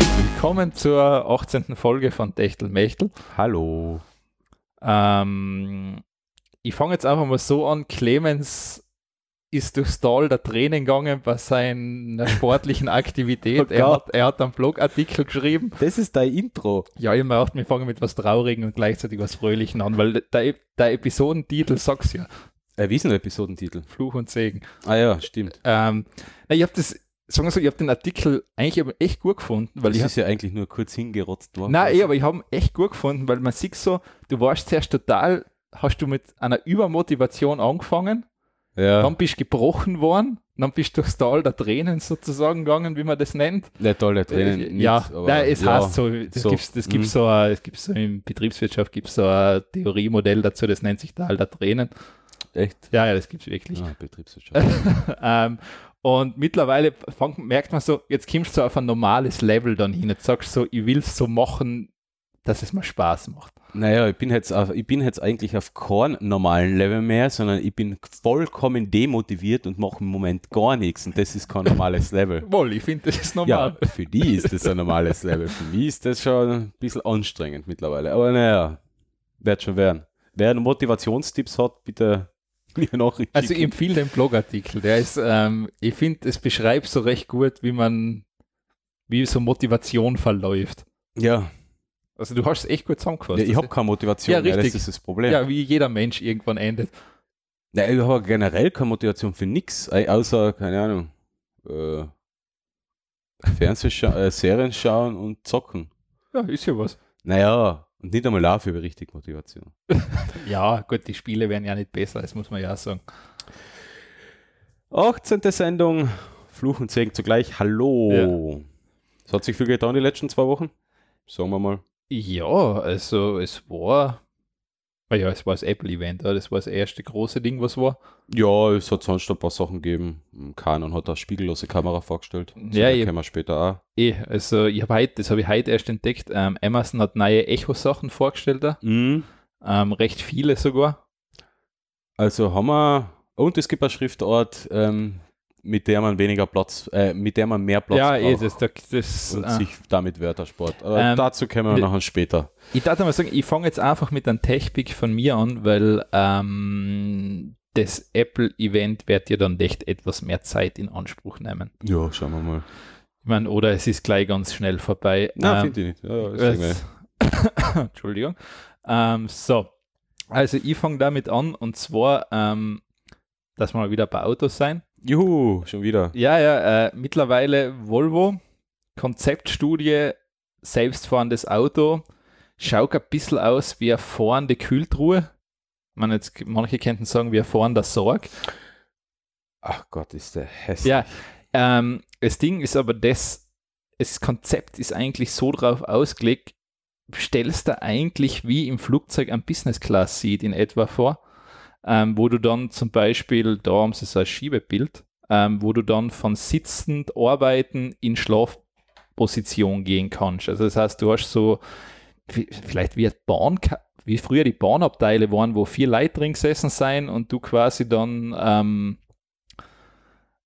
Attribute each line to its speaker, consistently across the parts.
Speaker 1: Willkommen zur 18. Folge von Techtel Mechtel.
Speaker 2: Hallo.
Speaker 1: Ähm, ich fange jetzt einfach mal so an. Clemens ist durchs Tal der Tränen gegangen bei seiner sportlichen Aktivität.
Speaker 2: Oh
Speaker 1: er,
Speaker 2: Gott.
Speaker 1: hat, er hat einen Blogartikel geschrieben.
Speaker 2: Das ist dein Intro.
Speaker 1: Ja, ich dachte, wir fangen mit was Traurigem und gleichzeitig was Fröhlichem an, weil der, der Episodentitel sagt's ja.
Speaker 2: Äh, wie ist denn der Episodentitel?
Speaker 1: Fluch und Segen.
Speaker 2: Ah ja, stimmt.
Speaker 1: Ähm, na, ich habe das, sagen wir so, ich habe den Artikel eigentlich aber echt gut gefunden, weil Also
Speaker 2: das
Speaker 1: ich
Speaker 2: ist ja eigentlich nur kurz hingerotzt worden.
Speaker 1: Nein, eh, aber ich habe ihn echt gut gefunden, weil man sieht so, du warst zuerst total, hast du mit einer Übermotivation angefangen,
Speaker 2: Ja,
Speaker 1: dann bist du gebrochen worden, dann bist du durchs Tal der Tränen sozusagen gegangen, wie man das nennt.
Speaker 2: nicht alle Tränen.
Speaker 1: Äh,
Speaker 2: nicht,
Speaker 1: ja,
Speaker 2: aber-
Speaker 1: nein, es
Speaker 2: ja.
Speaker 1: heißt so, das
Speaker 2: so,
Speaker 1: gibt's, das
Speaker 2: mhm.
Speaker 1: gibt's so, ein- es gibt so in Betriebswirtschaft gibt's so ein Theoriemodell dazu, das nennt sich Tal der Tränen.
Speaker 2: Echt?
Speaker 1: Ja, ja, das gibt's wirklich.
Speaker 2: Ah, Betriebswirtschaft.
Speaker 1: Ähm, und mittlerweile fang, merkt man so, jetzt kommst du auf ein normales Level dann hin. Jetzt sagst du so, ich will es so machen, dass es mir Spaß macht.
Speaker 2: naja, ich bin, jetzt auf, ich bin jetzt eigentlich auf keinem normalen Level mehr, sondern ich bin vollkommen demotiviert und mache im Moment gar nichts. Und das ist kein normales Level.
Speaker 1: Wohl, ich finde, das ist normal.
Speaker 2: Ja, für die ist das ein normales Level. Für mich ist das schon ein bisschen anstrengend mittlerweile. Aber naja, wird schon werden. Wer Motivationstipps hat, bitte mir Nachricht
Speaker 1: Also ich
Speaker 2: schicken.
Speaker 1: empfehle den Blogartikel. Der ist, ähm, ich finde, es beschreibt so recht gut, wie man, wie so Motivation verläuft.
Speaker 2: Ja,
Speaker 1: Also du hast es echt gut zusammengefasst.
Speaker 2: ja ich
Speaker 1: Das
Speaker 2: habe keine Motivation
Speaker 1: Ja,
Speaker 2: mehr, das
Speaker 1: richtig.
Speaker 2: ist das
Speaker 1: ist-
Speaker 2: Problem.
Speaker 1: ja, wie jeder Mensch irgendwann endet.
Speaker 2: Nein, ich habe generell keine Motivation für nichts, außer, keine Ahnung, äh, Fernsehscha äh, Serien schauen und zocken.
Speaker 1: Ja, ist ja was.
Speaker 2: Naja, und nicht einmal dafür habe ich richtig Motivation.
Speaker 1: Ja, gut, die Spiele werden ja nicht besser, das muss man ja auch sagen.
Speaker 2: 18. Sendung, Fluch und Segen zugleich, hallo. Es hat sich viel getan die letzten zwei Wochen, sagen wir mal.
Speaker 1: Ja, also es war, ah ja, es war das Apple-Event, oder? das war das erste große Ding, was war.
Speaker 2: Ja, es hat sonst noch ein paar Sachen gegeben. Canon hat eine spiegellose Kamera vorgestellt.
Speaker 1: Ja,
Speaker 2: Zu der
Speaker 1: ich-
Speaker 2: kommen wir später auch.
Speaker 1: Eh, also ich habe heute, das habe ich heute erst entdeckt, ähm, Amazon hat neue Echo-Sachen vorgestellt, da.
Speaker 2: Mhm.
Speaker 1: ähm, recht viele sogar.
Speaker 2: Also haben wir. Und es gibt eine Schriftart, ähm, mit der man weniger Platz, äh, mit der man mehr Platz
Speaker 1: ja, eh,
Speaker 2: braucht
Speaker 1: das, das, das
Speaker 2: und
Speaker 1: äh,
Speaker 2: sich damit Wörtersport. Aber
Speaker 1: Ähm,
Speaker 2: dazu kommen wir
Speaker 1: ne-
Speaker 2: nachher später.
Speaker 1: Ich dachte mal sagen, ich fange jetzt einfach mit einem Tech-Pick von mir an, weil ähm, das Apple-Event wird ja dann echt etwas mehr Zeit in Anspruch nehmen.
Speaker 2: Ja, schauen wir mal.
Speaker 1: Ich meine, oder es ist gleich ganz schnell vorbei.
Speaker 2: Nein,
Speaker 1: Ähm,
Speaker 2: finde ich nicht. Ja, ist egal.
Speaker 1: Es- Entschuldigung. Ähm, so, also ich fange damit an und zwar, ähm, dass wir mal wieder bei Autos sein.
Speaker 2: Juhu, schon wieder.
Speaker 1: Ja, ja, äh, mittlerweile Volvo, Konzeptstudie, selbstfahrendes Auto, schaut ein bisschen aus wie eine fahrende Kühltruhe. Ich meine, jetzt, manche könnten sagen, wir fahren der Sorg.
Speaker 2: Ach Gott, ist der hässlich.
Speaker 1: Ja, ähm, das Ding ist aber das, das Konzept ist eigentlich so drauf ausgelegt, stellst du eigentlich wie im Flugzeug ein Business Class Seat in etwa vor, ähm, wo du dann zum Beispiel, da haben sie so ein Schiebebild, ähm, wo du dann von sitzend arbeiten in Schlafposition gehen kannst. Also das heißt, du hast so vi- vielleicht wie eine Bahn, wie früher die Bahnabteile waren, wo vier Leute drin gesessen sein und du quasi dann ähm,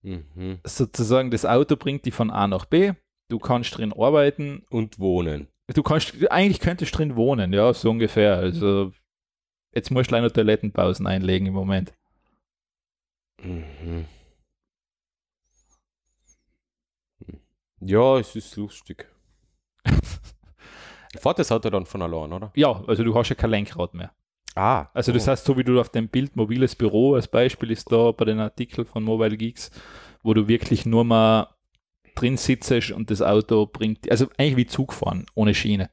Speaker 2: Mhm.
Speaker 1: sozusagen das Auto bringt dich von A nach B. Du kannst drin arbeiten.
Speaker 2: Und wohnen.
Speaker 1: Du kannst, eigentlich könntest drin wohnen, ja, so ungefähr. Also, jetzt musst du leider Toilettenpausen einlegen im Moment.
Speaker 2: Mhm. Ja, es ist lustig. Fährt das Auto dann von allein, oder?
Speaker 1: Ja, also du hast ja kein Lenkrad mehr.
Speaker 2: Ah.
Speaker 1: Also, das heißt, so wie du auf dem Bild mobiles Büro als Beispiel ist da bei den Artikeln von Mobile Geeks, wo du wirklich nur mal drin sitzt und das Auto bringt, also eigentlich wie Zugfahren ohne Schiene.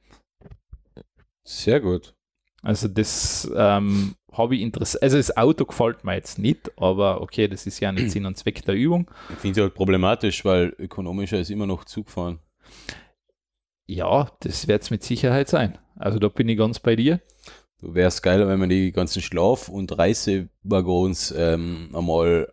Speaker 2: Sehr gut.
Speaker 1: Also das ähm, habe ich interessant. Also das Auto gefällt mir jetzt nicht, aber okay, das ist ja nicht Sinn und Zweck der Übung.
Speaker 2: Ich finde es halt problematisch, weil ökonomischer ist immer noch Zugfahren.
Speaker 1: Ja, das wird es mit Sicherheit sein. Also da bin ich ganz bei dir.
Speaker 2: Da wäre es geiler, wenn man die ganzen Schlaf- und Reisewaggons ähm, einmal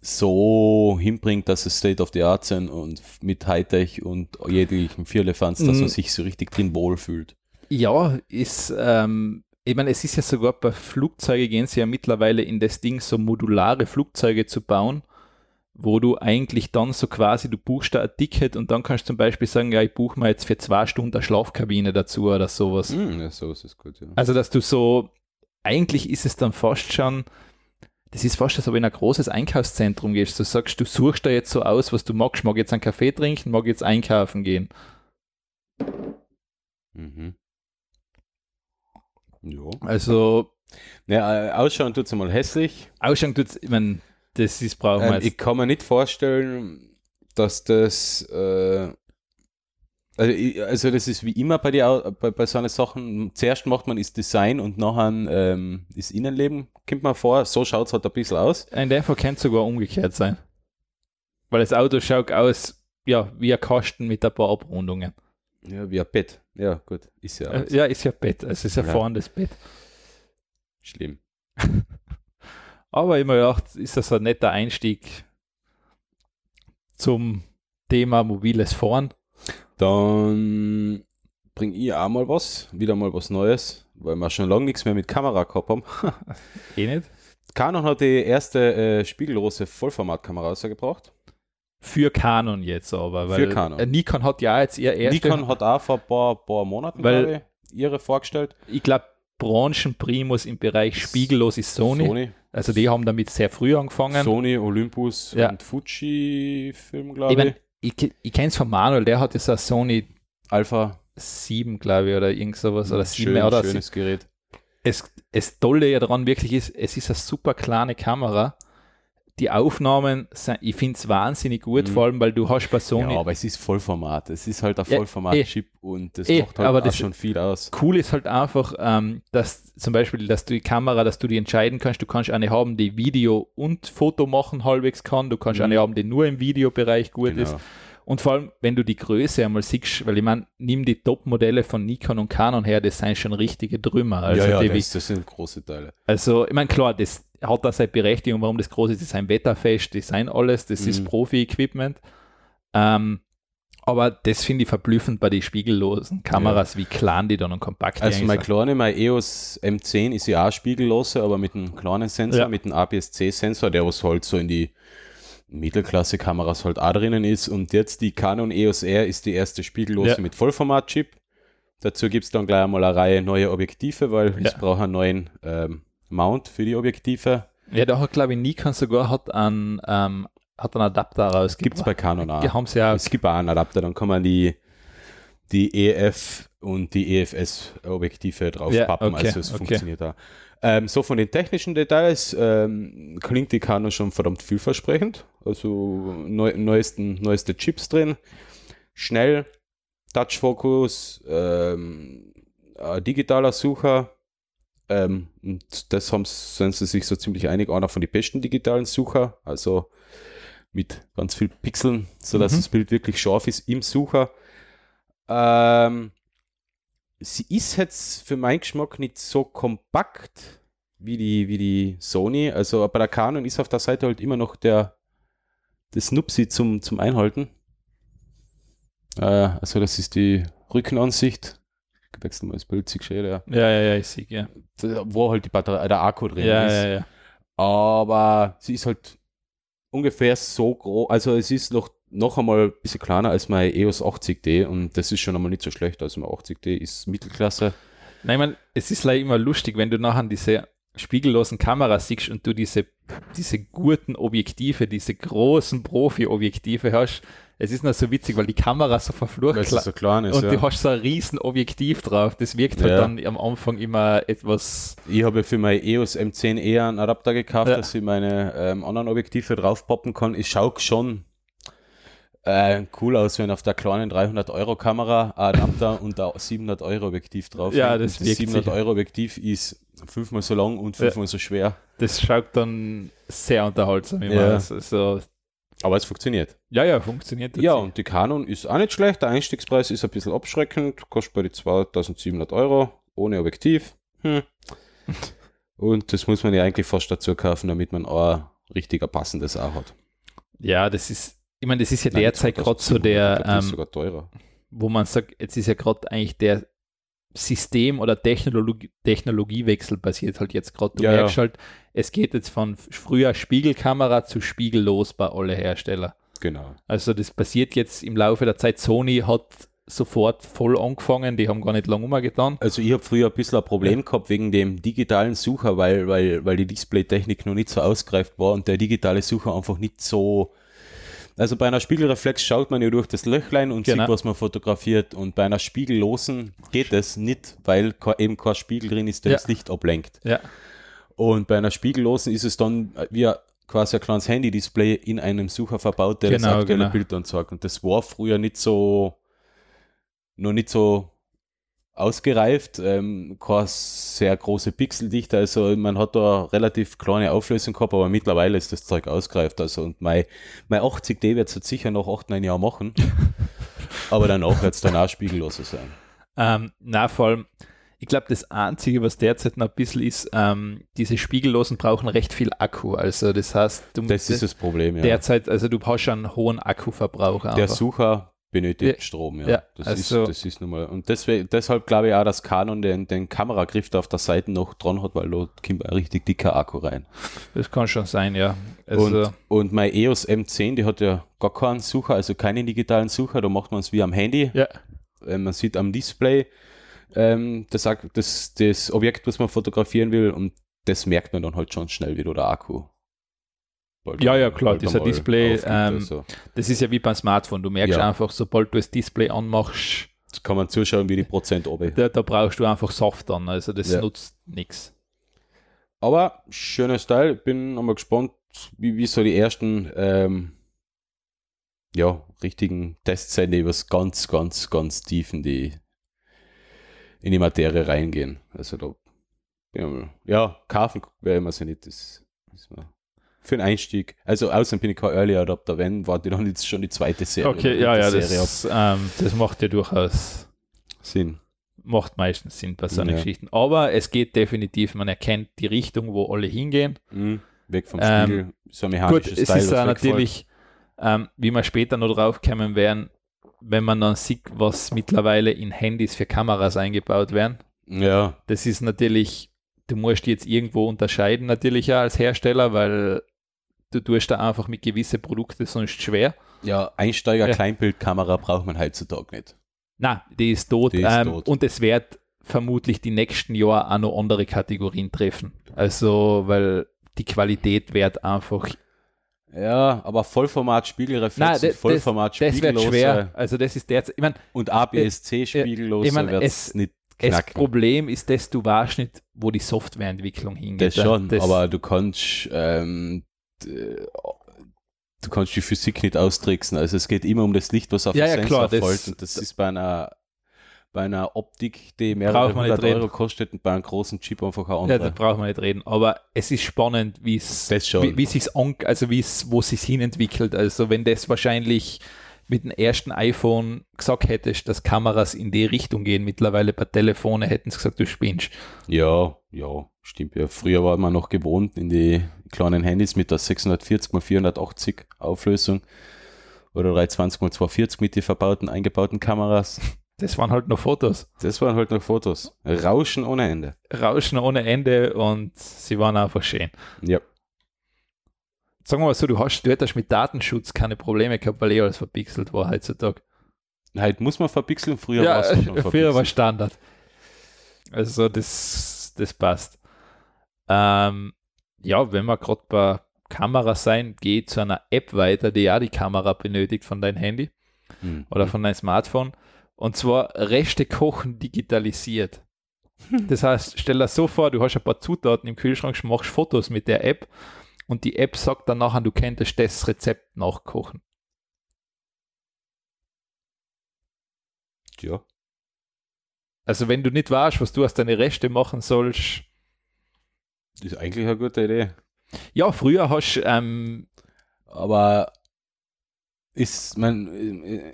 Speaker 2: so hinbringt, dass es State of the Art sind und f- mit Hightech und jeglichen Firlefanz, dass
Speaker 1: Mm.
Speaker 2: man sich so richtig drin wohlfühlt.
Speaker 1: Ja, ist, ähm, ich meine, es ist ja sogar bei Flugzeugen gehen sie ja mittlerweile in das Ding, so modulare Flugzeuge zu bauen, wo du eigentlich dann so quasi, du buchst da ein Ticket und dann kannst du zum Beispiel sagen, ja, ich buche mir jetzt für zwei Stunden eine Schlafkabine dazu oder sowas.
Speaker 2: Mm, ja, so ist es gut, ja.
Speaker 1: Also, dass du so, eigentlich ist es dann fast schon, das ist fast, als ob du in ein großes Einkaufszentrum gehst. Du sagst, du suchst da jetzt so aus, was du magst. Mag jetzt einen Kaffee trinken, mag jetzt einkaufen gehen.
Speaker 2: Mhm. Ja.
Speaker 1: Also,
Speaker 2: ja, äh, ausschauen tut es mal hässlich.
Speaker 1: Ausschauen tut's, ich meine, das ist, brauchen wir
Speaker 2: Ähm,
Speaker 1: jetzt.
Speaker 2: ich kann mir nicht vorstellen, dass das. Äh, also, ich, also, das ist wie immer bei, die, Au- bei, bei so einer Sachen. Zuerst macht man ist Design und nachher ähm, ist Innenleben. Kommt man vor, so schaut es halt ein bisschen aus.
Speaker 1: In dem Fall kann es sogar umgekehrt sein. Weil das Auto schaut aus, ja, wie ein Kasten mit ein paar Abrundungen.
Speaker 2: Ja, wie ein Bett. Ja, gut. Ist ja
Speaker 1: Äh, Ja, ist ja Bett, es ist ein
Speaker 2: Ja.
Speaker 1: fahrendes Bett.
Speaker 2: schlimm.
Speaker 1: Aber immer gedacht, ist das ein netter Einstieg zum Thema mobiles Fahren.
Speaker 2: Dann bring ich auch mal was. Wieder mal was Neues, weil wir schon lange nichts mehr mit Kamera gehabt haben.
Speaker 1: Eh nicht?
Speaker 2: Canon hat die erste äh, spiegellose Vollformatkamera rausgebracht.
Speaker 1: Für Canon jetzt aber. Weil
Speaker 2: Für Canon.
Speaker 1: äh, Nikon hat ja jetzt ihr erste,
Speaker 2: Nikon hat auch vor ein paar, paar Monaten,
Speaker 1: Weil-
Speaker 2: glaube ich, ihre vorgestellt.
Speaker 1: ich glaube, Branchenprimus im Bereich spiegellos ist Sony.
Speaker 2: Sony,
Speaker 1: Also die haben damit sehr früh angefangen.
Speaker 2: Sony, Olympus
Speaker 1: Ja.
Speaker 2: und Fuji-Film,
Speaker 1: Ich,
Speaker 2: glaube ich.
Speaker 1: mein, ich, ich kenne es von Manuel, der hat jetzt eine Sony
Speaker 2: Alpha,
Speaker 1: 7, glaube ich, oder irgend sowas. Oder 7
Speaker 2: schön,
Speaker 1: oder
Speaker 2: schönes Gerät.
Speaker 1: es, es Tolle ja daran wirklich ist, es ist eine super kleine Kamera. Die Aufnahmen, sind, ich finde es wahnsinnig gut,
Speaker 2: Mhm.
Speaker 1: vor allem, weil du hast bei Sony,
Speaker 2: Ja, aber es ist Vollformat. Es ist halt ein
Speaker 1: Ja,
Speaker 2: Vollformat-Chip und das
Speaker 1: Eh,
Speaker 2: macht halt
Speaker 1: aber
Speaker 2: auch
Speaker 1: das-
Speaker 2: schon viel aus.
Speaker 1: cool ist halt einfach, ähm, dass zum Beispiel, dass du die Kamera, dass du die entscheiden kannst, du kannst eine haben, die Video und Foto machen halbwegs kann, du kannst
Speaker 2: Mhm.
Speaker 1: eine haben, die nur im Videobereich gut ist.
Speaker 2: Genau.
Speaker 1: Und vor allem, wenn du die Größe einmal siehst, weil ich meine, nimm die Top-Modelle von Nikon und Canon her, das sind schon richtige Trümmer. Also,
Speaker 2: ja,
Speaker 1: die
Speaker 2: ja,
Speaker 1: wie-
Speaker 2: das, das sind große Teile.
Speaker 1: also ich meine, klar, das hat da seine Berechtigung, warum das groß ist, das ist ein Wetterfest, das sind alles, das ist
Speaker 2: Mhm.
Speaker 1: Profi-Equipment. Ähm, aber das finde ich verblüffend bei den spiegellosen Kameras, wie klein die dann und kompakt die
Speaker 2: Also
Speaker 1: eigentlich
Speaker 2: meine
Speaker 1: sind.
Speaker 2: kleine, meine EOS M10 ist ja auch spiegelloser, aber mit einem kleinen Sensor,
Speaker 1: Ja.
Speaker 2: mit einem APS-C-Sensor, der was halt so in die Mittelklasse-Kameras halt auch drinnen ist. Und jetzt die Canon EOS R ist die erste spiegellose
Speaker 1: Ja.
Speaker 2: mit Vollformat-Chip. Dazu gibt es dann gleich einmal eine Reihe neue Objektive, weil ich
Speaker 1: Ja.
Speaker 2: brauche einen neuen ähm, Mount für die Objektive.
Speaker 1: Ja, da hat, glaube ich, Nikon sogar hat einen, ähm, hat einen Adapter
Speaker 2: Gibt es
Speaker 1: rausgebracht.
Speaker 2: bei Ah. Canon auch.
Speaker 1: Die haben sie ja,
Speaker 2: Es gibt auch einen Adapter, dann kann man die, die EF und die E EFS-Objektive draufpappen,
Speaker 1: Ja, okay,
Speaker 2: also es
Speaker 1: okay.
Speaker 2: funktioniert auch. Ähm, so von den technischen Details ähm, klingt die Canon schon verdammt vielversprechend. Also neu, neuesten, neueste Chips drin, schnell, Touch-Fokus, ähm, ein digitaler Sucher. Ähm, und das haben s- sind sie sich so ziemlich einig, einer von den besten digitalen Sucher. Also mit ganz viel Pixeln, sodass
Speaker 1: Mhm.
Speaker 2: das Bild wirklich scharf ist im Sucher. Ähm, sie ist jetzt für meinen Geschmack nicht so kompakt wie die, wie die Sony. Also bei der Canon ist auf der Seite halt immer noch der das Nupsi zum, zum Einhalten. Äh, also das ist die Rückenansicht. Ich wechsle mal das Bild, siehst du eh, der-
Speaker 1: ja, ja, ja, ich sehe, ja.
Speaker 2: wo halt die Batterie, der Akku drin
Speaker 1: Ja,
Speaker 2: ist
Speaker 1: ja, ja.
Speaker 2: aber sie ist halt ungefähr so groß, also es ist noch, noch einmal ein bisschen kleiner als E meine EOS 80D und das ist schon einmal nicht so schlecht, also meine 80D ist Mittelklasse.
Speaker 1: Nein, ich mein, es ist leider immer lustig, wenn du nachher diese spiegellosen Kameras siehst und du diese, diese guten Objektive, diese großen Profi-Objektive hast. Es ist noch so witzig, weil die Kamera so verflucht kla-
Speaker 2: klein
Speaker 1: und du hast so ein riesen Objektiv drauf. Das wirkt halt
Speaker 2: Ja.
Speaker 1: dann am Anfang immer etwas.
Speaker 2: Ich habe für meine E EOS M10 eher einen Adapter gekauft,
Speaker 1: Ja.
Speaker 2: dass ich meine ähm, anderen Objektive draufpoppen kann. Ich schaue schon äh, cool aus, wenn auf der kleinen 300 Euro Kamera ein Adapter und ein 700 Euro Objektiv drauf
Speaker 1: Ja,
Speaker 2: liegt.
Speaker 1: das
Speaker 2: Und
Speaker 1: wirkt
Speaker 2: 700
Speaker 1: sicher.
Speaker 2: Euro Objektiv ist fünfmal so lang und fünfmal so schwer.
Speaker 1: Das schaut dann sehr unterhaltsam immer
Speaker 2: Ja.
Speaker 1: aus. Also,
Speaker 2: Aber es funktioniert.
Speaker 1: ja, ja, funktioniert.
Speaker 2: Ja,
Speaker 1: tatsächlich.
Speaker 2: und die Canon ist auch nicht schlecht. Der Einstiegspreis ist ein bisschen abschreckend. Kostet bei die 2700 Euro. Ohne Objektiv. Hm. Und das muss man ja eigentlich fast dazu kaufen, damit man auch richtig ein passendes auch hat.
Speaker 1: ja, das ist. Ich meine, das ist ja
Speaker 2: Nein,
Speaker 1: derzeit gerade so
Speaker 2: 2700, ich
Speaker 1: der,
Speaker 2: glaub, das ist
Speaker 1: ähm,
Speaker 2: sogar teurer.
Speaker 1: wo man sagt, jetzt ist ja gerade eigentlich der System- oder Technologie, Technologiewechsel passiert halt jetzt gerade. Du
Speaker 2: Ja,
Speaker 1: merkst
Speaker 2: ja.
Speaker 1: halt, es geht jetzt von früher Spiegelkamera zu spiegellos bei alle Hersteller.
Speaker 2: Genau.
Speaker 1: Also das passiert jetzt im Laufe der Zeit. Sony hat sofort voll angefangen, die haben gar nicht lange umgetan.
Speaker 2: Also ich habe früher ein bisschen ein Problem gehabt wegen dem digitalen Sucher, weil, weil, weil die Display-Technik noch nicht so ausgereift war und der digitale Sucher einfach nicht so. Also bei einer Spiegelreflex schaut man ja durch das Löchlein und
Speaker 1: Genau.
Speaker 2: sieht, was man fotografiert. Und bei einer spiegellosen geht es nicht, weil ke- eben kein Spiegel drin ist, der
Speaker 1: Ja.
Speaker 2: das Licht ablenkt.
Speaker 1: Ja,
Speaker 2: Und bei einer spiegellosen ist es dann wie ein- quasi ein kleines Handy-Display in einem Sucher verbaut, der das
Speaker 1: Genau,
Speaker 2: aktuelle
Speaker 1: genau.
Speaker 2: Bild anzeigt. Und das war früher nicht so, noch nicht so ausgereift, ähm, keine sehr große Pixeldichte, also man hat da relativ kleine Auflösung gehabt, aber mittlerweile ist das Zeug ausgereift, also und mein, mein 80D wird es sicher noch 8, 9 Jahre machen, aber danach wird es dann auch spiegelloser sein.
Speaker 1: ähm, na vor allem, ich glaube, das Einzige, was derzeit noch ein bisschen ist, ähm, diese Spiegellosen brauchen recht viel Akku. Also das heißt, du
Speaker 2: Das ist das Problem, ja.
Speaker 1: derzeit, also du hast schon einen hohen Akkuverbrauch.
Speaker 2: Der
Speaker 1: einfach.
Speaker 2: Sucher benötigt
Speaker 1: Ja.
Speaker 2: Strom, ja.
Speaker 1: Ja,
Speaker 2: Das,
Speaker 1: also-
Speaker 2: ist, das ist nun mal. Und deswegen, deshalb glaube ich auch, dass Canon den, den Kameragriff da auf der Seite noch dran hat, weil da kommt ein richtig dicker Akku rein.
Speaker 1: Das kann schon sein, ja. Also,
Speaker 2: und, und mein EOS M10, die hat ja gar keinen Sucher, also keinen digitalen Sucher, da macht man es wie am Handy.
Speaker 1: ja,
Speaker 2: Äh, Man sieht am Display ähm, das, Ak- das, das Objekt, was man fotografieren will, und das merkt man dann halt schon schnell, wie da der Akku. bald-
Speaker 1: Ja, ja, klar,
Speaker 2: bald
Speaker 1: dieser
Speaker 2: einmal
Speaker 1: Display,
Speaker 2: aufgibt,
Speaker 1: ähm,
Speaker 2: also.
Speaker 1: das ist ja wie beim Smartphone. Du merkst
Speaker 2: Ja.
Speaker 1: einfach, sobald du das Display anmachst,
Speaker 2: Jetzt kann man zuschauen, wie die Prozent oben.
Speaker 1: da, da brauchst du einfach Saft an. Also das
Speaker 2: Ja.
Speaker 1: nutzt nichts.
Speaker 2: Aber schöner Style. Bin nochmal gespannt, wie, wie so die ersten ähm, ja, richtigen Tests sein, die was ganz, ganz, ganz tief in die, in die Materie reingehen. Also da bin ich mal, ja, kaufen wäre immer so nicht. Das ist mal für einen Einstieg. Also außerdem bin ich kein Early Adopter, wenn, war die dann jetzt schon die zweite Serie.
Speaker 1: Okay,
Speaker 2: oder
Speaker 1: ja, ja,
Speaker 2: dritte Serie
Speaker 1: das, ähm, das macht ja durchaus,
Speaker 2: ab- Sinn.
Speaker 1: macht meistens Sinn bei solchen
Speaker 2: Ja.
Speaker 1: Geschichten. Aber es geht definitiv, man erkennt die Richtung, wo alle hingehen.
Speaker 2: Mhm. Weg vom
Speaker 1: Ähm,
Speaker 2: Spiegel. So ein
Speaker 1: Gut,
Speaker 2: mechanisches
Speaker 1: es
Speaker 2: Style,
Speaker 1: ist
Speaker 2: was
Speaker 1: auch
Speaker 2: wegfällt.
Speaker 1: natürlich, ähm, wie wir später noch drauf kommen werden, wenn man dann sieht, was mittlerweile in Handys für Kameras eingebaut werden.
Speaker 2: Ja,
Speaker 1: Das ist natürlich, du musst jetzt irgendwo unterscheiden, natürlich auch als Hersteller, weil du tust da einfach mit gewissen Produkten sonst schwer.
Speaker 2: ja, Einsteiger-Kleinbildkamera braucht man heutzutage nicht.
Speaker 1: Na, die ist tot.
Speaker 2: Die ist
Speaker 1: ähm,
Speaker 2: tot.
Speaker 1: Und es wird vermutlich die nächsten Jahre auch noch andere Kategorien treffen. Also, weil die Qualität wird einfach.
Speaker 2: Ja, aber Vollformat
Speaker 1: Nein,
Speaker 2: Spiegelreflex,
Speaker 1: das-
Speaker 2: und Vollformat
Speaker 1: Das wird
Speaker 2: Spiegellose
Speaker 1: schwer. Also, das ist derzeit. Ich meine,
Speaker 2: und ABS-C Spiegellose
Speaker 1: ich mein,
Speaker 2: wird
Speaker 1: es-
Speaker 2: es nicht
Speaker 1: das
Speaker 2: knacken.
Speaker 1: Problem ist, dass du weißt nicht, wo die Softwareentwicklung
Speaker 2: Das
Speaker 1: hingeht.
Speaker 2: schon,
Speaker 1: Das-
Speaker 2: aber du kannst ähm, d- du kannst die Physik nicht austricksen. Also es geht immer um das Licht, was auf
Speaker 1: Ja,
Speaker 2: den
Speaker 1: ja, klar,
Speaker 2: Sensor
Speaker 1: das-
Speaker 2: fällt. Und das ist bei einer bei einer Optik, die mehrere
Speaker 1: Braucht man
Speaker 2: hundert
Speaker 1: nicht reden.
Speaker 2: Euro kostet und bei einem großen Chip einfach eine
Speaker 1: ja,
Speaker 2: andere.
Speaker 1: da brauchen wir nicht reden. Aber es ist spannend, wie es
Speaker 2: das schon.
Speaker 1: wie, wie sich's an, also wie es, wo sich's hinentwickelt. Also wenn das wahrscheinlich mit dem ersten iPhone gesagt hättest, dass Kameras in die Richtung gehen, mittlerweile bei Telefone hätten sie gesagt, du spinnst.
Speaker 2: Ja, ja, stimmt ja. Früher war man noch gewohnt in die kleinen Handys mit der 640 x 480 Auflösung oder 320 x 240 mit den verbauten, eingebauten Kameras.
Speaker 1: Das waren halt noch Fotos.
Speaker 2: Das waren halt noch Fotos. Rauschen ohne Ende.
Speaker 1: Rauschen ohne Ende und sie waren einfach schön.
Speaker 2: Ja.
Speaker 1: Sagen wir mal so, du hast, du hättest mit Datenschutz keine Probleme gehabt, weil eh alles verpixelt war heutzutage.
Speaker 2: Halt muss man verpixeln, früher war es schon
Speaker 1: äh, früher war
Speaker 2: verpixelt.
Speaker 1: Standard. Also das, das passt. Ähm, ja, wenn wir gerade bei Kamera sein, geh zu einer App weiter, die ja die Kamera benötigt von deinem Handy
Speaker 2: Hm.
Speaker 1: oder von deinem Smartphone. Und zwar Reste kochen digitalisiert. Das heißt, stell dir so vor, du hast ein paar Zutaten im Kühlschrank, machst Fotos mit der App und die App sagt dann nachher, du könntest das Rezept nachkochen.
Speaker 2: Ja.
Speaker 1: Also wenn du nicht weißt, was du aus deinen Reste machen sollst,
Speaker 2: Ist eigentlich eine gute Idee.
Speaker 1: Ja, früher hast du, ähm,
Speaker 2: aber ist, man,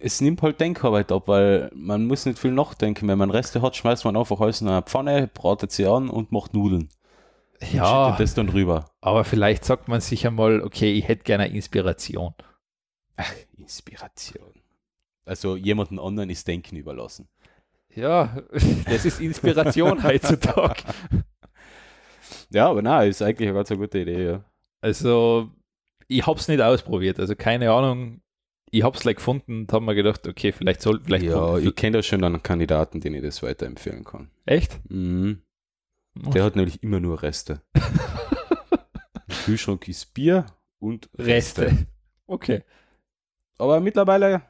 Speaker 2: es nimmt halt Denkarbeit ab, weil man muss nicht viel nachdenken. Wenn man Reste hat, schmeißt man einfach alles in eine Pfanne, bratet sie an und macht Nudeln. Und
Speaker 1: ja,
Speaker 2: schüttet das dann rüber.
Speaker 1: aber vielleicht sagt man sich einmal, okay, ich hätte gerne eine Inspiration.
Speaker 2: Inspiration. Also jemanden anderen ist Denken überlassen.
Speaker 1: Ja, das ist Inspiration heutzutage.
Speaker 2: Ja, aber na, ist eigentlich eine ganz eine gute Idee, ja.
Speaker 1: Also, ich habe es nicht ausprobiert. Also, keine Ahnung. Ich habe es like gefunden und habe mir gedacht, okay, vielleicht soll, vielleicht.
Speaker 2: ja,
Speaker 1: kommt-
Speaker 2: ich kenne da schon einen Kandidaten, den ich das weiterempfehlen kann.
Speaker 1: echt?
Speaker 2: Mhm. Der hat nämlich immer nur Reste. Im Kühlschrank ist Bier und Reste.
Speaker 1: Reste. Okay.
Speaker 2: Aber mittlerweile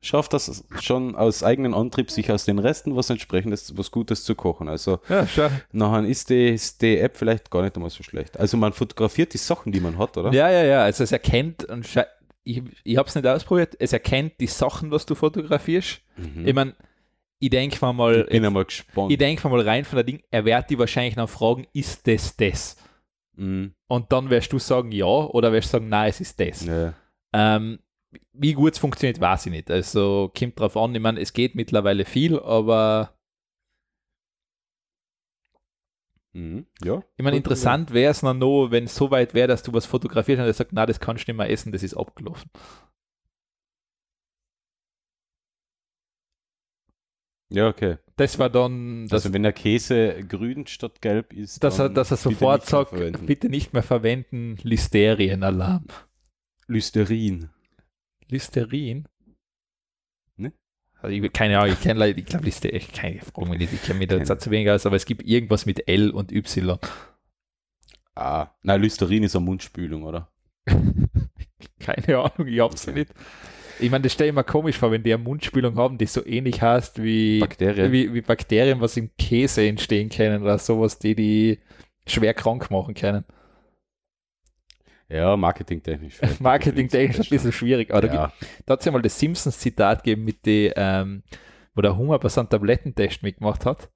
Speaker 2: schafft das schon aus eigenem Antrieb, sich aus den Resten was entsprechendes, was Gutes zu kochen. Also
Speaker 1: Ja, schau.
Speaker 2: nachher ist die, ist die App vielleicht gar nicht einmal so schlecht. Also man fotografiert die Sachen, die man hat, oder?
Speaker 1: Ja, ja, ja. Also, es erkennt und schei- ich, ich habe es nicht ausprobiert. Es erkennt die Sachen, was du fotografierst.
Speaker 2: Mhm.
Speaker 1: Ich meine, ich denke mal, mal
Speaker 2: Ich bin einmal gespannt.
Speaker 1: ich denke mal rein von der Ding, er wird die wahrscheinlich noch fragen, ist das das?
Speaker 2: Mhm.
Speaker 1: Und dann wirst du sagen ja oder wirst du sagen, nein, es ist das.
Speaker 2: Ja.
Speaker 1: Ähm, wie gut es funktioniert, weiß ich nicht. Also kommt drauf an, ich meine, es geht mittlerweile viel, aber
Speaker 2: Mhm. ja.
Speaker 1: ich meine,
Speaker 2: Gut,
Speaker 1: interessant wäre es noch, nur, wenn es so weit wäre, dass du was fotografierst und er sagt, nein, das kannst du nicht mehr essen, das ist abgelaufen.
Speaker 2: Ja, okay.
Speaker 1: Das war dann, dass,
Speaker 2: also wenn der Käse grün statt gelb ist,
Speaker 1: dass, er,
Speaker 2: dann
Speaker 1: dass er
Speaker 2: bitte
Speaker 1: sofort
Speaker 2: nicht mehr
Speaker 1: sagt,
Speaker 2: verwenden.
Speaker 1: bitte nicht mehr verwenden, Listerienalarm.
Speaker 2: Listerin.
Speaker 1: Listerin?
Speaker 2: Ne?
Speaker 1: Also ich, keine Ahnung, ich kenne leider, ich glaube, Lister, ich keine Frage, mich nicht, ich kenne mich da jetzt
Speaker 2: Keine.
Speaker 1: auch zu wenig aus, aber es gibt irgendwas mit L und Y.
Speaker 2: Ah, nein, Listerin ist eine Mundspülung, oder?
Speaker 1: Keine Ahnung, ich hab's
Speaker 2: Okay.
Speaker 1: nicht. Ich meine, das stelle ich mir komisch vor, wenn die eine Mundspülung haben, die so ähnlich heißt wie,
Speaker 2: Bakterien.
Speaker 1: wie, wie Bakterien, was im Käse entstehen können oder sowas, die die schwer krank machen können.
Speaker 2: Ja, marketingtechnisch. vielleicht.
Speaker 1: Marketingtechnisch ein bisschen schwierig, aber da,
Speaker 2: Ja,
Speaker 1: gibt- da hat es ja mal das Simpsons-Zitat gegeben, mit die, ähm, wo der Hunger bei seinem Tablettentest mitgemacht hat.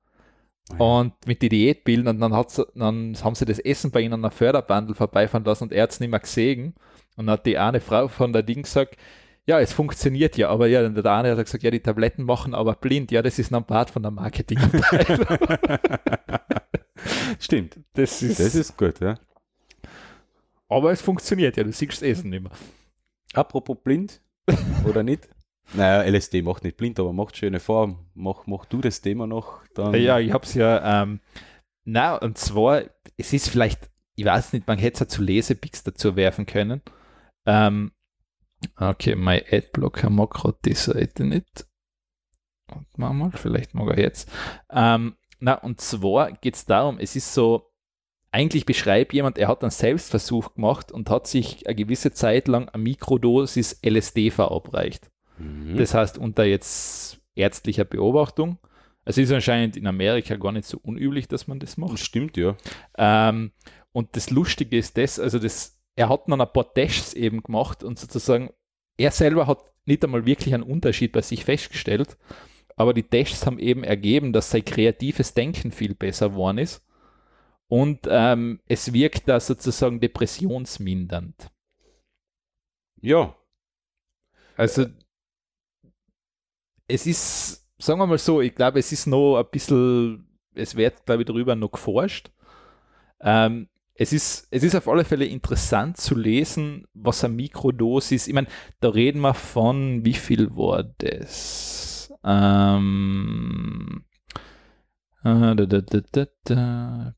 Speaker 2: Ah ja.
Speaker 1: Und mit den Diätbildern, und dann, hat's, dann haben sie das Essen bei ihnen an einer Förderbandel vorbeifahren lassen und er hat es nicht mehr gesehen. Und dann hat die eine Frau von der Ding gesagt, ja, es funktioniert ja, aber ja, dann der eine hat gesagt, ja, die Tabletten machen aber blind. Ja, das ist ein Part von der Marketing.
Speaker 2: stimmt.
Speaker 1: Das ist,
Speaker 2: Das ist gut, ja.
Speaker 1: aber es funktioniert ja, du siehst das Essen nicht mehr.
Speaker 2: Apropos blind oder nicht? Naja, LSD macht nicht blind, aber macht schöne Form. Mach, mach du das Thema noch, dann.
Speaker 1: Ja, ich hab's ja, ähm, na, und zwar, es ist vielleicht, ich weiß nicht, man hätte es ja zu Lesepics dazu werfen können. Ähm, okay, mein Adblocker mag gerade die Seite nicht. Und machen wir, vielleicht mag er jetzt. Ähm, na, und zwar geht es darum, es ist so, eigentlich beschreibt jemand, er hat einen Selbstversuch gemacht und hat sich eine gewisse Zeit lang eine Mikrodosis LSD verabreicht.
Speaker 2: Mhm.
Speaker 1: Das heißt, unter jetzt ärztlicher Beobachtung. Es ist anscheinend in Amerika gar nicht so unüblich, dass man das macht.
Speaker 2: stimmt, ja.
Speaker 1: Ähm, und das Lustige ist das, also das, er hat dann ein paar Tests eben gemacht und sozusagen, er selber hat nicht einmal wirklich einen Unterschied bei sich festgestellt, aber die Tests haben eben ergeben, dass sein kreatives Denken viel besser geworden ist und ähm, es wirkt da sozusagen depressionsmindernd.
Speaker 2: Ja,
Speaker 1: Also, es ist, sagen wir mal so, ich glaube, es ist noch ein bisschen, es wird, glaube ich, darüber noch geforscht. Ähm, es, ist, es ist auf alle Fälle interessant zu lesen, was eine Mikrodosis, ich meine, da reden wir von, wie viel war das? Ähm, äh, da, da, da, da, da.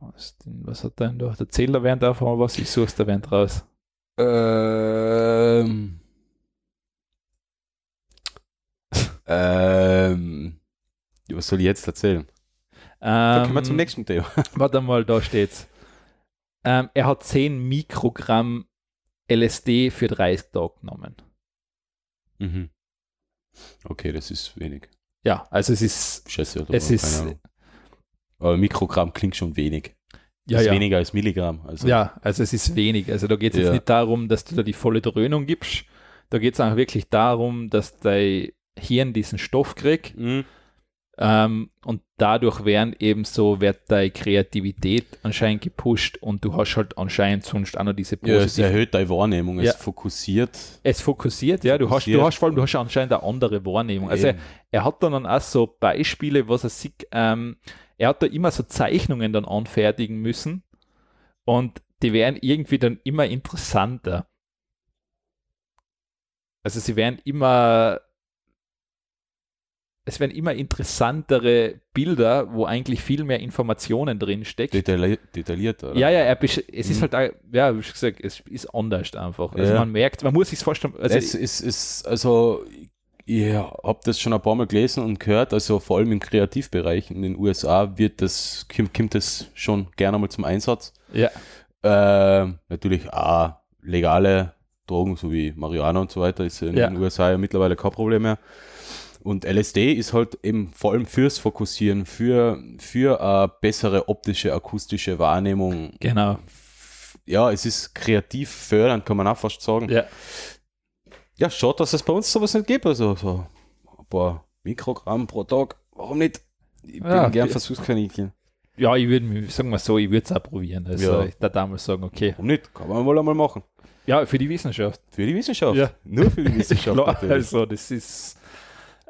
Speaker 1: Austin, Was hat er denn da? Der Zähler während auf was, ich suche da während raus.
Speaker 2: Ähm. ähm. Ja, Was soll ich jetzt erzählen? Dann kommen wir zum
Speaker 1: Ähm,
Speaker 2: nächsten Thema.
Speaker 1: Warte mal, da steht's. Ähm, er hat 10 Mikrogramm LSD für 30 Tage genommen.
Speaker 2: Mhm. Okay, das ist wenig.
Speaker 1: Ja, also es ist.
Speaker 2: Scheiße. oder?
Speaker 1: Es
Speaker 2: Keine
Speaker 1: ist-
Speaker 2: Ahnung. Aber Mikrogramm klingt schon wenig.
Speaker 1: Ja,
Speaker 2: ist
Speaker 1: ja.
Speaker 2: weniger als Milligramm. Also
Speaker 1: ja, also es ist wenig. Also da geht es jetzt
Speaker 2: Ja.
Speaker 1: nicht darum, dass du da die volle Dröhnung gibst. Da geht es auch wirklich darum, dass dein Hirn diesen Stoff kriegt
Speaker 2: Mhm.
Speaker 1: ähm, und dadurch werden eben so, wird deine Kreativität anscheinend gepusht und du hast halt anscheinend sonst auch noch diese
Speaker 2: Ja, es
Speaker 1: positive
Speaker 2: erhöht deine Wahrnehmung,
Speaker 1: Ja.
Speaker 2: es fokussiert.
Speaker 1: Es fokussiert, ja. Du hast, du
Speaker 2: Fokussiert.
Speaker 1: hast vor allem, du hast anscheinend eine andere Wahrnehmung. Also er,
Speaker 2: Eben.
Speaker 1: er hat dann auch so Beispiele, was er sieht. Ähm, er hat da immer so Zeichnungen dann anfertigen müssen und die werden irgendwie dann immer interessanter. Also sie werden immer es werden immer interessantere Bilder, wo eigentlich viel mehr Informationen drin steckt.
Speaker 2: Detaili detaillierter. oder?
Speaker 1: Ja, ja, er besch- es ist
Speaker 2: Mhm.
Speaker 1: halt, auch, ja, wie schon gesagt, es ist anders einfach. Also
Speaker 2: Ja.
Speaker 1: man merkt, man muss sich vorstellen, also
Speaker 2: es ist, ist also, ich habe das schon ein paar Mal gelesen und gehört, also vor allem im Kreativbereich in den USA wird das, kommt, kommt das schon gerne mal zum Einsatz.
Speaker 1: ja,
Speaker 2: Ähm, natürlich auch legale Drogen, so wie Marihuana und so weiter, ist in
Speaker 1: Ja.
Speaker 2: den USA ja mittlerweile kein Problem mehr. Und LSD ist halt eben vor allem fürs Fokussieren, für, für eine bessere optische, akustische Wahrnehmung.
Speaker 1: genau.
Speaker 2: Ja, es ist kreativ fördernd, kann man auch fast sagen.
Speaker 1: Ja.
Speaker 2: Ja, schaut, dass es bei uns sowas nicht gibt. Also so ein paar Mikrogramm pro Tag. Warum nicht? Ich bin
Speaker 1: Ja,
Speaker 2: gern
Speaker 1: wir-
Speaker 2: Versuchskaninchen.
Speaker 1: Ja, ich würde, sagen wir so, ich würde es auch probieren. Also
Speaker 2: Ja.
Speaker 1: ich da damals sagen, okay.
Speaker 2: Warum nicht? Kann man wohl einmal machen.
Speaker 1: Ja, für die Wissenschaft.
Speaker 2: Für die Wissenschaft.
Speaker 1: Ja.
Speaker 2: Nur für die Wissenschaft.
Speaker 1: Klar,
Speaker 2: natürlich.
Speaker 1: also das ist,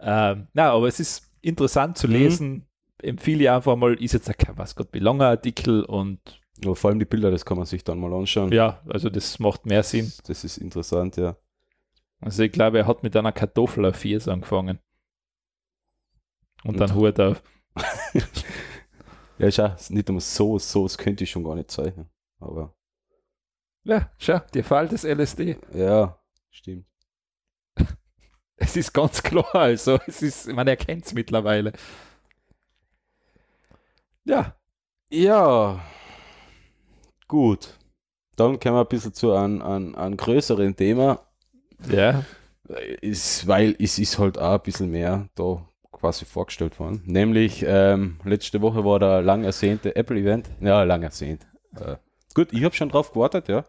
Speaker 1: ähm, na, aber es ist interessant
Speaker 2: Mhm.
Speaker 1: zu lesen. Empfehle ich einfach mal, ist jetzt ein, was Gott, wie langer Artikel und
Speaker 2: Aber vor allem die Bilder, das kann man sich dann mal anschauen.
Speaker 1: ja, also das macht mehr Sinn.
Speaker 2: Das ist interessant, ja.
Speaker 1: Also ich glaube, er hat mit einer Kartoffel auf Viers angefangen. Und dann
Speaker 2: Und-
Speaker 1: Hut auf.
Speaker 2: Ja, schau, es ist nicht einmal so, so, es könnte ich schon gar nicht zeichnen. Aber
Speaker 1: Ja, schau, dir fällt das LSD.
Speaker 2: ja, stimmt.
Speaker 1: Es ist ganz klar, also es ist, man erkennt es mittlerweile. Ja,
Speaker 2: Ja, gut. Dann kommen wir ein bisschen zu einem, einem, einem größeren Thema.
Speaker 1: ja,
Speaker 2: ist, weil es ist halt auch ein bisschen mehr da quasi vorgestellt worden. Nämlich ähm, letzte Woche war der lang ersehnte Apple-Event. Ja, lang ersehnt. Äh, gut, ich habe schon drauf gewartet, ja.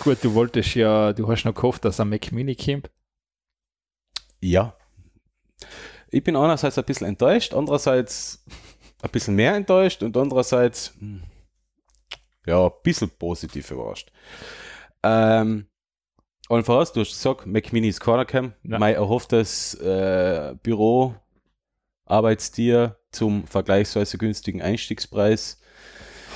Speaker 1: gut, du wolltest ja, du hast noch gehofft, dass ein Mac Mini kommt.
Speaker 2: Ja. Ich bin einerseits ein bisschen enttäuscht, andererseits ein bisschen mehr enttäuscht und andererseits hm, ja, ein bisschen positiv überrascht. Ähm, allen voraus, du hast gesagt, Mac Mini ist Corner Cam.
Speaker 1: Ja.
Speaker 2: Mein erhofftes äh, Büro, Arbeitstier zum vergleichsweise günstigen Einstiegspreis.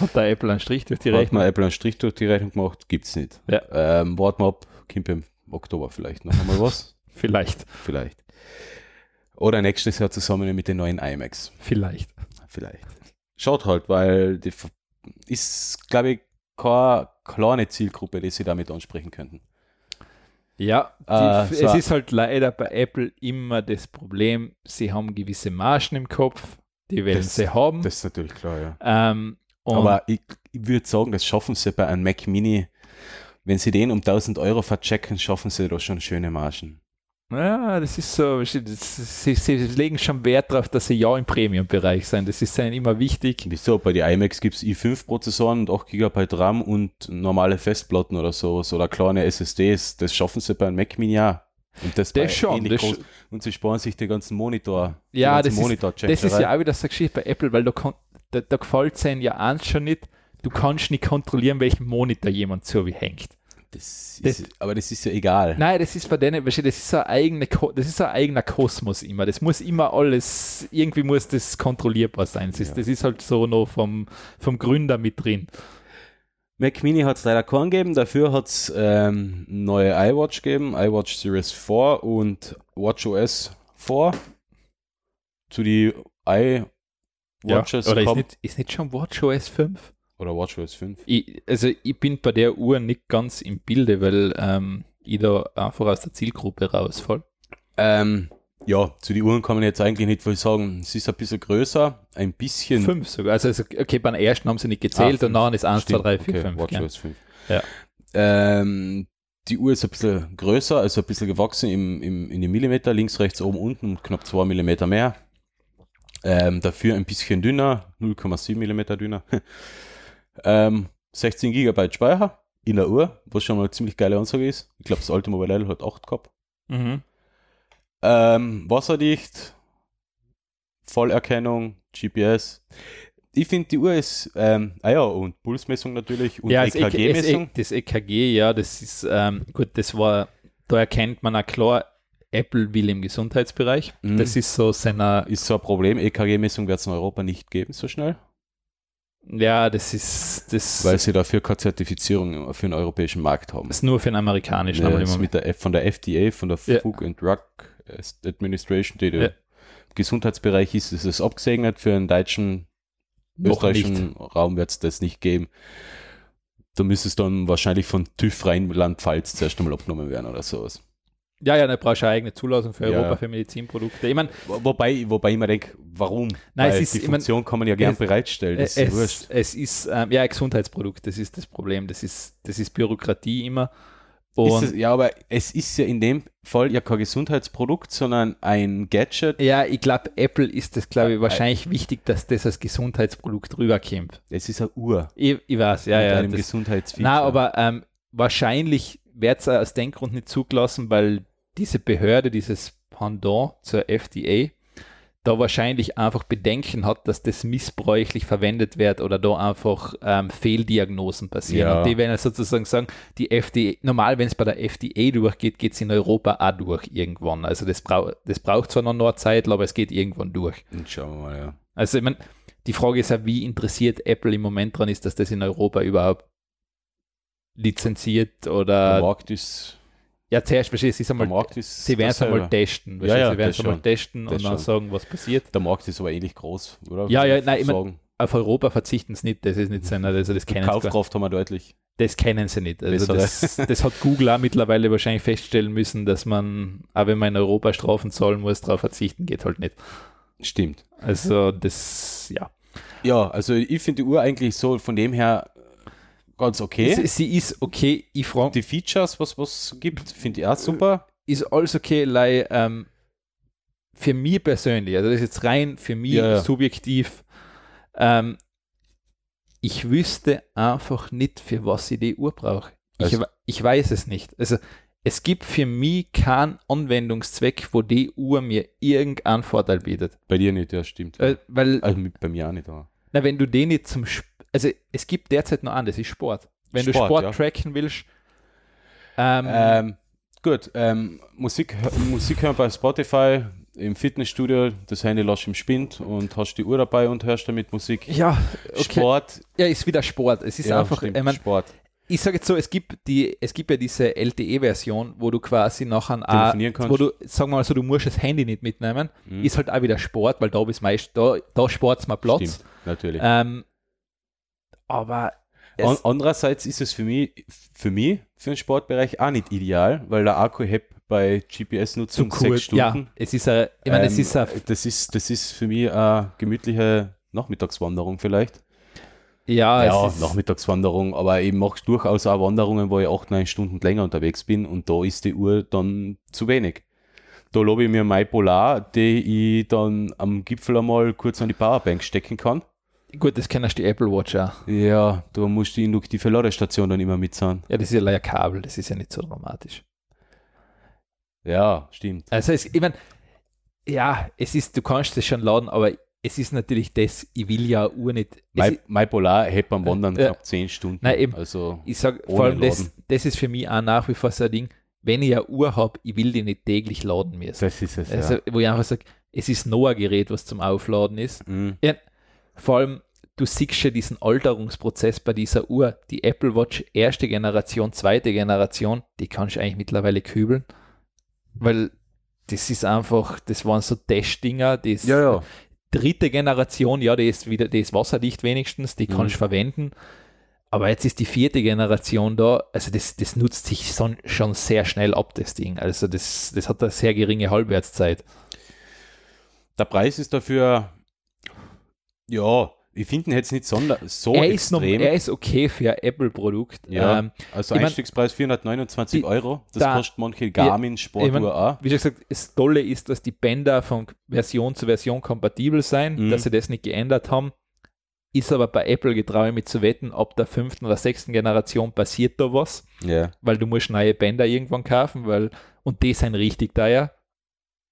Speaker 1: Hat der Apple einen Strich durch die
Speaker 2: Hat
Speaker 1: Rechnung?
Speaker 2: mal Apple einen Strich durch die Rechnung gemacht, gibt's nicht.
Speaker 1: Ja.
Speaker 2: Ähm, warten wir ab, kommt im Oktober vielleicht noch einmal was.
Speaker 1: Vielleicht,
Speaker 2: Vielleicht. Oder nächstes Jahr zusammen mit den neuen iMacs.
Speaker 1: vielleicht.
Speaker 2: Vielleicht. Schaut halt, weil die F- ist, glaube ich, keine kleine Zielgruppe, die sie damit ansprechen könnten.
Speaker 1: Ja, die,
Speaker 2: Äh,
Speaker 1: f-
Speaker 2: so
Speaker 1: es
Speaker 2: ein-
Speaker 1: ist halt leider bei Apple immer das Problem, sie haben gewisse Margen im Kopf, die werden
Speaker 2: Das-
Speaker 1: sie haben.
Speaker 2: Das ist natürlich klar, ja.
Speaker 1: ähm, und
Speaker 2: Aber ich, ich würde sagen, das schaffen sie bei einem Mac Mini. Wenn sie den um 1000 Euro verchecken, schaffen sie da schon schöne Margen.
Speaker 1: Ja, das ist so, das, sie, sie legen schon Wert darauf, dass sie ja im Premium-Bereich sind. Das ist ihnen immer wichtig.
Speaker 2: Wieso? Bei den iMacs gibt es i5-Prozessoren und 8 GB RAM und normale Festplatten oder sowas oder kleine SSDs. Das schaffen sie bei einem Mac Mini auch. Und das, bei
Speaker 1: Das schon.
Speaker 2: ähnlich
Speaker 1: Das,
Speaker 2: groß- Und sie sparen sich den ganzen Monitor. die
Speaker 1: Ja,
Speaker 2: ganze
Speaker 1: das ist-
Speaker 2: Monitor
Speaker 1: das ist ja auch wieder so eine Geschichte bei Apple, weil da, kon- da, da gefällt es ihnen ja eins schon nicht. Du kannst nicht kontrollieren, welchen Monitor jemand so wie hängt.
Speaker 2: Das ist, aber das ist ja egal.
Speaker 1: Nein, das ist bei denen, weißt du, das ist, so ein eigene, Ko- das ist so ein eigener Kosmos immer. Das muss immer alles, irgendwie muss das kontrollierbar sein. Das ist,
Speaker 2: Ja.
Speaker 1: das ist halt so noch vom, vom Gründer mit drin.
Speaker 2: Mac Mini hat es leider keinen gegeben, dafür hat es ähm, neue iWatch gegeben, iWatch Series 4 und WatchOS 4. Zu die iWatches
Speaker 1: Oder ist
Speaker 2: kommt-
Speaker 1: nicht, ist nicht schon WatchOS 5?
Speaker 2: oder WatchOS 5.
Speaker 1: Ich, also ich bin bei der Uhr nicht ganz im Bilde, weil ähm, ich da einfach aus der Zielgruppe rausfall.
Speaker 2: Ähm, ja, zu den Uhren kann man jetzt eigentlich nicht viel sagen. Es ist ein bisschen größer, ein bisschen
Speaker 1: Fünf sogar. Also, also okay, beim ersten haben sie nicht
Speaker 2: Ah,
Speaker 1: gezählt
Speaker 2: fünf.
Speaker 1: und dann ist 1, 2,
Speaker 2: Stimmt,
Speaker 1: 3, 4,
Speaker 2: okay,
Speaker 1: 5.
Speaker 2: WatchOS 5.
Speaker 1: Ja.
Speaker 2: Ähm, die Uhr ist ein bisschen größer, also ein bisschen gewachsen im, im, in den Millimeter, links, rechts, oben, unten und knapp 2 Millimeter mehr. Ähm, dafür ein bisschen dünner, 0,7 Millimeter dünner. ähm, 16 Gigabyte Speicher in der Uhr, was schon mal eine ziemlich geile Ansage ist. Ich glaube, das alte Mobile Idol hat 8 gehabt.
Speaker 1: Mhm.
Speaker 2: Ähm, wasserdicht, Vollerkennung, GPS. Ich finde, die Uhr ist, ähm, ah ja, und Pulsmessung natürlich und
Speaker 1: Ja, das EKG, das,
Speaker 2: EKG-Messung.
Speaker 1: e das EKG, ja, das ist ähm, gut, das war, da erkennt man auch klar, Apple will im Gesundheitsbereich.
Speaker 2: Mhm.
Speaker 1: Das ist so seiner,
Speaker 2: Ist zwar ein Problem, E EKG-Messung wird es in Europa nicht geben so schnell,
Speaker 1: ja, das ist, das
Speaker 2: weil sie dafür keine Zertifizierung für den europäischen Markt haben. Äh,
Speaker 1: ist nur für den amerikanischen.
Speaker 2: Ja,
Speaker 1: aber im
Speaker 2: ist
Speaker 1: Moment.
Speaker 2: mit der, F- von der FDA, von der
Speaker 1: Ja.
Speaker 2: Food and Drug Administration, die die
Speaker 1: Ja.
Speaker 2: Gesundheitsbereich ist, ist es abgesegnet. Für einen deutschen,
Speaker 1: Noch
Speaker 2: österreichischen Raum wird es das nicht geben. Da müsste es dann wahrscheinlich von TÜV Rheinland-Pfalz zuerst einmal abgenommen werden oder sowas.
Speaker 1: Ja, ja, da brauchst du eine eigene Zulassung für
Speaker 2: Ja.
Speaker 1: Europa für Medizinprodukte. Ich meine,
Speaker 2: Wo- Wobei, wobei ich mir denke, warum?
Speaker 1: Nein, es
Speaker 2: Weil
Speaker 1: ist-
Speaker 2: die
Speaker 1: ich mein,
Speaker 2: Funktion kann man ja gern
Speaker 1: es-
Speaker 2: bereitstellen. Das ist
Speaker 1: es,
Speaker 2: wurscht.
Speaker 1: es ist ähm, ja ein Gesundheitsprodukt, das ist das Problem. Das ist, das ist Bürokratie immer.
Speaker 2: Ist
Speaker 1: Und
Speaker 2: es, ja, aber es ist ja in dem Fall ja kein Gesundheitsprodukt, sondern ein Gadget.
Speaker 1: ja, ich glaube, Apple ist das, glaube
Speaker 2: äh.
Speaker 1: ich, wahrscheinlich wichtig, dass das als Gesundheitsprodukt rüberkommt.
Speaker 2: Es ist eine Uhr
Speaker 1: Ich, ich weiß, ja,
Speaker 2: mit
Speaker 1: ja.
Speaker 2: einem
Speaker 1: das-
Speaker 2: Gesundheitsfeature.
Speaker 1: Na, aber ähm, wahrscheinlich wird es aus dem Grund nicht zugelassen, weil diese Behörde, dieses Pendant zur FDA, da wahrscheinlich einfach Bedenken hat, dass das missbräuchlich verwendet wird oder da einfach ähm, Fehldiagnosen passieren.
Speaker 2: Ja.
Speaker 1: Und die werden ja sozusagen sagen, die FDA, normal, wenn es bei der FDA durchgeht, geht es in Europa auch durch irgendwann. Also das, brau das braucht zwar noch eine Zeit, aber es geht irgendwann durch.
Speaker 2: Und Schauen wir mal, ja.
Speaker 1: Also ich meine, die Frage ist ja, wie interessiert Apple im Moment dran ist, dass das in Europa überhaupt lizenziert
Speaker 2: Der
Speaker 1: oder
Speaker 2: Markt ist.
Speaker 1: ja zuerst verstehst du, sie
Speaker 2: Der
Speaker 1: einmal,
Speaker 2: Markt ist.
Speaker 1: sie werden es einmal
Speaker 2: dasselbe.
Speaker 1: testen,
Speaker 2: Ja,
Speaker 1: verstehst du,
Speaker 2: ja,
Speaker 1: sie werden
Speaker 2: das
Speaker 1: es einmal
Speaker 2: schon.
Speaker 1: testen
Speaker 2: Das
Speaker 1: und dann
Speaker 2: schon.
Speaker 1: sagen, was passiert.
Speaker 2: Der Markt ist aber ähnlich groß, oder?
Speaker 1: Ja, ja, nein, ich mein,
Speaker 2: sagen.
Speaker 1: Auf Europa verzichten sie nicht, das ist nicht sein, also das kennen sie, gar-
Speaker 2: Kaufkraft haben wir deutlich.
Speaker 1: das kennen sie nicht. Also
Speaker 2: Bessere.
Speaker 1: das, das hat Google auch mittlerweile wahrscheinlich feststellen müssen, dass man, auch wenn man in Europa Strafen zahlen muss, darauf verzichten geht halt nicht.
Speaker 2: Stimmt.
Speaker 1: Also das, ja.
Speaker 2: Ja, also ich finde die Uhr eigentlich so von dem her ganz okay.
Speaker 1: Sie, sie ist okay, ich frage
Speaker 2: die Features, was was gibt, finde ich auch super.
Speaker 1: ist alles okay, like, ähm, für mich persönlich, also das ist jetzt rein für mich
Speaker 2: Ja, ja.
Speaker 1: subjektiv, ähm, ich wüsste einfach nicht, für was ich die Uhr brauche. Ich,
Speaker 2: Also-
Speaker 1: we- ich weiß es nicht. Also es gibt für mich keinen Anwendungszweck, wo die Uhr mir irgendeinen Vorteil bietet.
Speaker 2: Bei dir nicht, ja, stimmt.
Speaker 1: Äh, weil,
Speaker 2: also mit, bei mir auch nicht. Aber.
Speaker 1: na, wenn du den nicht zum, Sp also es gibt derzeit noch an, das ist Sport. Wenn du
Speaker 2: Sport,
Speaker 1: Sport
Speaker 2: ja.
Speaker 1: tracken willst, ähm,
Speaker 2: Ähm, gut, ähm, Musik, Musik hören bei Spotify, im Fitnessstudio, das Handy lasch im Spind und hast die Uhr dabei und hörst damit Musik.
Speaker 1: ja, okay.
Speaker 2: Sport,
Speaker 1: Ja, ist wieder Sport. Es ist
Speaker 2: ja,
Speaker 1: einfach,
Speaker 2: stimmt,
Speaker 1: ich, mein,
Speaker 2: Sport.
Speaker 1: ich sage jetzt so, es gibt die, es gibt ja diese LTE-Version, wo du quasi nachher auch,
Speaker 2: Telefonieren kannst.
Speaker 1: wo du, sagen wir mal so, du musst das Handy nicht mitnehmen,
Speaker 2: Mhm.
Speaker 1: ist halt auch wieder Sport, weil da bist meist, da, da sport's mal Platz.
Speaker 2: Stimmt, natürlich.
Speaker 1: Ähm, aber
Speaker 2: An,
Speaker 1: es,
Speaker 2: andererseits ist es für mich, für mich, für den Sportbereich auch nicht ideal, weil der Akku hebt bei GPS-Nutzung sechs Stunden.
Speaker 1: ja, es ist ein, ich meine, es
Speaker 2: Ähm,
Speaker 1: ist ein,
Speaker 2: das ist das ist für mich eine gemütliche Nachmittagswanderung vielleicht.
Speaker 1: ja,
Speaker 2: äh, ja,
Speaker 1: Ah, es ist,
Speaker 2: Nachmittagswanderung, aber ich mache durchaus auch Wanderungen, wo ich acht, neun Stunden länger unterwegs bin und da ist die Uhr dann zu wenig. Da lobe ich mir mein Polar, die ich dann am Gipfel einmal kurz an die Powerbank stecken kann.
Speaker 1: gut, das kennst du die Apple Watch auch.
Speaker 2: Ja, da muss die induktive Ladestation dann immer mit sein.
Speaker 1: Ja, das ist ja leider Kabel, das ist ja nicht so dramatisch.
Speaker 2: Ja, stimmt.
Speaker 1: Also es, ich meine, ja, es ist, du kannst das schon laden, aber es ist natürlich das, ich will ja eine Uhr nicht. Es ist-
Speaker 2: Mein, mein Polar hält beim Wandern
Speaker 1: Ja.
Speaker 2: knapp 10 Stunden.
Speaker 1: Nein, eben.
Speaker 2: Also,
Speaker 1: Ich sage
Speaker 2: Ohne
Speaker 1: vor allem, das,
Speaker 2: laden.
Speaker 1: das ist für mich auch nach wie vor so ein Ding, wenn ich eine Uhr habe, ich will die nicht täglich laden müssen.
Speaker 2: das ist es.
Speaker 1: Also,
Speaker 2: ja.
Speaker 1: Wo ich einfach sage, es ist noch ein Gerät, was zum Aufladen ist.
Speaker 2: Mhm.
Speaker 1: Vor allem, du siehst ja diesen Alterungsprozess bei dieser Uhr. Die Apple Watch erste Generation, zweite Generation, die kannst du eigentlich mittlerweile kübeln, weil das ist einfach, das waren so Testdinger, das
Speaker 2: Ja, ja.
Speaker 1: dritte Generation, ja, die ist wieder, die ist wasserdicht wenigstens, die kann
Speaker 2: Mhm.
Speaker 1: ich verwenden. Aber jetzt ist die vierte Generation da, also das, das nutzt sich schon, schon sehr schnell ab, das Ding. Also das, das hat eine sehr geringe Halbwertszeit.
Speaker 2: Der Preis ist dafür, ja, ich finde ihn jetzt nicht sonder, so
Speaker 1: er, ist noch,
Speaker 2: extrem.
Speaker 1: er ist okay für ein Apple-Produkt.
Speaker 2: ja,
Speaker 1: Ähm,
Speaker 2: also
Speaker 1: ich mein,
Speaker 2: Einstiegspreis 429
Speaker 1: die-
Speaker 2: Euro. Das
Speaker 1: da-
Speaker 2: kostet manche Garmin Sportuhr
Speaker 1: ich mein,
Speaker 2: auch.
Speaker 1: wie schon gesagt, das Tolle ist, dass die Bänder von Version zu Version kompatibel sein,
Speaker 2: Mhm.
Speaker 1: dass sie das nicht geändert haben. Ist aber bei Apple getraue mit zu wetten, ob der fünften oder sechsten Generation passiert da was.
Speaker 2: Ja.
Speaker 1: weil du musst neue Bänder irgendwann kaufen, weil und die sind richtig teuer.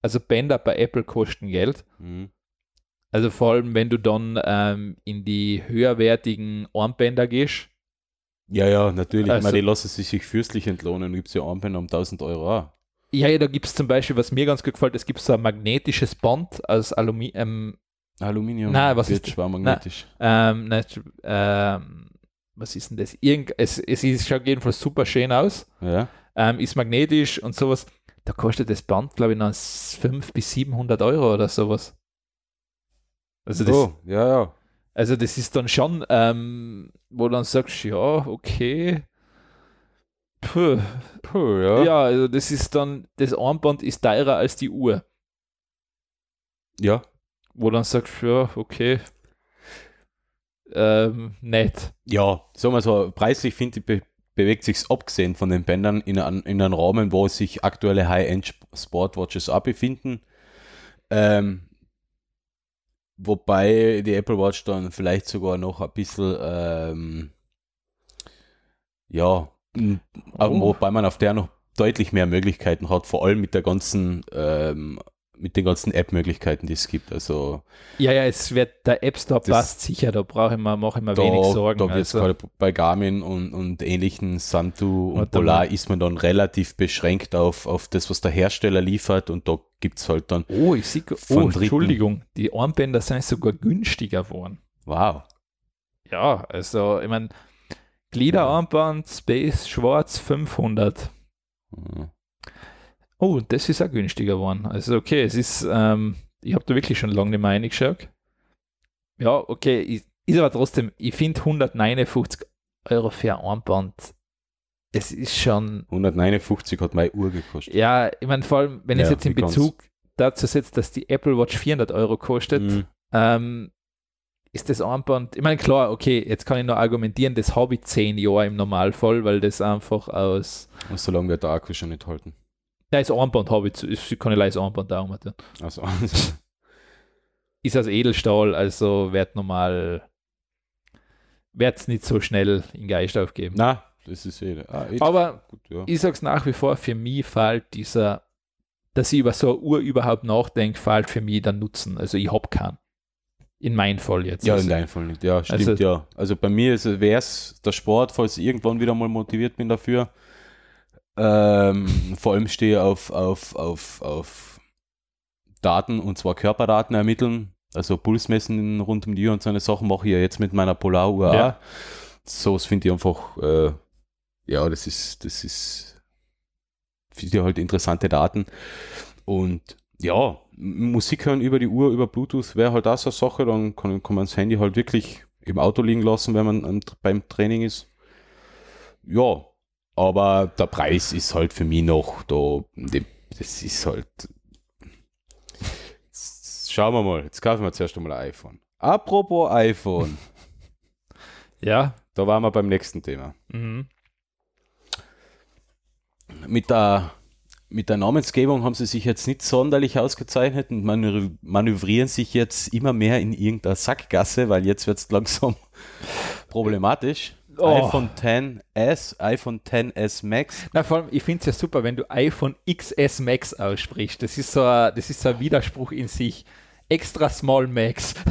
Speaker 1: Also Bänder bei Apple kosten Geld.
Speaker 2: Mhm.
Speaker 1: Also vor allem, wenn du dann ähm, in die höherwertigen Armbänder gehst.
Speaker 2: ja, ja, natürlich. ich
Speaker 1: Also-
Speaker 2: meine, die lassen sie sich fürstlich entlohnen. Gibt es ja Armbänder um 1000 Euro auch.
Speaker 1: Ja, ja, da gibt es zum Beispiel, was mir ganz gut gefällt, es gibt so ein magnetisches Band aus Aluminium, ähm,
Speaker 2: Aluminium
Speaker 1: Nein, was
Speaker 2: wird
Speaker 1: ist-
Speaker 2: schwer magnetisch.
Speaker 1: ähm, nicht, ähm, was ist denn das? Irgend, es, es sieht, schaut jedenfalls super schön aus,
Speaker 2: Ja.
Speaker 1: ähm, ist magnetisch und sowas. Da kostet das Band, glaube ich, noch 500 bis 700 Euro oder sowas. Also das,
Speaker 2: oh, ja, ja.
Speaker 1: also das ist dann schon, ähm, wo du dann sagst, ja, okay. Puh.
Speaker 2: Puh, ja.
Speaker 1: Ja, also das ist dann, das Armband ist teurer als die Uhr.
Speaker 2: Ja.
Speaker 1: Wo dann sagst, ja, okay. Ähm, nett.
Speaker 2: Ja, sagen wir so, preislich finde ich, be bewegt sich abgesehen von den Bändern in, an, in einem Rahmen, wo sich aktuelle High-End-Sportwatches auch befinden. Ähm, wobei die Apple Watch dann vielleicht sogar noch ein bisschen, ähm, ja, m-
Speaker 1: Warum?
Speaker 2: wobei man auf der noch deutlich mehr Möglichkeiten hat, vor allem mit der ganzen, ähm, mit den ganzen App-Möglichkeiten, die es gibt. Also,
Speaker 1: Ja, ja, es wird der App Store
Speaker 2: Das-
Speaker 1: passt sicher, da brauche ich mir, mache ich mir
Speaker 2: da,
Speaker 1: wenig Sorgen.
Speaker 2: Da wird's
Speaker 1: also.
Speaker 2: gerade bei Garmin und, und ähnlichen Santu und
Speaker 1: Warte
Speaker 2: Polar
Speaker 1: mal.
Speaker 2: ist man dann relativ beschränkt auf, auf das, was der Hersteller liefert und da gibt es halt dann,
Speaker 1: Oh, ich sehe,
Speaker 2: Von
Speaker 1: oh,
Speaker 2: Dritten.
Speaker 1: Entschuldigung, die Armbänder sind sogar günstiger geworden.
Speaker 2: wow,
Speaker 1: Ja, also, ich meine, Gliederarmband, Space, Schwarz, 500.
Speaker 2: Mhm.
Speaker 1: Oh, das ist auch günstiger geworden. Also, okay, es ist, ähm, ich habe da wirklich schon lange nicht mehr reingeschaut. Ja, okay, ist, ist aber trotzdem, ich finde 159 Euro für ein Armband, es ist schon,
Speaker 2: 159 hat meine Uhr gekostet.
Speaker 1: Ja, ich meine, vor allem, wenn ich
Speaker 2: Ja,
Speaker 1: es jetzt in
Speaker 2: wie kann's?
Speaker 1: Bezug dazu setze, dass die Apple Watch 400 Euro kostet,
Speaker 2: Mhm.
Speaker 1: ähm, ist das Armband, ich meine, klar, okay, jetzt kann ich nur argumentieren, das habe ich 10 Jahre im Normalfall, weil das einfach aus,
Speaker 2: Und solange wird der Akku schon nicht halten.
Speaker 1: nein, das Armband habe ich, zu- ich kann ich leider das Armband da machen.
Speaker 2: Also,
Speaker 1: Ist aus Edelstahl, also wird normal, wird es nicht so schnell in Geist aufgeben.
Speaker 2: na, das ist eh. Ah, eh,
Speaker 1: Aber
Speaker 2: gut, ja.
Speaker 1: ich sag's nach wie vor, für mich fällt dieser, dass ich über so eine Uhr überhaupt nachdenke, fällt für mich der Nutzen. Also ich hab keinen. In meinem Fall jetzt.
Speaker 2: Ja, in
Speaker 1: also,
Speaker 2: deinem Fall nicht. Ja, stimmt,
Speaker 1: Also-
Speaker 2: ja. Also bei mir wäre es der Sport, falls ich irgendwann wieder mal motiviert bin dafür. Ähm, vor allem stehe ich auf, auf, auf, auf Daten und zwar Körperdaten ermitteln. Also Puls messen rund um die Uhr und so eine Sachen mache ich ja jetzt mit meiner Polaruhr
Speaker 1: Ja.
Speaker 2: auch. So, das finde ich einfach, äh, ja, das ist, das ist, finde ich halt interessante Daten. Und ja, M- Musik hören über die Uhr, über Bluetooth wäre halt auch so eine Sache. Dann kann, kann man das Handy halt wirklich im Auto liegen lassen, wenn man am, beim Training ist. Ja, aber der Preis ist halt für mich noch da. de- Das ist halt. Schauen wir mal. Jetzt kaufen wir zuerst einmal ein iPhone. Apropos iPhone.
Speaker 1: ja.
Speaker 2: da waren wir beim nächsten Thema.
Speaker 1: Mhm.
Speaker 2: mit der, mit der Namensgebung haben sie sich jetzt nicht sonderlich ausgezeichnet und manö- manövrieren sich jetzt immer mehr in irgendeiner Sackgasse, weil jetzt wird es langsam problematisch.
Speaker 1: Oh.
Speaker 2: iPhone 10s, iPhone 10s Max.
Speaker 1: Na, vor allem, ich finde es ja super, wenn du iPhone XS Max aussprichst. Das ist so ein, das ist so ein Widerspruch in sich. Extra Small Max.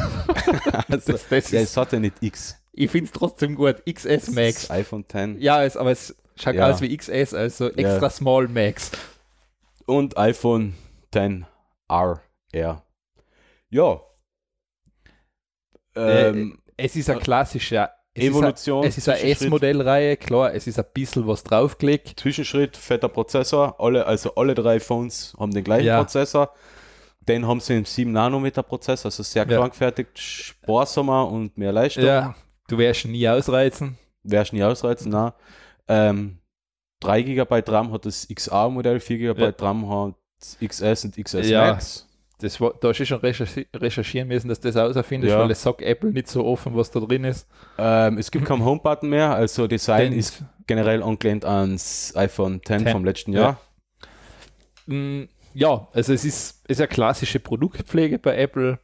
Speaker 2: Also,
Speaker 1: Das- das
Speaker 2: ja,
Speaker 1: ist-
Speaker 2: es hat ja nicht X.
Speaker 1: Ich finde es trotzdem gut. XS
Speaker 2: Das
Speaker 1: Max.
Speaker 2: ist iPhone 10
Speaker 1: Ja, es, aber es schaut
Speaker 2: Ja.
Speaker 1: aus wie XS, also extra
Speaker 2: Ja.
Speaker 1: Small Max.
Speaker 2: und iPhone 10R. R. Ja. Ähm,
Speaker 1: Äh, Es ist ein klassischer. Es ist ein-
Speaker 2: Evolution.
Speaker 1: Es ist eine
Speaker 2: Zwischenschritt.
Speaker 1: S-Modellreihe, klar, es ist ein bisschen was draufgelegt.
Speaker 2: Zwischenschritt, fetter Prozessor. Alle, also alle drei Phones haben den gleichen
Speaker 1: Ja.
Speaker 2: Prozessor. Den haben sie im 7 Nanometer Prozessor, also sehr
Speaker 1: Ja.
Speaker 2: klangfertig, sparsamer und mehr Leistung.
Speaker 1: Ja, du wirst ihn nie ausreizen.
Speaker 2: Wäre schon nie ausreizen, nein. Ähm, 3 GB RAM hat das XA-Modell, 4 GB
Speaker 1: Ja.
Speaker 2: RAM hat XS und XS
Speaker 1: Ja.
Speaker 2: Max.
Speaker 1: Das war, da hast du schon recherchi- recherchieren müssen, dass du das auserfindest,
Speaker 2: Ja.
Speaker 1: weil es sagt Apple nicht so offen, was da drin ist.
Speaker 2: Ähm, es gibt keinen Home-Button mehr, also Design
Speaker 1: Denn-
Speaker 2: ist generell angelehnt ans iPhone 10
Speaker 1: 10,
Speaker 2: vom letzten
Speaker 1: ja.
Speaker 2: Jahr.
Speaker 1: Mm, ja, also es ist, es ist eine klassische Produktpflege bei Apple.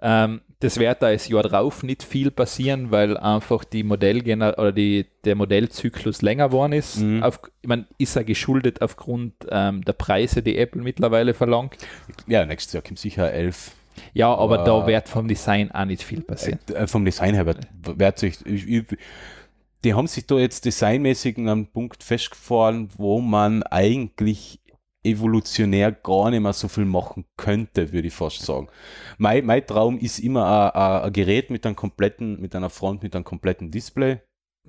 Speaker 1: Ähm, das wird da das Jahr drauf nicht viel passieren, weil einfach die Modellgener oder die, der Modellzyklus länger geworden ist.
Speaker 2: Mhm.
Speaker 1: Auf, ich meine, ist er geschuldet aufgrund ähm, der Preise, die Apple mittlerweile verlangt.
Speaker 2: Ja, nächstes Jahr kommt sicher 11.
Speaker 1: Ja, aber
Speaker 2: Aber-
Speaker 1: da wird vom Design auch nicht viel passieren.
Speaker 2: Äh, Vom Design her wird, wird sich. Ich, ich, die haben sich da jetzt designmäßig an einem Punkt festgefahren, wo man eigentlich evolutionär gar nicht mehr so viel machen könnte, würde ich fast sagen. Mein, mein Traum ist immer ein- ein, ein Gerät mit einem kompletten, mit einer Front, mit einem kompletten Display.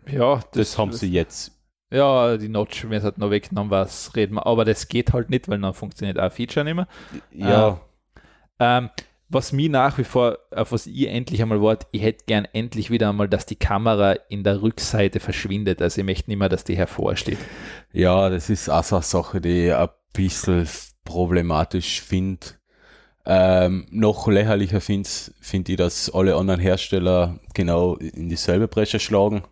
Speaker 1: Ja,
Speaker 2: Das Äh, haben sie jetzt
Speaker 1: Ja, die Notch, wenn es halt noch weggenommen was, reden wir. Aber das geht halt nicht, weil dann funktioniert auch Feature nicht mehr.
Speaker 2: Ja,
Speaker 1: Ähm, was mir nach wie vor, auf was ihr endlich einmal wart, ich hätte gern endlich wieder einmal, dass die Kamera in der Rückseite verschwindet. Also ich möchte nicht mehr, dass die hervorsteht.
Speaker 2: ja, das ist auch so eine Sache, die ich ein bisschen problematisch finde. Ähm, noch lächerlicher finde find ich, dass alle anderen Hersteller genau in dieselbe Bresche schlagen.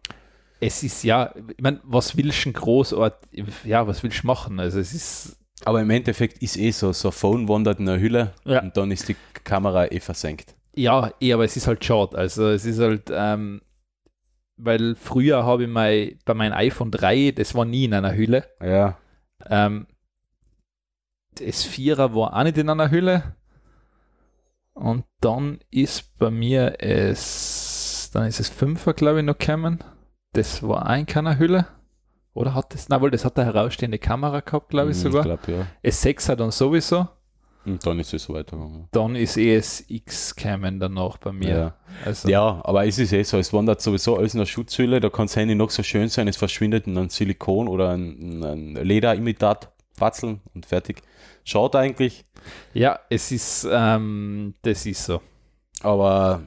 Speaker 1: Es ist ja, ich meine, was willst du denn großart, ja, was willst du machen? Also es ist,
Speaker 2: Aber im Endeffekt ist eh so, so ein Phone wandert in der Hülle
Speaker 1: Ja.
Speaker 2: und dann ist die Kamera eh versenkt.
Speaker 1: ja, eh, aber es ist halt short. Also es ist halt, ähm, weil früher habe ich mein, bei meinem iPhone 3, das war nie in einer Hülle.
Speaker 2: Ja.
Speaker 1: Ähm, das Vierer war auch nicht in einer Hülle. Und dann ist bei mir es, dann ist es Fünfer, glaube ich, noch gekommen. Das war auch in keiner Hülle. Oder hat das, na wohl, das hat eine herausstehende Kamera gehabt, glaube ich
Speaker 2: Mhm,
Speaker 1: sogar.
Speaker 2: glaub, ja.
Speaker 1: S6 hat dann sowieso.
Speaker 2: Und dann ist es weitergegangen.
Speaker 1: Dann ist ESX gekommen danach bei mir.
Speaker 2: Ja.
Speaker 1: Also,
Speaker 2: ja, aber es ist eh so, es wandert sowieso alles in der Schutzhülle, da kann das Handy noch so schön sein, es verschwindet in ein Silikon oder ein, ein Lederimitat, patzeln und fertig. Schaut eigentlich,
Speaker 1: ja, es ist, ähm, das ist so.
Speaker 2: aber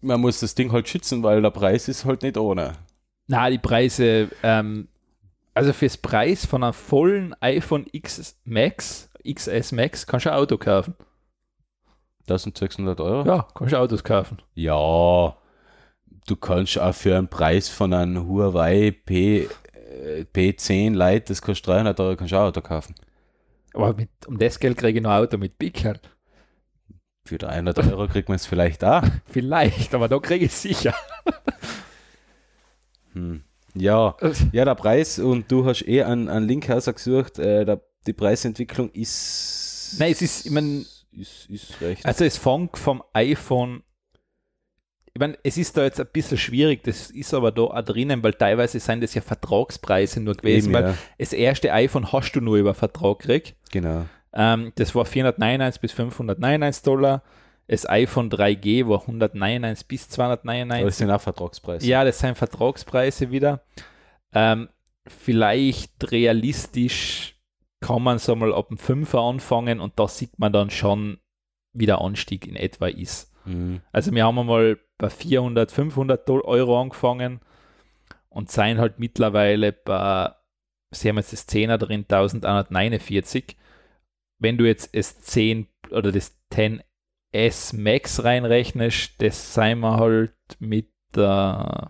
Speaker 2: man muss das Ding halt schützen, weil der Preis ist halt nicht ohne.
Speaker 1: Na, die Preise, ähm, also fürs Preis von einem vollen iPhone X Max, XS Max, kannst du ein Auto kaufen.
Speaker 2: 1600 Euro?
Speaker 1: Ja, kannst du Autos kaufen.
Speaker 2: Ja, du kannst auch für einen Preis von einem Huawei P, äh, P10 Lite, das kostet 300 Euro, kannst du auch ein Auto kaufen.
Speaker 1: Aber mit, um das Geld kriege ich noch ein Auto mit Pickerl.
Speaker 2: Für 300 Euro kriegt man es vielleicht auch.
Speaker 1: Vielleicht, aber da kriege ich sicher.
Speaker 2: Hm. Ja,
Speaker 1: Also
Speaker 2: ja, der Preis und du hast eh einen, einen Link ausgesucht, äh, der, die Preisentwicklung ist...
Speaker 1: Nein, es ist, ich mein-
Speaker 2: Ist, ist recht.
Speaker 1: Also es fängt vom iPhone. Ich meine, es ist da jetzt ein bisschen schwierig, das ist aber da auch drinnen, weil teilweise sind das ja Vertragspreise nur gewesen,
Speaker 2: Eben,
Speaker 1: weil
Speaker 2: ja.
Speaker 1: das erste iPhone hast du nur über Vertrag gekriegt.
Speaker 2: Genau.
Speaker 1: Ähm, das war 499 bis 599 Dollar. Das iPhone 3G war 199 bis
Speaker 2: Aber das
Speaker 1: 299.
Speaker 2: sind auch Vertragspreise.
Speaker 1: Ja, das sind Vertragspreise wieder. Ähm, vielleicht realistisch kann man so mal ab dem 5er anfangen und da sieht man dann schon, wie der Anstieg in etwa ist.
Speaker 2: Mhm.
Speaker 1: Also wir haben einmal bei 400, 500 Dol- Euro angefangen und seien halt mittlerweile bei, sie haben jetzt das 10er drin, 1149. Wenn du jetzt das 10 oder das 10S Max reinrechnest, das seien wir halt mit, äh,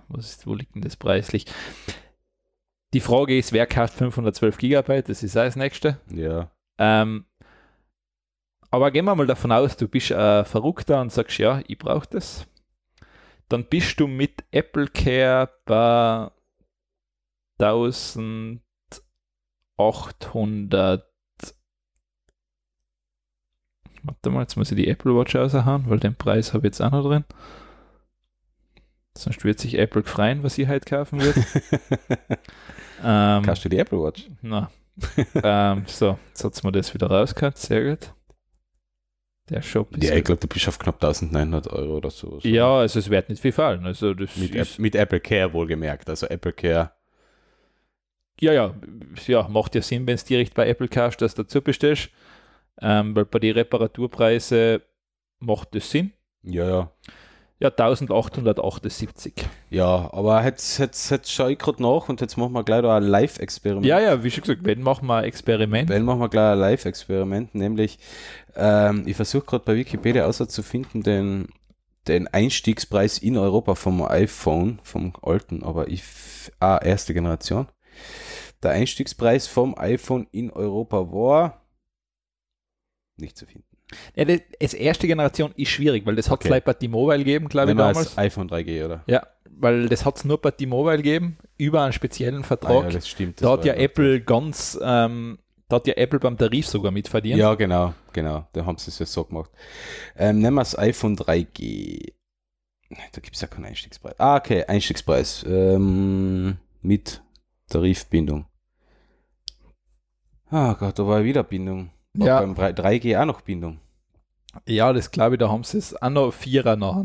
Speaker 1: was ist, wo liegt denn das preislich? Die Frage ist, wer kauft 512 Gigabyte? Das ist auch das Nächste.
Speaker 2: Ja.
Speaker 1: Ähm, aber gehen wir mal davon aus, du bist ein Verrückter und sagst, ja, ich brauche das. Dann bist du mit Apple Care bei 1800. Warte mal, jetzt muss ich die Apple Watch raushauen, weil den Preis habe ich jetzt auch noch drin. Sonst wird sich Apple freuen, was ich heute kaufen wird. Ähm,
Speaker 2: Kannst du die Apple Watch?
Speaker 1: na. ähm, so, jetzt hat mir das wieder rausgehört. Sehr gut. Der Shop ist.
Speaker 2: Ja, ich glaube, du bist auf knapp 1900 Euro oder so. so.
Speaker 1: ja, also es wird nicht viel fallen. Also das
Speaker 2: Mit,
Speaker 1: ist,
Speaker 2: App, mit Apple Care wohlgemerkt. Also Apple Care.
Speaker 1: ja, ja, ja, macht ja Sinn, wenn es direkt bei Apple Cash das dazu bestellst. Ähm, weil bei den Reparaturpreisen macht das Sinn.
Speaker 2: Ja, ja.
Speaker 1: Ja, 1878.
Speaker 2: Ja, aber jetzt, jetzt, jetzt schaue ich gerade nach und jetzt machen wir gleich da ein Live-Experiment.
Speaker 1: Ja, ja, wie schon gesagt, wenn machen wir ein Experiment.
Speaker 2: Wenn machen wir gleich ein Live-Experiment, nämlich ähm, ich versuche gerade bei Wikipedia auszufinden, den, den Einstiegspreis in Europa vom iPhone, vom alten, aber ich, f- ah, erste Generation. Der Einstiegspreis vom iPhone in Europa war nicht zu finden.
Speaker 1: Ja, das, das erste Generation ist schwierig, weil das hat es
Speaker 2: Okay.
Speaker 1: okay. bei T-Mobile gegeben, glaube ich,
Speaker 2: Nehmen wir
Speaker 1: damals.
Speaker 2: das iPhone 3G, oder?
Speaker 1: Ja, weil das hat es nur bei T-Mobile gegeben, über einen speziellen
Speaker 2: Ah,
Speaker 1: Vertrag.
Speaker 2: ja, das stimmt.
Speaker 1: da
Speaker 2: das
Speaker 1: hat
Speaker 2: war
Speaker 1: ja
Speaker 2: noch-
Speaker 1: Apple ganz, ähm, da hat ja Apple beim Tarif sogar mitverdient.
Speaker 2: Ja, genau, genau. Da haben sie es ja so gemacht. Ähm, nehmen wir das iPhone 3G. Nein, Da gibt es ja keinen Einstiegspreis. Ah, okay, Einstiegspreis. Ähm, mit Tarifbindung. Ah Gott, da war ja wieder Bindung. War
Speaker 1: Ja.
Speaker 2: Beim 3- 3G auch noch Bindung.
Speaker 1: Ja, das glaube ich, da haben sie es auch noch Vierer noch.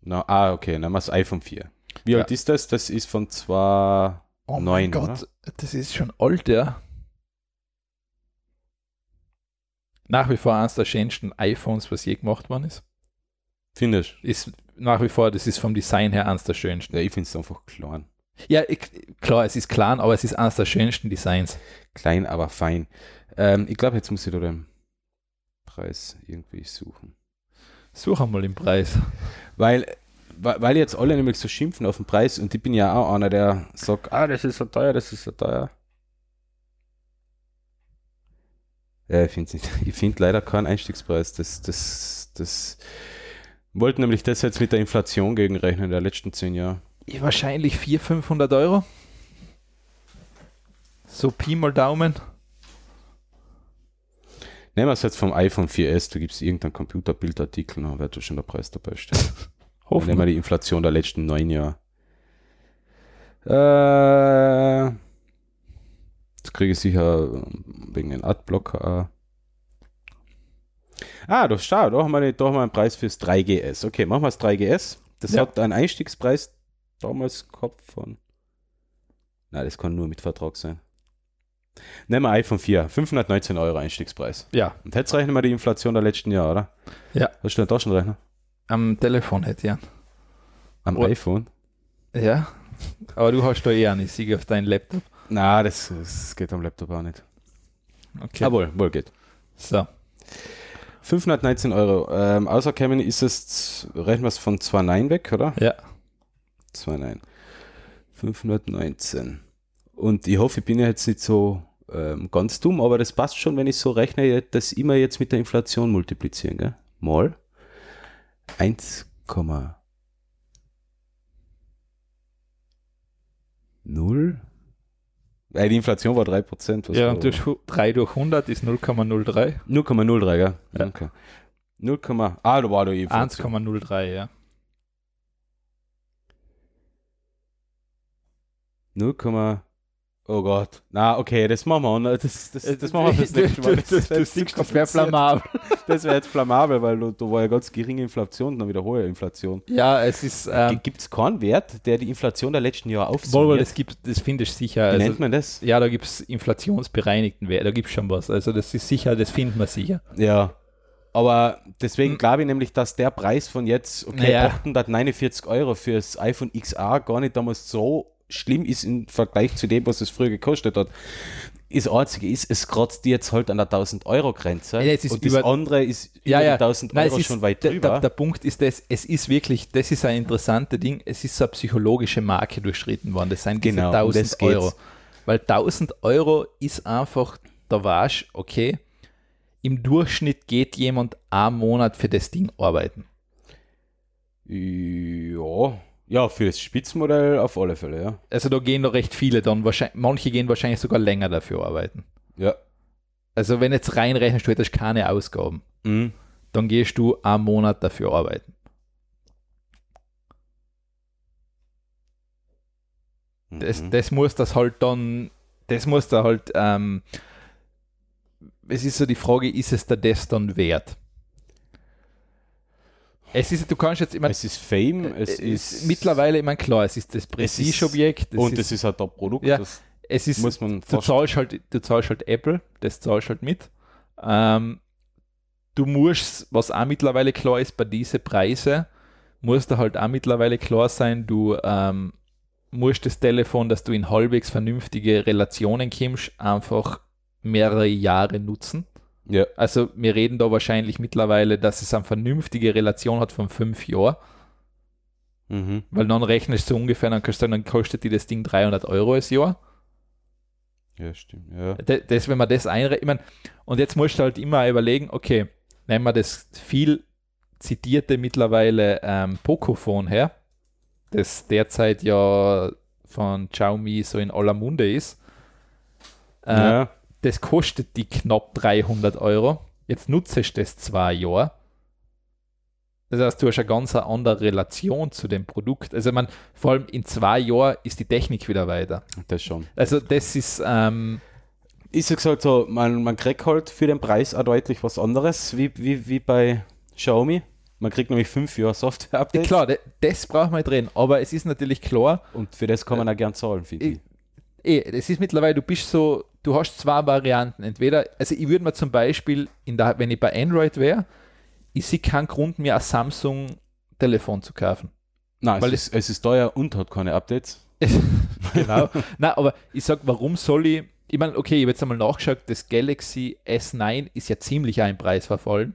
Speaker 2: Na, ah, okay, nehmen wir das iPhone 4. Wie
Speaker 1: Ja.
Speaker 2: alt ist das? Das ist von zwei,
Speaker 1: Oh mein
Speaker 2: Neun,
Speaker 1: Gott, das ist schon alt, ja. Nach wie vor eines der schönsten iPhones, was je gemacht worden ist.
Speaker 2: Findest du?
Speaker 1: Ist nach wie vor, das ist vom Design her eines der schönsten.
Speaker 2: Ja, ich finde es einfach klein.
Speaker 1: Ja, ich, klar, es ist klein, aber es ist eines der schönsten Designs.
Speaker 2: Klein, aber fein. Ähm, ich glaube, jetzt muss ich da den Preis irgendwie suchen.
Speaker 1: Such einmal den Preis.
Speaker 2: Weil, weil weil jetzt alle nämlich so schimpfen auf den Preis und ich bin ja auch einer, der sagt, ah, das ist so teuer, das ist so teuer. Ja, ich finde find leider keinen Einstiegspreis. Das, das, das wollten nämlich das jetzt mit der Inflation gegenrechnen der letzten zehn Jahre.
Speaker 1: Ja, wahrscheinlich 400, 500 Euro. So Pi mal Daumen.
Speaker 2: Nehmen wir es jetzt vom iPhone 4S, du gibst irgendeinen Computerbildartikel, dann wird da schon der Preis dabei stehen. Dann
Speaker 1: Hoffen
Speaker 2: nehmen wir die Inflation der letzten neun Jahre. Äh, jetzt kriege ich sicher ähm, wegen den Adblocker. äh. Ah, doch, schau, da haben wir, da haben wir einen Preis fürs 3GS. Okay, machen wir das 3GS. Das
Speaker 1: Ja.
Speaker 2: hat einen Einstiegspreis damals gehabt von. Nein, das kann nur mit Vertrag sein. Nehmen wir iPhone 4, 519 Euro Einstiegspreis.
Speaker 1: Ja,
Speaker 2: Und jetzt rechnen wir die Inflation der letzten Jahre, oder?
Speaker 1: Ja.
Speaker 2: Hast du einen Taschenrechner?
Speaker 1: am Telefon hätte ich einen.
Speaker 2: Am
Speaker 1: Oder-
Speaker 2: iPhone?
Speaker 1: Ja, aber du hast da eh einen. Ich sehe auf deinen Laptop.
Speaker 2: Na, das, das geht am Laptop auch nicht.
Speaker 1: Okay.
Speaker 2: Ah, wohl, wohl geht.
Speaker 1: so.
Speaker 2: 519 Euro. Ähm, außer Kevin ist es, rechnen wir es von 2,9 weg, oder?
Speaker 1: Ja.
Speaker 2: 2,9. 519. Und ich hoffe, ich bin ja jetzt nicht so ähm, ganz dumm, aber das passt schon, wenn ich so rechne, das immer jetzt mit der Inflation multiplizieren, gell? Mal 1,0. Weil Äh, die Inflation war 3%. was
Speaker 1: ja,
Speaker 2: war
Speaker 1: und
Speaker 2: da?
Speaker 1: durch hu- 3 durch 100 ist 0,03.
Speaker 2: 0,03, gell?
Speaker 1: Ja.
Speaker 2: Okay. 0, ah, da war doch eben.
Speaker 1: 1,03, ja.
Speaker 2: 0, oh Gott. Na, okay, das machen wir. ne? Das, das,
Speaker 1: Äh,
Speaker 2: das machen wir fürs nächste Mal.
Speaker 1: Das, das,
Speaker 2: wär
Speaker 1: das,
Speaker 2: jetzt
Speaker 1: das,
Speaker 2: kompliziert.
Speaker 1: wäre blamabel.
Speaker 2: Das wäre jetzt flammabel, weil da- da war ja ganz geringe Inflation und dann wieder hohe Inflation.
Speaker 1: Ja, es ist. Ähm,
Speaker 2: Gibt es keinen Wert, der die Inflation der letzten Jahre
Speaker 1: Volvo,
Speaker 2: aufsummiert?
Speaker 1: das, gibt, das finde ich sicher.
Speaker 2: Wie
Speaker 1: Also,
Speaker 2: nennt man das?
Speaker 1: ja, da gibt es inflationsbereinigten Wert, da gibt es schon was. Also, das ist sicher, das findet man sicher.
Speaker 2: Ja. Aber deswegen
Speaker 1: Hm.
Speaker 2: glaube ich nämlich, dass der Preis von jetzt, okay,
Speaker 1: Naja.
Speaker 2: 849 Euro fürs iPhone XR gar nicht damals so schlimm ist im Vergleich zu dem, was es früher gekostet hat. Das Einzige ist, es kratzt jetzt halt an der 1000-Euro-Grenze.
Speaker 1: Ja, es ist
Speaker 2: und das
Speaker 1: über-
Speaker 2: andere ist über
Speaker 1: ja,
Speaker 2: die
Speaker 1: ja.
Speaker 2: 1000
Speaker 1: Nein,
Speaker 2: Euro
Speaker 1: es ist,
Speaker 2: schon weit
Speaker 1: der,
Speaker 2: drüber.
Speaker 1: Der, der Punkt ist, dass es ist wirklich, das ist ein interessantes Ding, es ist so eine psychologische Marke durchschritten worden. Das sind
Speaker 2: Genau, um
Speaker 1: diese 1000
Speaker 2: das geht's.
Speaker 1: Euro. Weil 1000 Euro ist einfach, da warst okay, im Durchschnitt geht jemand am Monat für das Ding arbeiten.
Speaker 2: ja. ja, für das Spitzmodell auf alle Fälle, ja.
Speaker 1: Also da gehen noch recht viele dann, wahrscheinlich, manche gehen wahrscheinlich sogar länger dafür arbeiten.
Speaker 2: Ja.
Speaker 1: Also wenn jetzt reinrechnest, du hättest keine Ausgaben,
Speaker 2: Mhm.
Speaker 1: dann gehst du am Monat dafür arbeiten. Das,
Speaker 2: Mhm.
Speaker 1: das muss das halt dann, das muss da halt, ähm, es ist so die Frage, ist es der das dann wert? Es ist, du kannst jetzt immer,
Speaker 2: es ist Fame, es ist,
Speaker 1: Äh, mittlerweile, ich meine, klar, es ist das
Speaker 2: ist-
Speaker 1: Prestigeobjekt, es
Speaker 2: und
Speaker 1: ist-
Speaker 2: es ist halt ein Produkt,
Speaker 1: Ja.
Speaker 2: das
Speaker 1: es ist,
Speaker 2: muss man
Speaker 1: du
Speaker 2: fast
Speaker 1: zahlst halt, du zahlst halt Apple, das zahlst halt mit. Ähm, du musst, was auch mittlerweile klar ist, bei diesen Preisen, muss da halt auch mittlerweile klar sein, du ähm, musst das Telefon, dass du in halbwegs vernünftige Relationen kommst, einfach mehrere Jahre nutzen.
Speaker 2: Ja.
Speaker 1: Also wir reden da wahrscheinlich mittlerweile, dass es eine vernünftige Relation hat von fünf Jahren,
Speaker 2: Mhm.
Speaker 1: weil dann rechnest du ungefähr, dann kannst du sagen, dann kostet dir das Ding 300 Euro das Jahr.
Speaker 2: Ja, stimmt. Ja.
Speaker 1: Da- Das, wenn man das einrechnet, ich mein, und jetzt musst du halt immer überlegen, okay, nehmen wir das viel zitierte mittlerweile ähm, Pocophone her, das derzeit ja von Xiaomi so in aller Munde ist. Äh,
Speaker 2: ja.
Speaker 1: Das kostet die knapp 300 Euro. Jetzt nutze ich das zwei Jahre. Das heißt, du hast eine ganz andere Relation zu dem Produkt. Also, man, vor allem in zwei Jahren ist die Technik wieder weiter.
Speaker 2: Das schon.
Speaker 1: Also, das ist. Ähm,
Speaker 2: Ist ja gesagt so, man, man kriegt halt für den Preis auch deutlich was anderes, wie, wie, wie bei Xiaomi. Man kriegt nämlich fünf Jahre
Speaker 1: Ja,
Speaker 2: Software-Update
Speaker 1: klar, de- das braucht man nicht reden, aber es ist natürlich klar,
Speaker 2: und für das kann man auch gern zahlen, finde ich.
Speaker 1: eh, es ist mittlerweile, du bist so, du hast zwei Varianten. Entweder, also ich würde mir zum Beispiel, in der, wenn ich bei Android wäre, ich sehe keinen Grund mir ein Samsung-Telefon zu kaufen.
Speaker 2: Nein,
Speaker 1: Weil
Speaker 2: es ist, es ist teuer und hat keine Updates.
Speaker 1: genau. Nein, aber ich sag, warum soll ich, ich meine, okay, ich habe jetzt einmal nachgeschaut, das Galaxy S9 ist ja ziemlich ein Preis verfallen.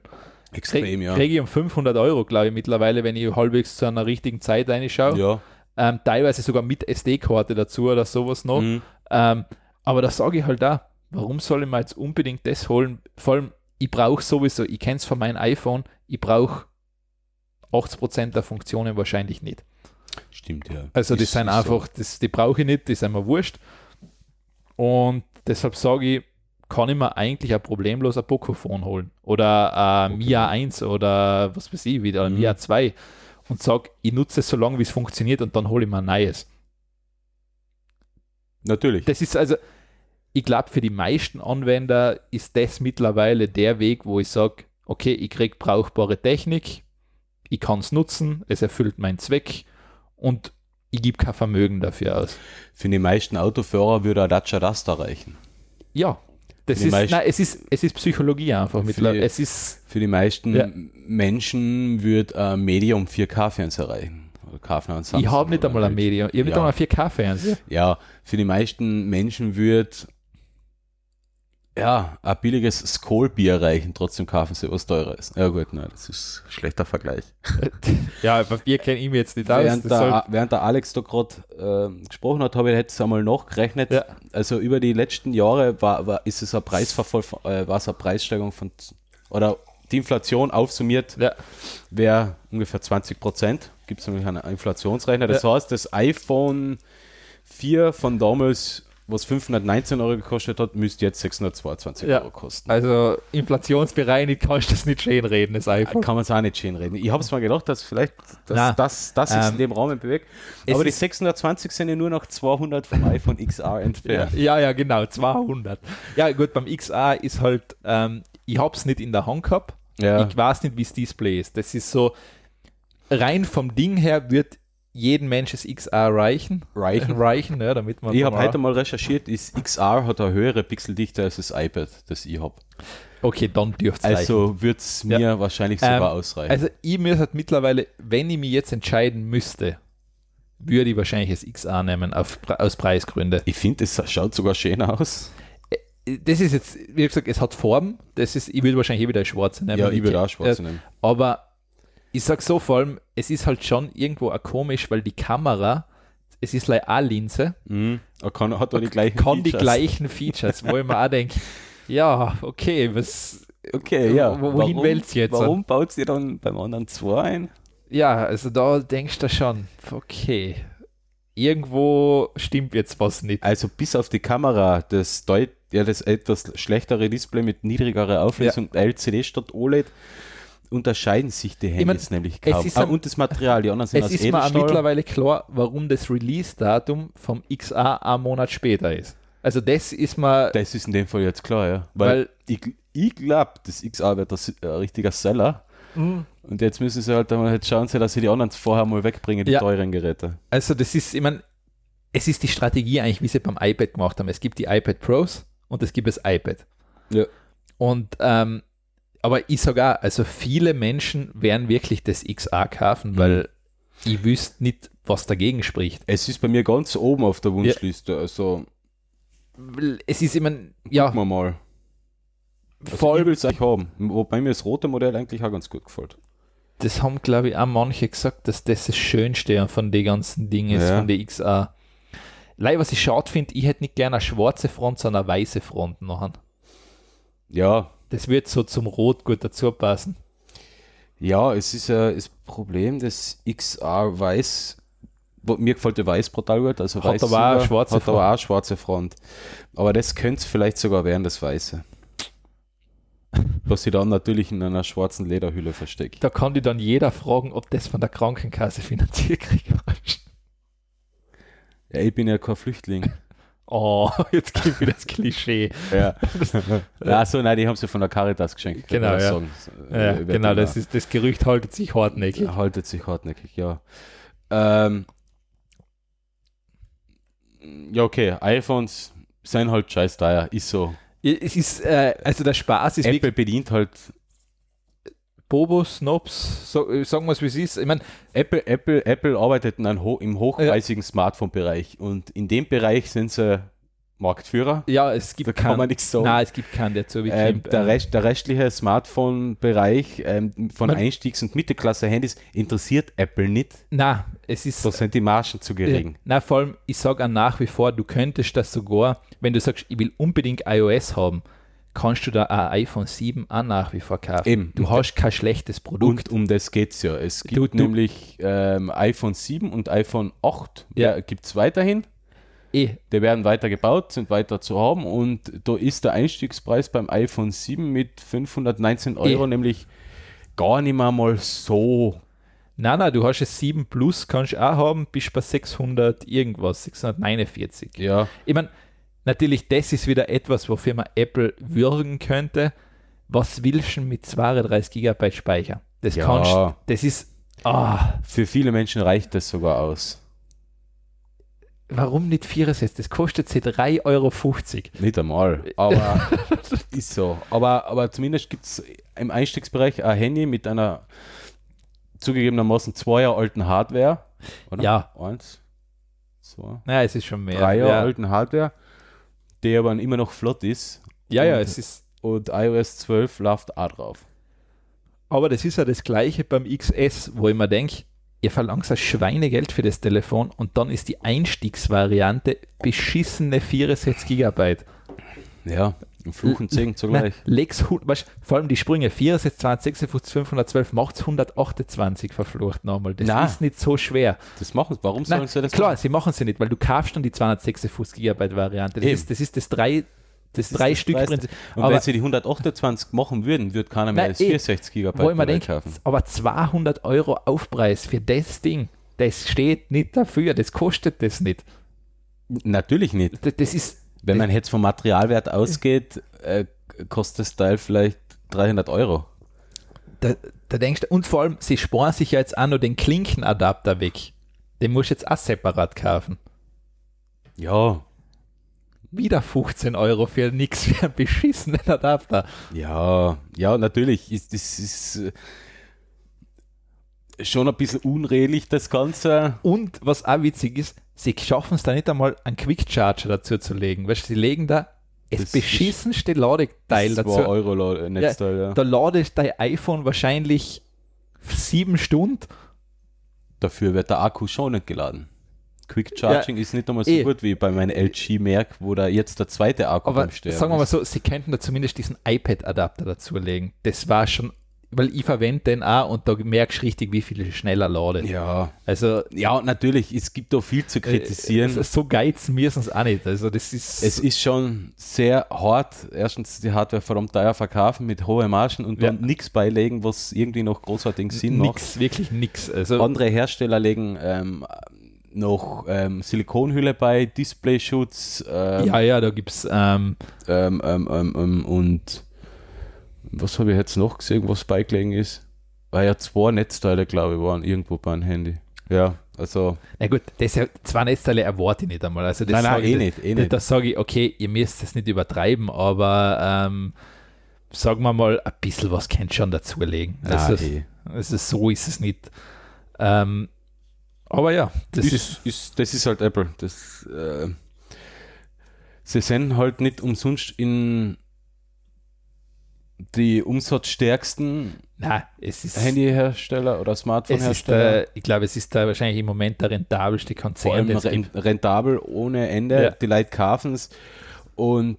Speaker 1: Krieg,
Speaker 2: Extrem, ja.
Speaker 1: Kriege ich um 500 Euro, glaube ich, mittlerweile, wenn ich halbwegs zu einer richtigen Zeit reinschaue.
Speaker 2: ja.
Speaker 1: Ähm, teilweise sogar mit SD-Karte dazu oder sowas noch.
Speaker 2: Mhm.
Speaker 1: Ähm, aber da sage ich halt da, warum soll ich mir jetzt unbedingt das holen? Vor allem, ich brauche sowieso, ich kenne es von meinem iPhone, ich brauche 80% der Funktionen wahrscheinlich nicht.
Speaker 2: Stimmt, ja.
Speaker 1: Also die
Speaker 2: Ist-
Speaker 1: sind
Speaker 2: ist so.
Speaker 1: einfach, das, die brauche ich nicht, die sind mir wurscht. Und deshalb sage ich, kann ich mir eigentlich ein problemlos ein Pocophone holen. Oder ein
Speaker 2: Okay.
Speaker 1: Mia 1 oder was weiß ich wieder, ein
Speaker 2: Mhm.
Speaker 1: Mia 2. Und sage, ich nutze es so lange, wie es funktioniert und dann hole ich mir ein neues.
Speaker 2: Natürlich.
Speaker 1: Das ist also, ich glaube, für die meisten Anwender ist das mittlerweile der Weg, wo ich sage, okay, ich kriege brauchbare Technik, ich kann es nutzen, es erfüllt meinen Zweck und ich gebe kein Vermögen dafür aus.
Speaker 2: Für die meisten Autofahrer würde ein Dacia Duster reichen.
Speaker 1: Ja, das
Speaker 2: Die
Speaker 1: ist,
Speaker 2: meisten-
Speaker 1: nein, es ist, es ist Psychologie einfach mittlerweile.
Speaker 2: Für-
Speaker 1: Es ist,
Speaker 2: Für die meisten
Speaker 1: Ja.
Speaker 2: Menschen würde ein Medium 4K-Fernseher reichen. Oder K-Fernseher und
Speaker 1: ich
Speaker 2: Samsung
Speaker 1: habe nicht
Speaker 2: oder
Speaker 1: einmal ein Medium, ich habe nicht
Speaker 2: Ja.
Speaker 1: einmal einen 4K-Fernseher.
Speaker 2: Ja, für die meisten Menschen wird ja, ein billiges Skoll-Bier reichen, trotzdem kaufen sie was teures. Ja gut, nein, das ist ein schlechter Vergleich.
Speaker 1: ja, aber wir kennen ihn jetzt nicht aus.
Speaker 2: Während
Speaker 1: Das halt soll,
Speaker 2: der, während der Alex da gerade ähm, gesprochen hat, habe ich jetzt einmal nachgerechnet.
Speaker 1: Ja.
Speaker 2: Also über die letzten Jahre war, war ist es ein Preisverfall, von- äh, war es eine Preissteigerung von oder die Inflation aufsummiert
Speaker 1: ja,
Speaker 2: wäre ungefähr 20 Prozent. Gibt es nämlich einen Inflationsrechner. Das heißt, das iPhone 4 von damals, was 519 Euro gekostet hat, müsste jetzt 622
Speaker 1: Ja.
Speaker 2: Euro kosten.
Speaker 1: also inflationsbereinigt kannst du das nicht schön reden, das iPhone.
Speaker 2: Kann man es auch nicht schön reden. Ich habe es mal gedacht, dass vielleicht
Speaker 1: Na,
Speaker 2: dass, das, das sich
Speaker 1: ähm,
Speaker 2: in dem Rahmen bewegt.
Speaker 1: es
Speaker 2: Aber die
Speaker 1: ist-
Speaker 2: 620 sind ja nur noch 200 vom iPhone XR
Speaker 1: Ja.
Speaker 2: entfernt.
Speaker 1: ja, ja, genau, 200. Ja, gut, beim XA ist halt, ähm, ich hab's nicht in der Hand gehabt.
Speaker 2: Ja.
Speaker 1: Ich weiß nicht, wie das Display ist. Das ist so, rein vom Ding her wird jeden Mensch das XA reichen.
Speaker 2: Reichen.
Speaker 1: Reichen, ja, damit man. genau
Speaker 2: Ich habe heute mal recherchiert, ist XR hat eine höhere Pixeldichte als das iPad, das ich habe.
Speaker 1: Okay, dann dürft's reichen.
Speaker 2: Also wird es mir
Speaker 1: Ja.
Speaker 2: wahrscheinlich
Speaker 1: Ähm,
Speaker 2: sogar ausreichen.
Speaker 1: Also, ich mir halt mittlerweile, wenn ich mich jetzt entscheiden müsste, würde ich wahrscheinlich das XA nehmen, auf, aus Preisgründen.
Speaker 2: ich finde, es schaut sogar schön aus.
Speaker 1: Das ist jetzt, wie gesagt, es hat Form. Das ist, ich würde wahrscheinlich eh wieder das Schwarze nehmen.
Speaker 2: Ja, ich würde auch
Speaker 1: äh,
Speaker 2: schwarz nehmen.
Speaker 1: Aber ich sag so vor allem, es ist halt schon irgendwo auch komisch, weil die Kamera, es ist like eine Linse,
Speaker 2: Mhm. Er kann, hat auch die gleichen
Speaker 1: kann die
Speaker 2: Features.
Speaker 1: gleichen Features, wo ich mir auch denke, ja, okay, was,
Speaker 2: Okay, ja.
Speaker 1: Wo- wohin
Speaker 2: Warum-
Speaker 1: wählt's jetzt?
Speaker 2: Warum baut sie dann beim anderen zwei ein?
Speaker 1: ja, also da denkst du schon, okay, irgendwo stimmt jetzt was nicht.
Speaker 2: Also bis auf die Kamera, das, deut ja, das etwas schlechtere Display mit niedrigerer Auflösung, LCD statt OLED, unterscheiden sich die
Speaker 1: mein,
Speaker 2: Handys nämlich
Speaker 1: es
Speaker 2: kaum.
Speaker 1: ist
Speaker 2: Ah,
Speaker 1: am-
Speaker 2: und das Material, die anderen sind
Speaker 1: Es
Speaker 2: aus
Speaker 1: ist mir auch
Speaker 2: Edelstahl.
Speaker 1: mittlerweile klar, warum das Release-Datum vom XA einen Monat später ist. Also das ist mir,
Speaker 2: Das ist in dem Fall jetzt klar, ja. Weil, ich, ich glaube, das XA wird das, ein richtiger Seller.
Speaker 1: hm.
Speaker 2: Und jetzt müssen sie halt einmal jetzt schauen, sie, dass sie die anderen vorher mal wegbringen, die
Speaker 1: Ja.
Speaker 2: teuren Geräte.
Speaker 1: Also das ist, ich meine, es ist die Strategie eigentlich, wie sie beim iPad gemacht haben. Es gibt die iPad Pros und es gibt das iPad.
Speaker 2: Ja.
Speaker 1: Und ähm, aber ich sogar, also viele Menschen werden wirklich das XA kaufen,
Speaker 2: Mhm.
Speaker 1: weil ich wüsste nicht, was dagegen spricht.
Speaker 2: Es ist bei mir ganz oben auf der Wunschliste, also
Speaker 1: Weil Es ist immer, ja,
Speaker 2: gucken wir mal. also
Speaker 1: voll,
Speaker 2: will es eigentlich haben. Wobei mir das rote Modell eigentlich auch ganz gut gefällt.
Speaker 1: das haben glaube ich auch manche gesagt, dass das das Schönste von den ganzen Dingen ist,
Speaker 2: Ja.
Speaker 1: von der XA. Leider, was ich schade finde, ich hätte nicht gerne eine schwarze Front, sondern eine weiße Front machen.
Speaker 2: Ja,
Speaker 1: Das wird so zum Rot gut dazu passen.
Speaker 2: ja, es ist ja das Problem, das XR weiß. wo- Mir gefällt der Weiß brutal gut, also
Speaker 1: Hat
Speaker 2: Weiß
Speaker 1: aber auch eine
Speaker 2: super,
Speaker 1: schwarze
Speaker 2: hat aber auch eine schwarze Front. Aber das könnte es vielleicht sogar werden, das Weiße. Was sie dann natürlich in einer schwarzen Lederhülle versteckt.
Speaker 1: Da kann die dann jeder fragen, ob das von der Krankenkasse finanziert kriegt.
Speaker 2: Ja, ich bin ja kein Flüchtling.
Speaker 1: Oh, jetzt gibt wieder das Klischee.
Speaker 2: ja. ja, so, nein, die haben sie von der Caritas geschenkt.
Speaker 1: Genau,
Speaker 2: würde ich
Speaker 1: ja.
Speaker 2: sagen.
Speaker 1: Ja,
Speaker 2: Äh,
Speaker 1: genau,
Speaker 2: wird
Speaker 1: das, ist, das Gerücht haltet sich hartnäckig.
Speaker 2: Haltet sich hartnäckig, ja. Ähm, Ja, okay, iPhones sind halt scheiß teuer, ist so.
Speaker 1: Es ist, äh, also der Spaß ist
Speaker 2: Apple bedient halt,
Speaker 1: Bobos, Snobs, so, äh, sagen wir es wie es ist. Ich meine,
Speaker 2: Apple, Apple, Apple arbeitet in einem, ho- im hochpreisigen Smartphone-Bereich und in dem Bereich sind sie Marktführer.
Speaker 1: ja, es gibt
Speaker 2: Da kann man nichts sagen.
Speaker 1: Nein, es gibt keinen, der zu
Speaker 2: Ähm,
Speaker 1: Wikimp.
Speaker 2: der, Rest, der restliche Smartphone-Bereich ähm, von
Speaker 1: Man-
Speaker 2: Einstiegs- und Mittelklasse-Handys interessiert Apple nicht.
Speaker 1: Nein, es ist.
Speaker 2: Da sind die Margen zu gering.
Speaker 1: Ja, Na, vor allem, ich sage auch nach wie vor, du könntest das sogar, wenn du sagst, ich will unbedingt iOS haben, kannst du da ein iPhone 7 auch nach wie vor kaufen.
Speaker 2: Eben.
Speaker 1: Du hast kein schlechtes Produkt.
Speaker 2: Und um das geht's ja. Es gibt
Speaker 1: Du- du-
Speaker 2: nämlich ähm, iPhone 7 und iPhone 8.
Speaker 1: Ja.
Speaker 2: Ja. Gibt es weiterhin.
Speaker 1: eh,
Speaker 2: Die werden weiter gebaut, sind weiter zu haben. Und da ist der Einstiegspreis beim iPhone 7 mit 519 Euro
Speaker 1: Eh.
Speaker 2: nämlich gar nicht mehr mal so.
Speaker 1: nein, nein, du hast es 7 Plus, kannst du auch haben, bist bei 600 irgendwas, 649.
Speaker 2: Ja.
Speaker 1: Ich meine, natürlich, das ist wieder etwas, wofür man Apple würgen könnte. Was willst du denn mit 32 GB Speicher? Das
Speaker 2: Ja.
Speaker 1: kannst du, das ist, ah,
Speaker 2: Für viele Menschen reicht das sogar aus.
Speaker 1: warum nicht 64? Das kostet sie 3,50 Euro.
Speaker 2: Nicht einmal. Aber ist so. Aber, aber zumindest gibt es im Einstiegsbereich ein Handy mit einer zugegebenermaßen zwei Jahre alten Hardware. Oder?
Speaker 1: Ja.
Speaker 2: Eins, zwei,
Speaker 1: Naja, es ist schon mehr.
Speaker 2: drei Jahre
Speaker 1: ja.
Speaker 2: alten Hardware, die aber immer noch flott ist.
Speaker 1: Ja, ja,
Speaker 2: Und-
Speaker 1: es ist.
Speaker 2: Und iOS 12 läuft auch drauf.
Speaker 1: Aber das ist ja das Gleiche beim XS, wo ich mir denke, ihr verlangt ein Schweinegeld für das Telefon und dann ist die Einstiegsvariante beschissene 64 Gigabyte.
Speaker 2: Ja, im Fluch und Segen
Speaker 1: Nein,
Speaker 2: zugleich.
Speaker 1: Lex, hu- weißt, vor allem die Sprünge 64, 56, 512 macht 128 verflucht nochmal. Das
Speaker 2: Na.
Speaker 1: ist nicht so schwer.
Speaker 2: Das machen sie. Warum sollen
Speaker 1: Nein,
Speaker 2: sie das
Speaker 1: klar,
Speaker 2: machen?
Speaker 1: sie machen sie nicht, weil du kaufst dann die 256 Gigabyte Variante. Das
Speaker 2: Eben.
Speaker 1: ist das, ist das drei, das
Speaker 2: ist
Speaker 1: drei
Speaker 2: das
Speaker 1: Stück
Speaker 2: Preis-
Speaker 1: Prinzip.
Speaker 2: Und
Speaker 1: Aber-
Speaker 2: wenn sie die 128 machen würden, würde keiner mehr
Speaker 1: Nein,
Speaker 2: als
Speaker 1: eh.
Speaker 2: 64 GB
Speaker 1: wo ich mir denke,
Speaker 2: Bereich kaufen.
Speaker 1: aber 200 Euro Aufpreis für das Ding, das steht nicht dafür, das kostet das nicht.
Speaker 2: Natürlich nicht.
Speaker 1: Das, das ist,
Speaker 2: Wenn man jetzt vom Materialwert ausgeht, äh, kostet das Teil vielleicht 300 Euro.
Speaker 1: da, da denkst du, und vor allem, sie sparen sich ja jetzt auch noch den Klinkenadapter weg. Den musst du jetzt auch separat kaufen.
Speaker 2: Ja,
Speaker 1: Wieder 15 Euro für nix, für einen beschissenen Adapter.
Speaker 2: ja, ja, natürlich. Ist, das ist äh, schon ein bisschen unredlich, das Ganze.
Speaker 1: Und was auch witzig ist, sie schaffen es da nicht einmal, einen Quickcharger dazu zu legen. Weißt du, sie legen da das
Speaker 2: Das
Speaker 1: beschissenste Ladeteil
Speaker 2: Das
Speaker 1: dazu.
Speaker 2: 2 Euro Lo- Netzteil, ja.
Speaker 1: Da ladest dein iPhone wahrscheinlich sieben Stunden
Speaker 2: Dafür wird der Akku schon nicht geladen. Quick Charging ist nicht einmal so
Speaker 1: eh.
Speaker 2: gut wie bei meinem LG Merk, wo da jetzt der zweite Akku
Speaker 1: Aber
Speaker 2: beim Sterben
Speaker 1: sagen wir mal
Speaker 2: ist.
Speaker 1: so, sie könnten da zumindest diesen iPad-Adapter dazulegen. Das war schon, weil ich verwende den auch und da merkst du richtig, wie viel schneller ladet.
Speaker 2: Ja,
Speaker 1: Also
Speaker 2: ja, natürlich. Es gibt da viel zu kritisieren.
Speaker 1: äh, so geiz mir es auch nicht. Also das ist,
Speaker 2: Es ist schon sehr hart, erstens die Hardware verdammt teuer verkaufen mit hohen Margen und dann
Speaker 1: Ja.
Speaker 2: nichts beilegen, was irgendwie eh noch großartigen Sinn macht.
Speaker 1: nix, wirklich nix. Also
Speaker 2: Andere Hersteller legen ähm, noch ähm, Silikonhülle bei, Displayschutz ähm,
Speaker 1: ja, ja, da gibt es ähm,
Speaker 2: ähm, ähm, ähm, ähm, und was habe ich jetzt noch gesehen, was beilegen ist? Weil ja zwei Netzteile, glaube ich, waren irgendwo bei einem Handy. Ja, also
Speaker 1: na gut, das ist ja, zwei Netzteile erwarte ich nicht einmal. Also das
Speaker 2: Nein, nein,
Speaker 1: sag ich,
Speaker 2: eh
Speaker 1: das-
Speaker 2: nicht, eh
Speaker 1: da-
Speaker 2: nicht.
Speaker 1: Da sage ich, okay, ihr müsst das nicht übertreiben, aber ähm, sagen wir mal, ein bisschen was könnt ihr schon dazulegen.
Speaker 2: Nein,
Speaker 1: also,
Speaker 2: eh.
Speaker 1: Also so ist es nicht. Ähm, aber ja, das
Speaker 2: Das
Speaker 1: ist,
Speaker 2: ist, ist, das ist halt Apple. Das, äh, sie sind halt nicht umsonst in die umsatzstärksten
Speaker 1: na, es ist,
Speaker 2: Handyhersteller oder
Speaker 1: es ist
Speaker 2: Smartphone-Hersteller.
Speaker 1: der, ich glaube, es ist da wahrscheinlich im Moment der rentabelste
Speaker 2: Vor
Speaker 1: Konzern.
Speaker 2: allem
Speaker 1: der es
Speaker 2: ren-
Speaker 1: gibt.
Speaker 2: rentabel ohne Ende,
Speaker 1: Ja.
Speaker 2: die Leute kaufen es. Und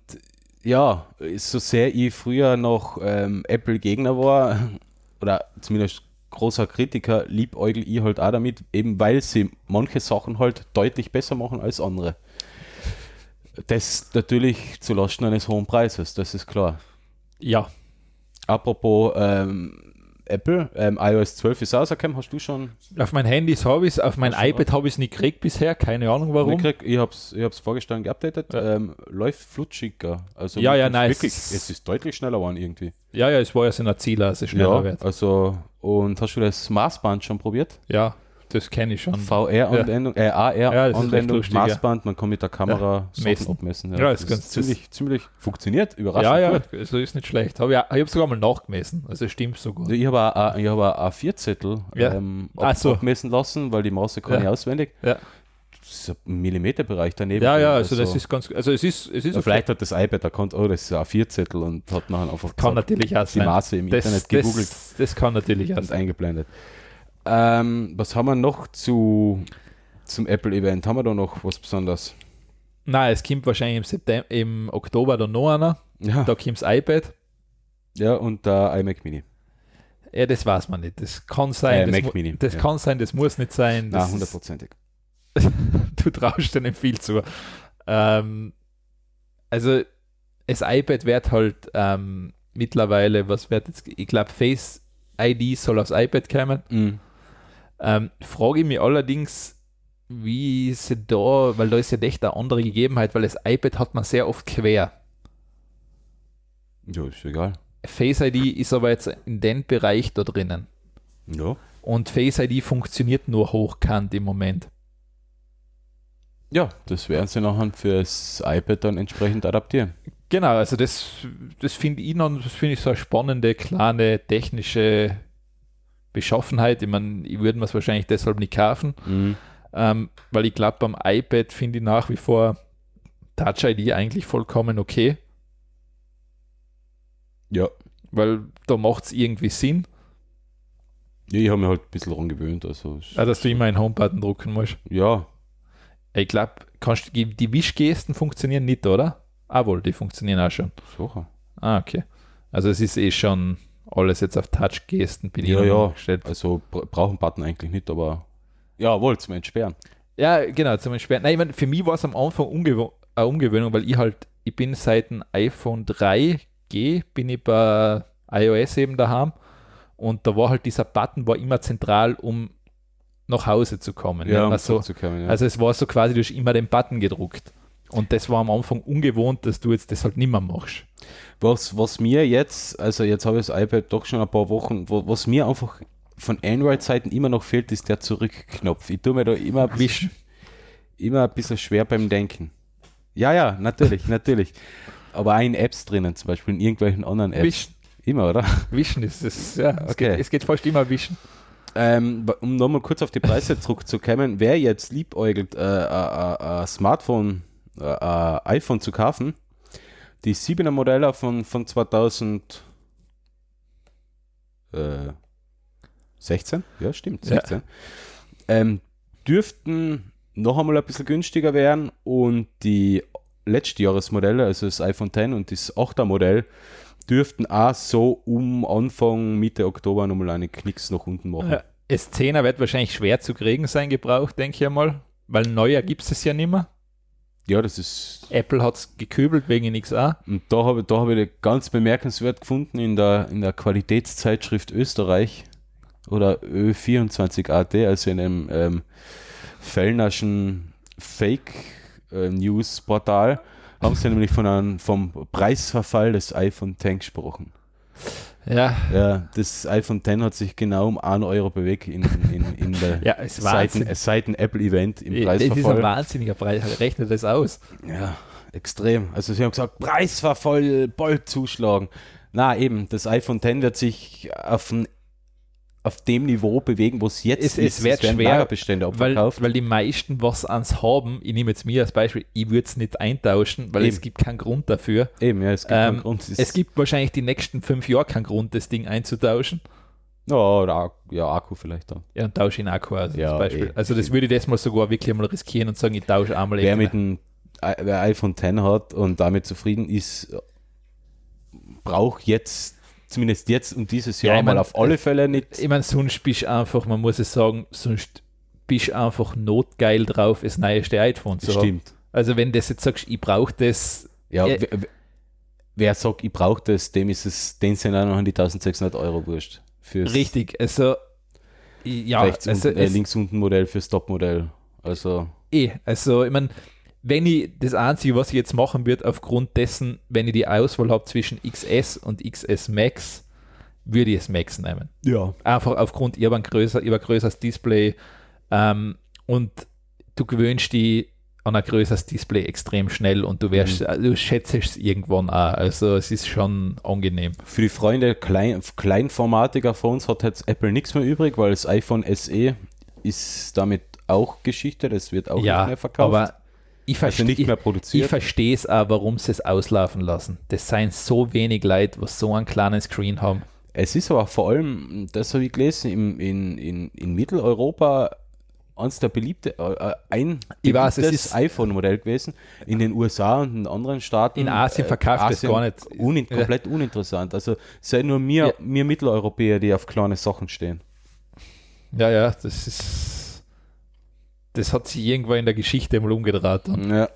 Speaker 2: ja, so sehr ich früher noch ähm, Apple-Gegner war, oder zumindest großer Kritiker, liebäugel ich halt auch damit, eben weil sie manche Sachen halt deutlich besser machen als andere. Das natürlich zulasten eines hohen Preises, das ist klar.
Speaker 1: Ja,
Speaker 2: Apropos ähm, Apple, ähm, iOS 12 ist rausgekommen, hast du schon
Speaker 1: auf mein Handy habe ich es, auf mein iPad habe ich es nicht gekriegt bisher, keine Ahnung warum.
Speaker 2: Mitkrieg, ich habe es ich hab's vorgestern geupdatet. Ähm, läuft flutschiger. Also
Speaker 1: Ja, ja,
Speaker 2: wirklich-
Speaker 1: nein, es
Speaker 2: Wirklich,
Speaker 1: ist-
Speaker 2: es ist deutlich schneller geworden irgendwie.
Speaker 1: Ja, ja, es war ja so ein Ziel, also schneller
Speaker 2: Ja,
Speaker 1: wird.
Speaker 2: also und hast du das Maßband schon probiert?
Speaker 1: Ja, das kenne ich schon.
Speaker 2: VR-Anwendung, äh,
Speaker 1: Ja, das ist recht
Speaker 2: AR-Anwendung,
Speaker 1: lustig, ja.
Speaker 2: Maßband, man kann mit der Kamera Sachen
Speaker 1: messen.
Speaker 2: abmessen.
Speaker 1: Ja,
Speaker 2: das
Speaker 1: ist ganz-
Speaker 2: ist ziemlich, ziemlich funktioniert, überraschend.
Speaker 1: Ja, ja,
Speaker 2: gut.
Speaker 1: also ist nicht schlecht. Habe ich, ich habe sogar mal nachgemessen. Also es stimmt so gut.
Speaker 2: Ich habe ein- ich habe ein A4-Zettel
Speaker 1: Ja.
Speaker 2: ähm,
Speaker 1: Ach
Speaker 2: ab,
Speaker 1: so.
Speaker 2: abmessen lassen, weil die Maus kann
Speaker 1: Ja.
Speaker 2: ich auswendig.
Speaker 1: Ja.
Speaker 2: Das ist ein Millimeterbereich daneben.
Speaker 1: Ja, ja, also das ist ganz, also es ist, es ist
Speaker 2: Ja, Vielleicht hat das iPad erkannt, oh, das ist ein A4-Zettel und hat nachher einfach
Speaker 1: kann
Speaker 2: gesagt,
Speaker 1: natürlich auch
Speaker 2: die
Speaker 1: sein.
Speaker 2: Maße im Internet gegoogelt
Speaker 1: das, das kann natürlich auch
Speaker 2: und
Speaker 1: sein.
Speaker 2: eingeblendet. Ähm, was haben wir noch zu, zum Apple-Event? Haben wir da noch was Besonderes?
Speaker 1: Nein, es kommt wahrscheinlich im, September, im Oktober dann noch einer.
Speaker 2: Ja,
Speaker 1: Da kommt das iPad.
Speaker 2: ja und der iMac Mini.
Speaker 1: Ja, das weiß man nicht. Das kann sein.
Speaker 2: Äh,
Speaker 1: das
Speaker 2: Mac
Speaker 1: mu-
Speaker 2: Mini,
Speaker 1: das
Speaker 2: ja.
Speaker 1: kann sein, das muss nicht sein.
Speaker 2: Na,
Speaker 1: Das
Speaker 2: hundertprozentig.
Speaker 1: du traust denen viel zu. Ähm, also, das iPad wird halt ähm, mittlerweile, was wird jetzt, ich glaube, Face ID soll aufs iPad kommen.
Speaker 2: Mhm.
Speaker 1: Ähm, frage ich mich allerdings, wie sie da, weil da ist ja echt eine andere Gegebenheit, weil das iPad hat man sehr oft quer.
Speaker 2: Ja, ist egal.
Speaker 1: Face ID ist aber jetzt in den Bereich da drinnen.
Speaker 2: Ja.
Speaker 1: Und Face ID funktioniert nur hochkant im Moment.
Speaker 2: Ja, das werden sie nachher fürs iPad dann entsprechend adaptieren.
Speaker 1: Genau, also das, das finde ich noch, das finde ich so eine spannende, kleine technische Beschaffenheit. Ich meine, ich würde mir es wahrscheinlich deshalb nicht kaufen, ähm, weil ich glaube, beim iPad finde ich nach wie vor Touch ID eigentlich vollkommen okay,
Speaker 2: Ja.
Speaker 1: weil da macht es irgendwie Sinn,
Speaker 2: ja. Ich habe mich halt ein bisschen daran gewöhnt. Also, es-
Speaker 1: auch dass du immer einen Homebutton drucken musst.
Speaker 2: ja.
Speaker 1: Ich glaube, kannst die die Wischgesten funktionieren nicht, oder? Ah wohl, die funktionieren auch schon.
Speaker 2: Sicher.
Speaker 1: Ah, okay. Also es ist eh schon alles jetzt auf Touch-Gesten
Speaker 2: Ja, ja.
Speaker 1: gestellt.
Speaker 2: Also bra brauchen Button eigentlich nicht, aber ja, wollt's mir entsperren.
Speaker 1: Ja, genau, zum Entsperren. Nein, ich mein, für mich war es am Anfang ungewo- eine Umgewöhnung, weil ich halt, ich bin seit dem iPhone 3G, bin ich bei iOS eben daheim und da war halt dieser Button war immer zentral, um nach Hause zu kommen.
Speaker 2: um
Speaker 1: also,
Speaker 2: zurückzukommen, ja.
Speaker 1: also es war so quasi, du hast immer den Button gedruckt. Und das war am Anfang ungewohnt, dass du jetzt das halt nicht mehr machst.
Speaker 2: Was, was mir jetzt, also jetzt habe ich das iPad doch schon ein paar Wochen, wo, was mir einfach von Android-Seiten immer noch fehlt, ist der Zurückknopf. Ich tue mir da immer ein bisschen, immer ein bisschen schwer beim Denken. Ja, ja, natürlich, natürlich. Aber auch in Apps drinnen, zum Beispiel in irgendwelchen anderen Apps.
Speaker 1: Wischen,
Speaker 2: Immer, oder?
Speaker 1: wischen ist es. Ja, es,
Speaker 2: Okay.
Speaker 1: geht, es geht fast immer wischen.
Speaker 2: Ähm, um nochmal kurz auf die Preise zurückzukommen, wer jetzt liebäugelt, äh, äh, äh, äh, Smartphone, äh, äh, iPhone zu kaufen, die 7er Modelle von, von 2000 äh, 16? Ja, stimmt,
Speaker 1: Ja.
Speaker 2: 16. Ähm, dürften noch einmal ein bisschen günstiger werden und die letztjahresmodelle, also das iPhone 10 und das 8er Modell, dürften auch so um Anfang Mitte Oktober nochmal einen Knicks nach unten machen.
Speaker 1: Ja, S10er wird wahrscheinlich schwer zu kriegen sein, gebraucht, denke ich einmal, weil neuer gibt es ja nicht mehr.
Speaker 2: Ja, das ist.
Speaker 1: Apple hat es gekübelt wegen NXA.
Speaker 2: Und da habe da habe ich ganz bemerkenswert gefunden in der, in der Qualitätszeitschrift Österreich oder Ö24AT, also in einem ähm, fellnerschen Fake-News-Portal, äh, haben sie nämlich von einem, vom Preisverfall des iPhone 10 gesprochen.
Speaker 1: Ja,
Speaker 2: Ja, das iPhone 10 hat sich genau um 1 Euro bewegt in, in, in der
Speaker 1: ja, es war
Speaker 2: Seiten,
Speaker 1: Wahnsinn.
Speaker 2: Seiten Apple-Event im
Speaker 1: Das ist ein
Speaker 2: Preisverfall.
Speaker 1: wahnsinniger Preis, rechnet das aus.
Speaker 2: Ja, extrem. Also sie haben gesagt, Preis war voll, bald zuschlagen. Na eben, das iPhone 10 wird sich auf, ein, auf dem Niveau bewegen, wo es jetzt
Speaker 1: Es- es
Speaker 2: ist.
Speaker 1: wird
Speaker 2: werden
Speaker 1: schwer,
Speaker 2: Lagerbestände
Speaker 1: Weil,
Speaker 2: abverkauft.
Speaker 1: weil die meisten was ans haben, ich nehme jetzt mir als Beispiel, ich würde es nicht eintauschen, weil
Speaker 2: Eben.
Speaker 1: es gibt keinen Grund dafür.
Speaker 2: eben, ja, es gibt
Speaker 1: ähm,
Speaker 2: keinen Grund. Es, ist-
Speaker 1: Es gibt wahrscheinlich die nächsten fünf Jahre keinen Grund, das Ding einzutauschen.
Speaker 2: ja, oder Ak- ja, Akku vielleicht dann.
Speaker 1: Ja, und tausche ihn Akku aus als
Speaker 2: Ja,
Speaker 1: Beispiel.
Speaker 2: eh.
Speaker 1: Also das würde ich das mal sogar wirklich mal riskieren und sagen, ich tausche einmal
Speaker 2: Wer
Speaker 1: echt-
Speaker 2: mit dem I- wer iPhone 10 hat und damit zufrieden ist, braucht jetzt, zumindest jetzt und dieses
Speaker 1: Ja,
Speaker 2: Jahr
Speaker 1: ich
Speaker 2: mal
Speaker 1: mein, äh,
Speaker 2: auf alle Fälle nicht.
Speaker 1: Ich meine, sonst bist du einfach, man muss es sagen, sonst bist du einfach notgeil drauf, das neueste iPhone zu haben.
Speaker 2: Stimmt.
Speaker 1: Also wenn du jetzt sagst, ich brauche das,
Speaker 2: Ja,
Speaker 1: Äh,
Speaker 2: wer, wer sagt, ich brauche das, dem ist es, den sind auch noch die 1600 Euro wurscht. Fürs
Speaker 1: richtig, also ja,
Speaker 2: rechts
Speaker 1: also,
Speaker 2: unten, äh,
Speaker 1: es,
Speaker 2: links unten Modell fürs Top-Modell. Also,
Speaker 1: eh, also ich meine, wenn ich das Einzige, was ich jetzt machen würde, aufgrund dessen, wenn ich die Auswahl habe zwischen XS und XS Max, würde ich es Max nehmen.
Speaker 2: ja.
Speaker 1: Einfach aufgrund, ich habe ein größer, ich hab ein größeres Display, Ähm, und du gewöhnst die an ein größeres Display extrem schnell und du wärst,
Speaker 2: Mhm.
Speaker 1: äh, du schätzt es irgendwann auch. Also es ist schon angenehm.
Speaker 2: Für die Freunde Klein, kleinformatiger Phones hat jetzt Apple nichts mehr übrig, weil das iPhone SE ist damit auch Geschichte, das wird auch
Speaker 1: ja,
Speaker 2: nicht mehr verkauft.
Speaker 1: aber ich
Speaker 2: also
Speaker 1: verstehe
Speaker 2: nicht mehr
Speaker 1: ich,
Speaker 2: produziert.
Speaker 1: verstehe es auch, warum sie es auslaufen lassen. Das seien so wenig Leute, was so einen kleinen Screen haben.
Speaker 2: Es ist aber vor allem, das habe ich gelesen, im, in, in, in Mitteleuropa eines der beliebte, äh, äh, ein
Speaker 1: Ich weiß, es
Speaker 2: beliebtes
Speaker 1: ist-
Speaker 2: iPhone-Modell gewesen. In den USA und in anderen Staaten.
Speaker 1: In Asien verkauft es gar nicht.
Speaker 2: Unin
Speaker 1: Ja.
Speaker 2: komplett uninteressant. Also sei nur mir,
Speaker 1: Ja.
Speaker 2: mir Mitteleuropäer, die auf kleine Sachen stehen.
Speaker 1: Ja, ja, das ist. Das hat sich irgendwann in der Geschichte mal umgedreht. dann.
Speaker 2: Ja.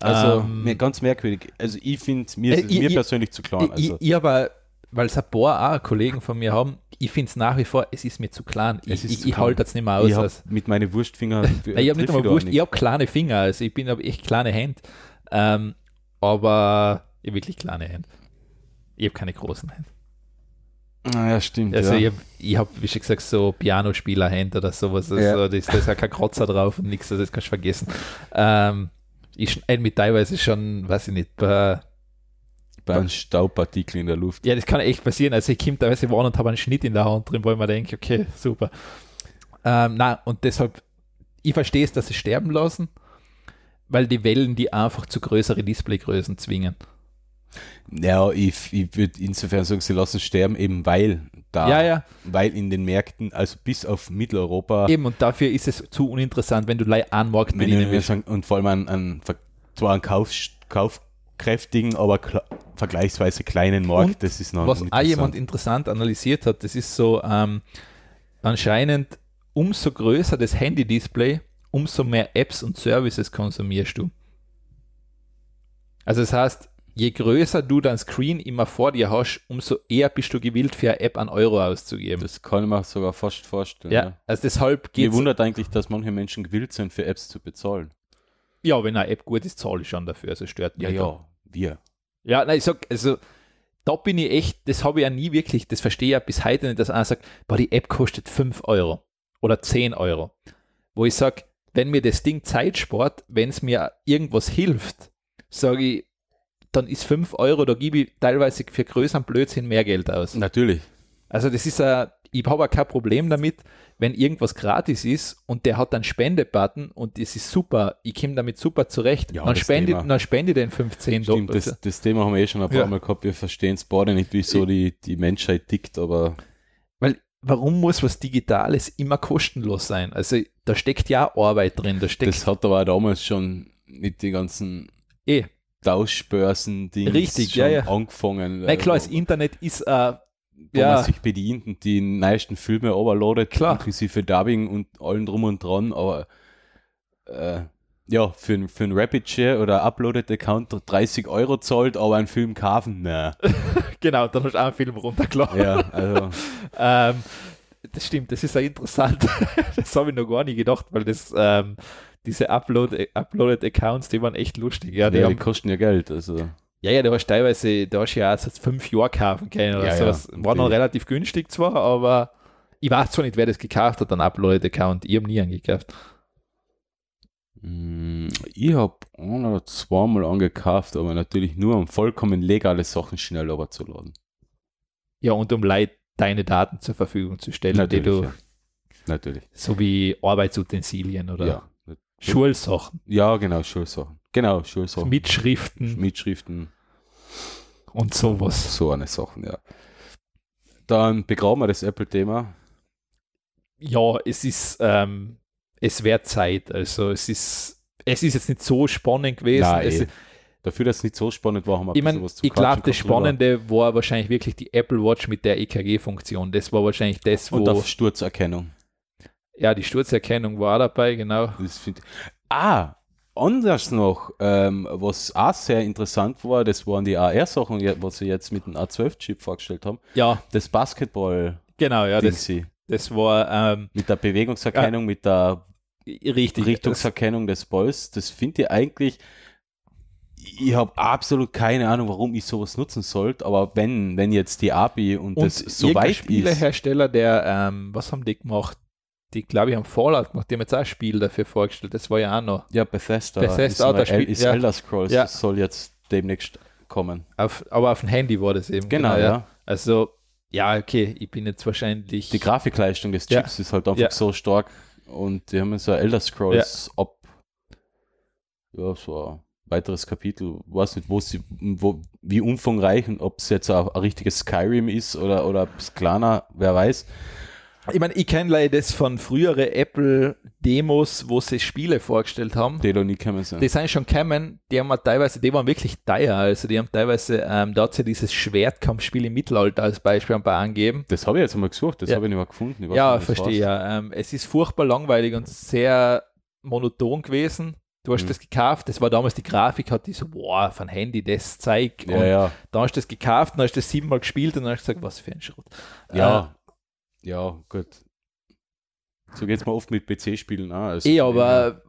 Speaker 2: Also
Speaker 1: Ähm,
Speaker 2: mir- ganz merkwürdig. Also ich finde mir, ist
Speaker 1: Äh,
Speaker 2: es
Speaker 1: ich-
Speaker 2: mir
Speaker 1: ich-
Speaker 2: persönlich zu klein.
Speaker 1: Ich,
Speaker 2: Also,
Speaker 1: ich, ich aber, weil es ein paar auch Kollegen von mir haben, ich finde es nach wie vor, es ist mir zu klein. Ich,
Speaker 2: Es ist
Speaker 1: ich,
Speaker 2: zu
Speaker 1: ich
Speaker 2: klein.
Speaker 1: halte das nicht mehr aus.
Speaker 2: Also, ich habe
Speaker 1: als-
Speaker 2: mit meinen Wurstfingern.
Speaker 1: Nein, ich habe nicht
Speaker 2: triff
Speaker 1: einmal
Speaker 2: da
Speaker 1: Wurst,
Speaker 2: nichts.
Speaker 1: ich habe kleine Finger, also ich bin hab echt kleine Hände. Ähm, aber ich hab wirklich kleine Hände. Ich habe keine großen Hände.
Speaker 2: Ah, ja, stimmt.
Speaker 1: Also
Speaker 2: ja.
Speaker 1: ich habe, ich hab, wie schon gesagt, so Pianospieler-Hände oder sowas. Also
Speaker 2: Ja.
Speaker 1: da, ist, da ist auch kein Kratzer drauf und nichts, also das kannst du vergessen. Ähm, ich schneide mich teilweise schon, weiß ich nicht, bei,
Speaker 2: Bei einem Staubpartikel in der Luft.
Speaker 1: ja, das kann echt passieren. Also ich komme teilweise warm und habe einen Schnitt in der Hand drin, wo ich mir denke, okay, super. Ähm, na und deshalb, ich verstehe es, dass sie sterben lassen, weil die Wellen die einfach zu größere Displaygrößen zwingen.
Speaker 2: Ja, ich, ich würde insofern sagen, sie lassen sterben, eben weil da,
Speaker 1: Ja, ja,
Speaker 2: weil in den Märkten, also bis auf Mitteleuropa,
Speaker 1: eben. Und dafür ist es zu uninteressant, wenn du lei einen Markt
Speaker 2: wenn ich
Speaker 1: bedienen
Speaker 2: mir
Speaker 1: willst.
Speaker 2: sagen, und vor allem an, an ver- zwar einen Kauf, kaufkräftigen, aber kla- vergleichsweise kleinen Markt,
Speaker 1: Und
Speaker 2: das ist noch
Speaker 1: Was
Speaker 2: nicht
Speaker 1: auch jemand
Speaker 2: interessant.
Speaker 1: interessant analysiert hat, das ist so ähm, anscheinend, umso größer das Handy-Display, umso mehr Apps und Services konsumierst du. Also das heißt, je größer du dein Screen immer vor dir hast, umso eher bist du gewillt, für eine App einen Euro auszugeben.
Speaker 2: Das kann ich mir sogar fast vorstellen.
Speaker 1: ja, also deshalb
Speaker 2: Mir
Speaker 1: geht
Speaker 2: wundert eigentlich, dass manche Menschen gewillt sind, für Apps zu bezahlen.
Speaker 1: Ja, wenn eine App gut ist, zahle ich schon dafür, also stört mich das.
Speaker 2: wir.
Speaker 1: Ja, nein, ich sag, also da bin ich echt, das habe ich ja nie wirklich, das verstehe ich ja bis heute nicht, dass einer sagt, boah, die App kostet 5 Euro oder 10 Euro. Wo ich sage, wenn mir das Ding Zeit spart, wenn es mir irgendwas hilft, sage ich, dann ist 5 Euro, da gebe ich teilweise für größeren Blödsinn mehr Geld aus.
Speaker 2: Natürlich.
Speaker 1: Also das ist ja, ich habe auch kein Problem damit, wenn irgendwas gratis ist und der hat einen Spende-Button und das ist super, ich komme damit super zurecht,
Speaker 2: Ja,
Speaker 1: dann,
Speaker 2: das
Speaker 1: spende,
Speaker 2: Thema.
Speaker 1: dann spende ich den 15
Speaker 2: Stimmt, das, das Thema haben wir eh schon ein paar
Speaker 1: Ja.
Speaker 2: Mal gehabt. Wir verstehen es beide nicht, wieso die, die Menschheit tickt, aber
Speaker 1: Weil warum muss was Digitales immer kostenlos sein? Also da steckt ja auch Arbeit drin, da steckt
Speaker 2: das hat aber auch damals schon mit den ganzen
Speaker 1: eh.
Speaker 2: Tauschbörsen, die
Speaker 1: Richtig,
Speaker 2: schon
Speaker 1: ja, ja.
Speaker 2: angefangen.
Speaker 1: Nein, klar, das
Speaker 2: wo,
Speaker 1: Internet ist äh,
Speaker 2: wo
Speaker 1: ja.
Speaker 2: man sich bedient und die neuesten Filme overloadet,
Speaker 1: Klar.
Speaker 2: inklusive Dubbing und allem drum und dran, aber äh, ja, für, ein- für einen Rapid Share oder Uploaded Account 30 Euro zahlt, aber einen Film kaufen, na.
Speaker 1: genau, dann hast du auch einen Film runtergeladen.
Speaker 2: Ja, also
Speaker 1: Ähm, das stimmt, das ist ja interessant. das habe ich noch gar nie gedacht, weil das ähm, diese Upload, äh, Uploaded Accounts, die waren echt lustig. Ja, die
Speaker 2: ja, die
Speaker 1: haben,
Speaker 2: kosten ja Geld. Also.
Speaker 1: ja, ja, da hast du teilweise, da hast du ja auch seit fünf Jahren kaufen können oder
Speaker 2: Ja,
Speaker 1: sowas.
Speaker 2: ja.
Speaker 1: War noch
Speaker 2: Die-
Speaker 1: relativ günstig zwar, aber ich weiß zwar nicht, wer das gekauft hat, einen Uploaded Account. Ich habe nie einen gekauft.
Speaker 2: Mm, Ich habe ein oder zweimal angekauft, aber natürlich nur um vollkommen legale Sachen schnell runterzuladen.
Speaker 1: Ja, und um Leid deine Daten zur Verfügung zu stellen, die du,
Speaker 2: ja. Natürlich.
Speaker 1: so wie Arbeitsutensilien oder
Speaker 2: Ja.
Speaker 1: Schulsachen,
Speaker 2: ja, genau, Schulsachen. Genau, Schulsachen.
Speaker 1: Mitschriften
Speaker 2: Mitschriften,
Speaker 1: und sowas.
Speaker 2: so eine Sachen, ja. Dann begraben wir das Apple-Thema.
Speaker 1: Ja, es ist, ähm, es wäre Zeit. Also es ist, es ist jetzt nicht so spannend gewesen.
Speaker 2: Nein,
Speaker 1: es,
Speaker 2: eh. Dafür, dass es nicht so spannend war, haben wir ein
Speaker 1: ich
Speaker 2: bisschen
Speaker 1: meine,
Speaker 2: was zu
Speaker 1: ich glaube,
Speaker 2: quatschen
Speaker 1: das
Speaker 2: gehabt drüber.
Speaker 1: Spannende war wahrscheinlich wirklich die Apple Watch mit der EKG-Funktion. Das war wahrscheinlich das, wo
Speaker 2: Und auf Sturzerkennung.
Speaker 1: ja die Sturzerkennung war dabei, genau.
Speaker 2: Das find, ah, anders noch, ähm, was auch sehr interessant war, das waren die AR-Sachen, ja, was sie jetzt mit dem A12-Chip vorgestellt haben.
Speaker 1: Ja,
Speaker 2: Das Basketball-Ding,
Speaker 1: genau, ja, das,
Speaker 2: sie.
Speaker 1: das war ähm,
Speaker 2: Mit der Bewegungserkennung, mit der
Speaker 1: richtig.
Speaker 2: Richtungserkennung des Balls, das finde ich eigentlich. Ich habe absolut keine Ahnung, warum ich sowas nutzen sollte, aber wenn, wenn jetzt die API und,
Speaker 1: und
Speaker 2: das so weit ist,
Speaker 1: Spielehersteller, der, ähm, was haben die gemacht? die glaube ich haben Fallout gemacht, die haben jetzt auch ein Spiel dafür vorgestellt, das war ja auch noch.
Speaker 2: Ja, Bethesda,
Speaker 1: Bethesda
Speaker 2: ist,
Speaker 1: hat
Speaker 2: neu-
Speaker 1: das Spiel-
Speaker 2: ist
Speaker 1: ja.
Speaker 2: Elder Scrolls,
Speaker 1: Ja.
Speaker 2: das soll jetzt demnächst kommen.
Speaker 1: Auf, aber auf dem Handy war das eben.
Speaker 2: Genau, ja.
Speaker 1: Also, ja, okay, ich bin jetzt wahrscheinlich.
Speaker 2: Die Grafikleistung des
Speaker 1: Ja.
Speaker 2: Chips ist halt einfach
Speaker 1: Ja.
Speaker 2: so stark und die haben so ein Elder Scrolls ab. Ja, so ein weiteres Kapitel. Weiß nicht, wo sie, wo, wie umfangreich und ob es jetzt auch ein richtiges Skyrim ist oder, oder ob es kleiner, wer weiß.
Speaker 1: ich meine, ich kenne leider das von früheren Apple-Demos, wo sie Spiele vorgestellt haben.
Speaker 2: Die noch nie kommen sind.
Speaker 1: Die sind schon gekommen, die haben halt teilweise, die waren wirklich teuer. Also, die haben teilweise, ähm, da hat sie dieses Schwertkampfspiel im Mittelalter als Beispiel ein paar angegeben.
Speaker 2: Das habe ich jetzt mal gesucht, das
Speaker 1: Ja.
Speaker 2: habe ich nicht mal gefunden. Ich weiß
Speaker 1: Ja,
Speaker 2: nicht, was das
Speaker 1: verstehe. Ja. Ähm, es ist furchtbar langweilig und sehr monoton gewesen. Du hast
Speaker 2: Mhm.
Speaker 1: das gekauft, das war damals die Grafik, hat die so, boah, von Handy, das zeig.
Speaker 2: heißt. Ja, ja.
Speaker 1: Dann hast du das gekauft, dann hast du das siebenmal gespielt und dann hast du gesagt, was für ein Schrott. Äh,
Speaker 2: Ja, ja, gut. So geht es mir oft mit PC-Spielen auch. Also
Speaker 1: Eh,
Speaker 2: von dem her.
Speaker 1: aber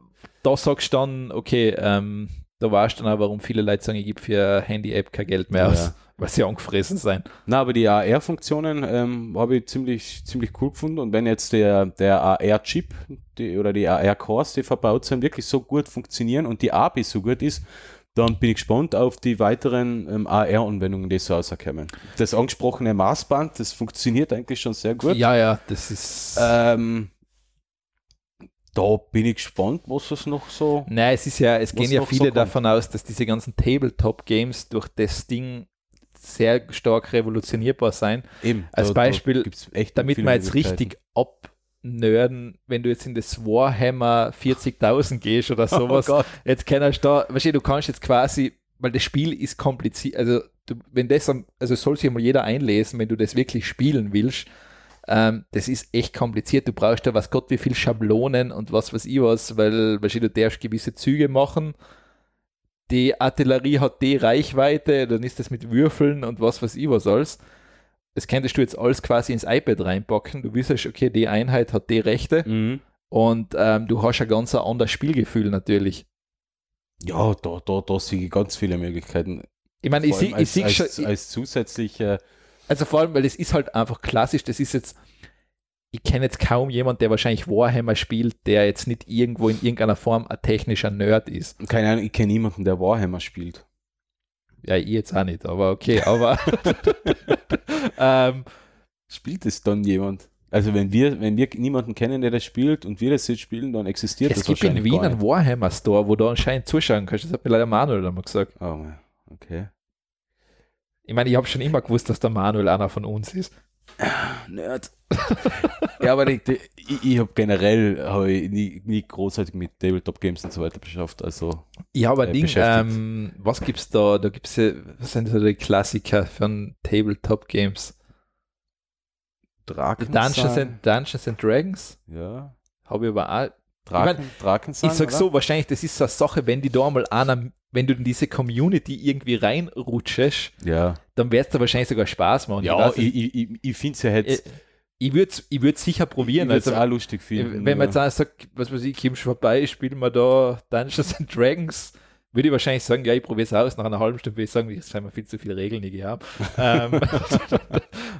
Speaker 1: da sagst du dann, okay, ähm, da weißt du dann auch, warum viele Leute sagen, ich gebe für Handy-App kein Geld mehr aus,
Speaker 2: Ja.
Speaker 1: weil sie angefressen sind.
Speaker 2: Na, aber die AR-Funktionen ähm, habe ich ziemlich, ziemlich cool gefunden. Und wenn jetzt der, der AR-Chip die, oder die AR-Cores, die verbaut sind, wirklich so gut funktionieren und die API so gut ist, dann bin ich gespannt auf die weiteren ähm, AR-Anwendungen, die so rauskommen. Das angesprochene Maßband, das funktioniert eigentlich schon sehr gut.
Speaker 1: Ja, ja, das ist.
Speaker 2: Ähm, da bin ich gespannt, was es noch so.
Speaker 1: Nein, es ist ja, es
Speaker 2: Was
Speaker 1: gehen ja
Speaker 2: noch so
Speaker 1: viele
Speaker 2: kommt.
Speaker 1: davon aus, dass diese ganzen Tabletop-Games durch das Ding sehr stark revolutionierbar sein.
Speaker 2: Eben,
Speaker 1: Als Beispiel,
Speaker 2: gibt's echt
Speaker 1: Damit
Speaker 2: viele
Speaker 1: wir jetzt
Speaker 2: Möglichkeiten.
Speaker 1: richtig abnörden, wenn du jetzt in das Warhammer 40.000 gehst oder sowas.
Speaker 2: Oh Gott.
Speaker 1: jetzt kannst du da, weißt du, du kannst jetzt quasi, weil das Spiel ist kompliziert, also du, wenn das, am- also soll sich mal jeder einlesen, wenn du das wirklich spielen willst, ähm, das ist echt kompliziert. Du brauchst da was Gott, wie viel Schablonen und was weiß ich was, weil weißt du, du darfst gewisse Züge machen. Die Artillerie hat die Reichweite, dann ist das mit Würfeln und was weiß ich was alles. Das könntest du jetzt alles quasi ins iPad reinpacken. Du wüsstest, okay, die Einheit hat die Rechte
Speaker 2: Mhm.
Speaker 1: und ähm, du hast ein ganz anderes Spielgefühl natürlich.
Speaker 2: Ja, da, da, da sehe ich ganz viele Möglichkeiten.
Speaker 1: Ich meine, ich
Speaker 2: Vor
Speaker 1: sehe
Speaker 2: allem
Speaker 1: ich
Speaker 2: als,
Speaker 1: sehe schon,
Speaker 2: als, als zusätzliche.
Speaker 1: also vor allem, weil es ist halt einfach klassisch, das ist jetzt, ich kenne jetzt kaum jemand, der wahrscheinlich Warhammer spielt, der jetzt nicht irgendwo in irgendeiner Form ein technischer Nerd ist.
Speaker 2: Keine Ahnung, ich kenne niemanden, der Warhammer spielt.
Speaker 1: Ja, ich jetzt auch nicht, aber okay, aber ähm,
Speaker 2: Spielt es dann jemand? Also, wenn wir, wenn wir niemanden kennen, der das spielt und wir das jetzt spielen, dann existiert
Speaker 1: es
Speaker 2: das
Speaker 1: gibt in
Speaker 2: wahrscheinlich
Speaker 1: Wien
Speaker 2: gar
Speaker 1: einen
Speaker 2: nicht.
Speaker 1: Warhammer Store, wo du anscheinend zuschauen kannst. Das hat mir leider Manuel einmal gesagt.
Speaker 2: Oh, mein, okay.
Speaker 1: Ich meine, ich habe schon immer gewusst, dass der Manuel einer von uns ist.
Speaker 2: Nerd. ja, aber ich, die- ich, ich habe generell hab ich nie, nie großartig mit Tabletop-Games und so weiter beschafft. Also,
Speaker 1: Ja, aber
Speaker 2: Äh,
Speaker 1: Ding,
Speaker 2: beschäftigt.
Speaker 1: ähm, was gibt's da? Da gibt's ja, was sind so die Klassiker von Tabletop-Games?
Speaker 2: Drachen.
Speaker 1: Dungeons and, Dungeons and Dragons?
Speaker 2: Ja.
Speaker 1: Habe ich aber auch.
Speaker 2: Drachen, Drakensang,
Speaker 1: Ich sag
Speaker 2: oder?
Speaker 1: so, wahrscheinlich, das ist so eine Sache, wenn die da mal einer, wenn du in diese Community irgendwie reinrutschest,
Speaker 2: Ja,
Speaker 1: dann wär's da wahrscheinlich sogar Spaß machen.
Speaker 2: ja
Speaker 1: ich, weiß
Speaker 2: ich, ich, ich, ich finde es ja
Speaker 1: es-
Speaker 2: jetzt
Speaker 1: ich, ich würde es ich würd's sicher probieren.
Speaker 2: also,
Speaker 1: Also,
Speaker 2: auch lustig finden.
Speaker 1: wenn man jetzt
Speaker 2: ja.
Speaker 1: einer sagt, was weiß ich, komm schon vorbei, spielen wir da Dungeons and Dragons, würde ich wahrscheinlich sagen, ja, ich probiere es aus. Nach einer halben Stunde würde ich sagen, jetzt haben wir viel zu viele Regeln, die ich habe. ähm,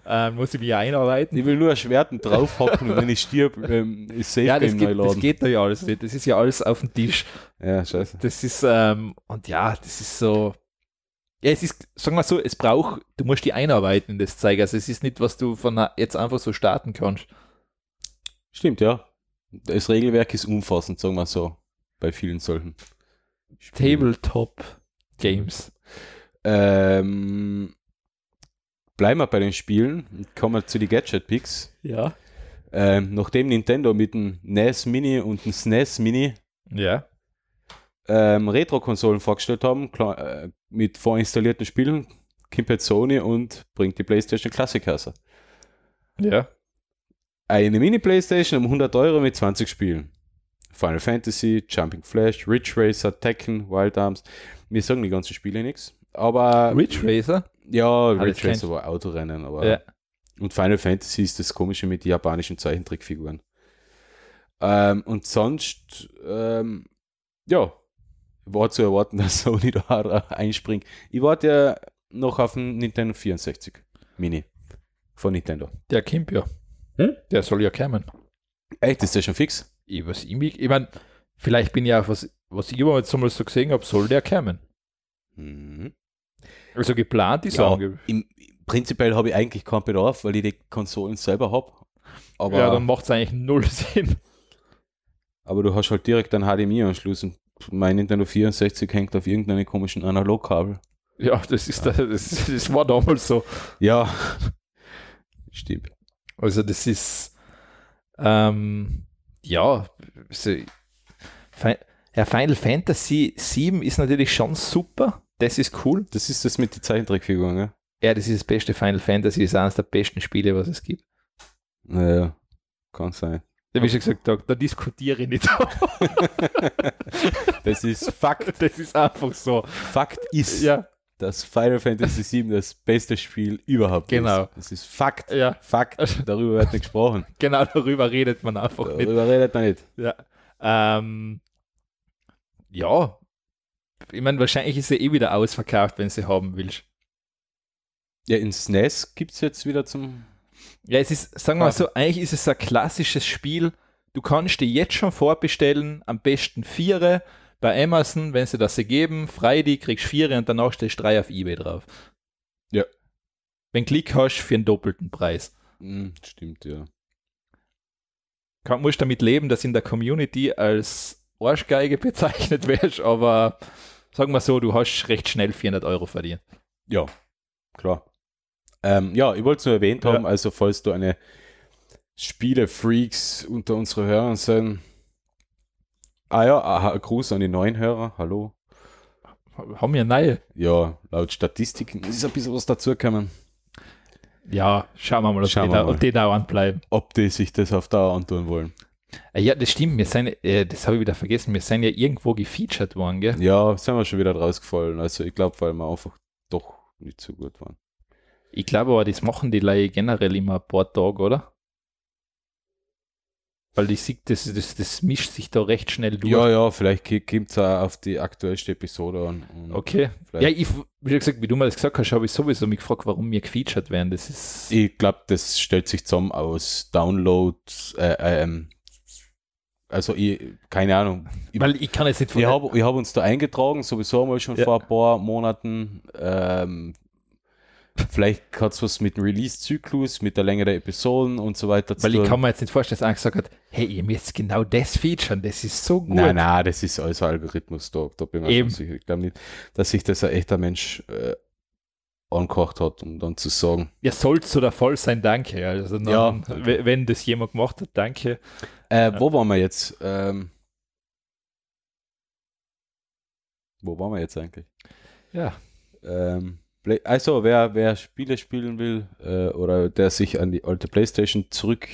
Speaker 1: ähm, muss ich mich einarbeiten.
Speaker 2: ich will nur ein Schwert und draufhacken und wenn ich stirb, ähm, ist safe
Speaker 1: Ja, das
Speaker 2: Game neu
Speaker 1: geht, das
Speaker 2: laden.
Speaker 1: geht da ja alles nicht. Das ist ja alles auf dem Tisch.
Speaker 2: Ja, scheiße.
Speaker 1: Das ist, ähm, und ja, das ist so. Ja, es ist, sagen wir so, es braucht, du musst die einarbeiten in das Zeug. Also es ist nicht, was du von na- jetzt einfach so starten kannst.
Speaker 2: Stimmt, ja. Das Regelwerk ist umfassend, sagen wir so, bei vielen solchen. Spielen.
Speaker 1: Tabletop Games.
Speaker 2: Ähm, bleiben wir bei den Spielen und kommen wir zu den Gadget-Picks.
Speaker 1: Ja.
Speaker 2: Ähm, nachdem Nintendo mit dem NES Mini und dem SNES Mini
Speaker 1: Ja.
Speaker 2: ähm, Retro-Konsolen vorgestellt haben, klar, äh, mit vorinstallierten Spielen, kommt jetzt Sony und bringt die PlayStation Classic raus.
Speaker 1: Ja.
Speaker 2: Eine Mini-Playstation um 100 Euro mit 20 Spielen. Final Fantasy, Jumping Flash, Ridge Racer, Tekken, Wild Arms. Mir sagen die ganzen Spiele nichts. Aber
Speaker 1: Ridge Racer.
Speaker 2: ja,
Speaker 1: das
Speaker 2: Ridge
Speaker 1: kennt-
Speaker 2: Racer war Autorennen. Aber
Speaker 1: Ja.
Speaker 2: Und Final Fantasy ist das Komische mit den japanischen Zeichentrickfiguren. Ähm, und sonst, ähm, ja, war zu erwarten, dass Sony da auch einspringt. Ich warte ja noch auf den Nintendo 64 Mini von Nintendo.
Speaker 1: Der kommt ja.
Speaker 2: Hm?
Speaker 1: Der soll ja kommen.
Speaker 2: Echt, ist der schon fix?
Speaker 1: Ich weiß irgendwie, ich meine, vielleicht bin ja, auch was, was ich überhaupt jetzt einmal so gesehen habe, soll der kommen.
Speaker 2: Mhm.
Speaker 1: Also geplant ist
Speaker 2: Ja,
Speaker 1: er angeblich.
Speaker 2: Im, prinzipiell habe ich eigentlich keinen Bedarf, weil ich die Konsolen selber habe. Aber,
Speaker 1: Ja, dann macht es eigentlich null Sinn.
Speaker 2: aber du hast halt direkt einen HDMI-Anschluss und mein Nintendo 64 hängt auf irgendeinem komischen Analogkabel.
Speaker 1: Ja, das ist da- das, das war damals so.
Speaker 2: Ja, stimmt.
Speaker 1: Also das ist ähm, ja so, Fi- ja, Final Fantasy 7 ist natürlich schon super. Das ist cool.
Speaker 2: Das ist das mit ne? den Zeichentrickfiguren, gell?
Speaker 1: Ja, das ist das beste Final Fantasy, ist eines der besten Spiele, was es gibt.
Speaker 2: Naja, kann sein.
Speaker 1: Da habe ich schon gesagt, da, da diskutiere ich nicht.
Speaker 2: Das ist Fakt.
Speaker 1: das ist einfach so.
Speaker 2: Fakt ist,
Speaker 1: Ja,
Speaker 2: dass Final Fantasy VII das beste Spiel überhaupt
Speaker 1: Genau.
Speaker 2: ist. Das ist Fakt.
Speaker 1: ja,
Speaker 2: Fakt. Darüber wird nicht gesprochen.
Speaker 1: genau darüber redet man einfach nicht.
Speaker 2: Darüber redet man nicht.
Speaker 1: Ja. Ähm, ja. Ich meine, wahrscheinlich ist sie eh wieder ausverkauft, wenn sie haben willst.
Speaker 2: Ja, in SNES gibt es jetzt wieder zum
Speaker 1: Ja, es ist, sagen
Speaker 2: Ah.
Speaker 1: wir mal so, eigentlich ist es ein klassisches Spiel. Du kannst dir jetzt schon vorbestellen, am besten Viere bei Amazon, wenn sie das sie geben. Friday kriegst Viere und danach stellst du drei auf Ebay drauf.
Speaker 2: Ja.
Speaker 1: Wenn Klick hast, für einen doppelten Preis.
Speaker 2: Mm, Stimmt, ja.
Speaker 1: Kann, musst damit leben, dass in der Community als Arschgeige bezeichnet wirst, aber sagen wir so, du hast recht schnell 400 Euro verdient.
Speaker 2: Ja, klar. Ähm, ja, ich wollte es nur erwähnt
Speaker 1: Ja.
Speaker 2: haben, also falls du eine Spiele-Freaks unter unsere Hörern sein. Ah ja, aha, ein Gruß an die neuen Hörer, hallo.
Speaker 1: Haben wir neue?
Speaker 2: Ja, laut Statistiken ist ein bisschen was dazugekommen.
Speaker 1: Ja, schauen wir mal, ob,
Speaker 2: Schauen
Speaker 1: die,
Speaker 2: wir
Speaker 1: da,
Speaker 2: mal.
Speaker 1: ob die dauernd bleiben.
Speaker 2: Ob die sich das auf Dauer antun wollen.
Speaker 1: Äh, Ja, das stimmt. Wir sind, äh, das habe ich wieder vergessen. Wir sind ja irgendwo gefeatured worden, gell?
Speaker 2: Ja, sind wir schon wieder rausgefallen. Also ich glaube, weil wir einfach doch nicht so gut waren.
Speaker 1: Ich glaube aber, das machen die Leute generell immer ein paar Tage, oder? Weil ich sehe, das, das, das mischt sich da recht schnell durch.
Speaker 2: Ja, ja, vielleicht kommt es auch auf die aktuellste Episode an. Und
Speaker 1: Okay. Ja,
Speaker 2: vielleicht-
Speaker 1: ich, wie du gesagt, wie du mir das gesagt hast, habe ich sowieso mich gefragt, warum wir gefeatured werden. Das ist.
Speaker 2: Ich glaube, das stellt sich zusammen aus Download, äh, ähm, also ich, keine Ahnung. Ich,
Speaker 1: weil ich kann jetzt nicht
Speaker 2: ich habe ich hab uns da eingetragen, sowieso einmal schon
Speaker 1: Ja.
Speaker 2: vor ein paar Monaten. Ähm, vielleicht hat es was mit dem Release-Zyklus, mit der Länge der Episoden und so weiter
Speaker 1: Weil ich kann mir jetzt nicht vorstellen, dass einer gesagt hat, hey, ihr müsst genau das featuren, das ist so gut.
Speaker 2: Nein, nein, das ist alles Algorithmus, da, da bin ich mir
Speaker 1: Eben.
Speaker 2: schon sicher. Ich glaube nicht, dass sich das ein echter Mensch äh, angekocht hat, um dann zu sagen,
Speaker 1: Ja, soll's so der Fall sein, danke. Also
Speaker 2: Ja.
Speaker 1: dann, w- wenn das jemand gemacht hat, danke.
Speaker 2: Äh, wo waren wir jetzt? Ähm, wo waren wir jetzt eigentlich?
Speaker 1: Ja.
Speaker 2: Ähm, Play also, wer, wer Spiele spielen will äh, oder der sich an die alte Playstation zurück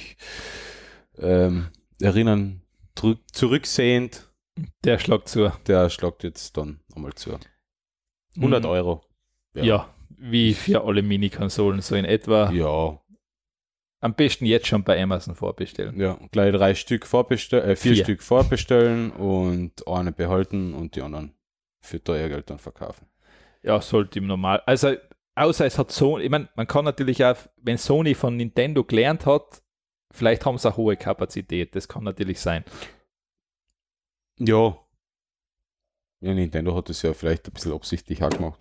Speaker 2: ähm, erinnern, drück, zurücksehend,
Speaker 1: Der schlagt zu.
Speaker 2: der schlagt jetzt dann nochmal zu. 100 Euro.
Speaker 1: Mhm. Ja. wie für alle Mini-Konsolen, so in etwa.
Speaker 2: Ja,
Speaker 1: Am besten jetzt schon bei Amazon vorbestellen.
Speaker 2: ja. Gleich drei Stück vorbestellen, äh, vier,
Speaker 1: Vier.
Speaker 2: Stück vorbestellen und eine behalten und die anderen für teuer Geld dann verkaufen.
Speaker 1: Ja, sollte im Normal. Also, außer es hat Sony, ich meine, man kann natürlich auch, wenn Sony von Nintendo gelernt hat, vielleicht haben sie eine hohe Kapazität. Das kann natürlich sein.
Speaker 2: Ja. Ja, Nintendo hat es ja vielleicht ein bisschen absichtlich auch gemacht.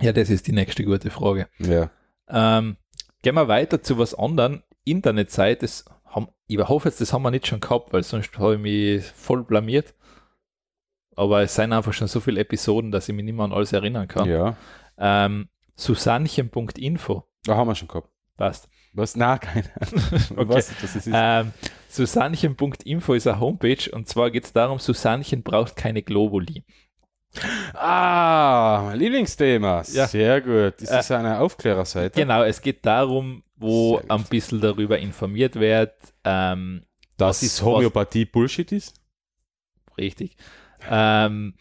Speaker 1: Ja, das ist die nächste gute Frage.
Speaker 2: Ja.
Speaker 1: Ähm, gehen wir weiter zu was anderem. Internetzeit, das haben, ich hoffe jetzt, das haben wir nicht schon gehabt, weil sonst habe ich mich voll blamiert. Aber es sind einfach schon so viele Episoden, dass ich mich nicht mehr an alles erinnern kann.
Speaker 2: Ja.
Speaker 1: Ähm, Susannchen.info,
Speaker 2: Da haben wir schon gehabt.
Speaker 1: passt.
Speaker 2: Was? Na, keine.
Speaker 1: Okay.
Speaker 2: Was? Das ist,
Speaker 1: Ähm, Susannchen.info ist eine Homepage und zwar geht es darum, Susannchen braucht keine Globuli.
Speaker 2: ah, mein Lieblingsthema.
Speaker 1: Ja.
Speaker 2: Sehr gut. Das
Speaker 1: Äh,
Speaker 2: ist eine Aufklärerseite.
Speaker 1: Genau, es geht darum, wo
Speaker 2: Sehr gut.
Speaker 1: ein bisschen darüber informiert wird. Ähm,
Speaker 2: Dass
Speaker 1: was ist-
Speaker 2: Homöopathie Bullshit ist.
Speaker 1: Richtig. Ähm,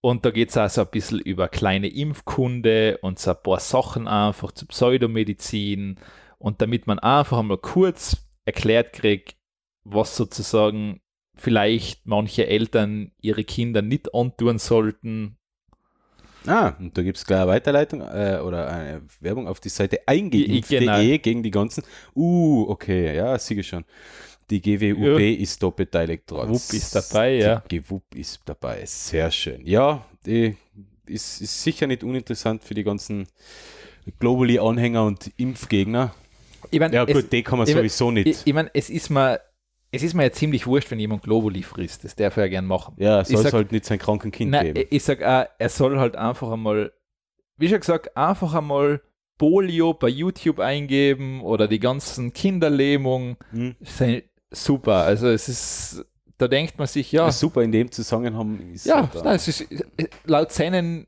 Speaker 1: und da geht es also ein bisschen über kleine Impfkunde und so ein paar Sachen einfach zu Pseudomedizin. Und damit man einfach einmal kurz erklärt kriegt, was sozusagen vielleicht manche Eltern ihre Kinder nicht antun sollten.
Speaker 2: Ah, und da gibt es gleich eine Weiterleitung äh, oder eine Werbung auf die Seite
Speaker 1: I- i-
Speaker 2: eingeimpft.de
Speaker 1: genau.
Speaker 2: gegen die ganzen. Uh, okay, ja, siege schon. Die GWUP ist da beteiligt dran.
Speaker 1: Wupp ist dabei, ja.
Speaker 2: Die GWUP ist dabei. Sehr schön. Ja, die ist, ist sicher nicht uninteressant für die ganzen Globally-Anhänger und Impfgegner.
Speaker 1: Ich mein,
Speaker 2: Ja,
Speaker 1: es-
Speaker 2: gut, die kann man
Speaker 1: ich mein-
Speaker 2: sowieso nicht.
Speaker 1: Ich, ich meine, es ist mir, es ist mir ja ziemlich wurscht, wenn jemand Globuli frisst. Das darf er ja gern machen.
Speaker 2: ja, soll
Speaker 1: sag-
Speaker 2: es halt nicht sein kranken Kind
Speaker 1: Nein,
Speaker 2: geben.
Speaker 1: ich- ich sag auch, er soll halt einfach einmal, wie schon gesagt, einfach einmal Polio bei YouTube eingeben oder die ganzen Kinderlähmung.
Speaker 2: Hm.
Speaker 1: Sei- Super. Also es ist, da denkt man sich, ja,
Speaker 2: Super, in dem Zusammenhang ist
Speaker 1: ja,
Speaker 2: halt
Speaker 1: nein, es ist laut seinen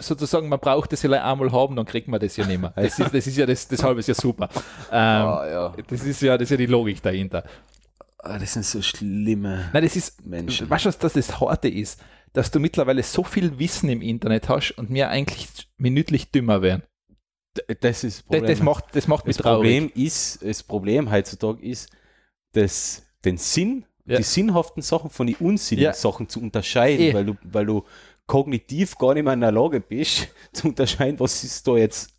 Speaker 1: sozusagen, man braucht das ja gleich einmal haben, dann kriegt man das ja nicht mehr. Das ist, das ist ja das, deshalb ist ja super. Ähm,
Speaker 2: Ah, ja.
Speaker 1: das ist ja, das ist ja die Logik dahinter.
Speaker 2: Ah, das sind so schlimme
Speaker 1: Nein, das ist,
Speaker 2: Menschen.
Speaker 1: weißt du, was das, das Harte ist? Dass du mittlerweile so viel Wissen im Internet hast und mir eigentlich minütlich dümmer werden.
Speaker 2: Das ist das
Speaker 1: Das,
Speaker 2: Problem.
Speaker 1: das macht, das macht mich
Speaker 2: das
Speaker 1: traurig.
Speaker 2: Problem ist, das Problem heutzutage ist, dass den Sinn,
Speaker 1: Ja.
Speaker 2: die sinnhaften Sachen von den unsinnigen
Speaker 1: Ja.
Speaker 2: Sachen zu unterscheiden,
Speaker 1: Eh.
Speaker 2: weil du, weil du kognitiv gar nicht mehr in der Lage bist, zu unterscheiden, was ist da jetzt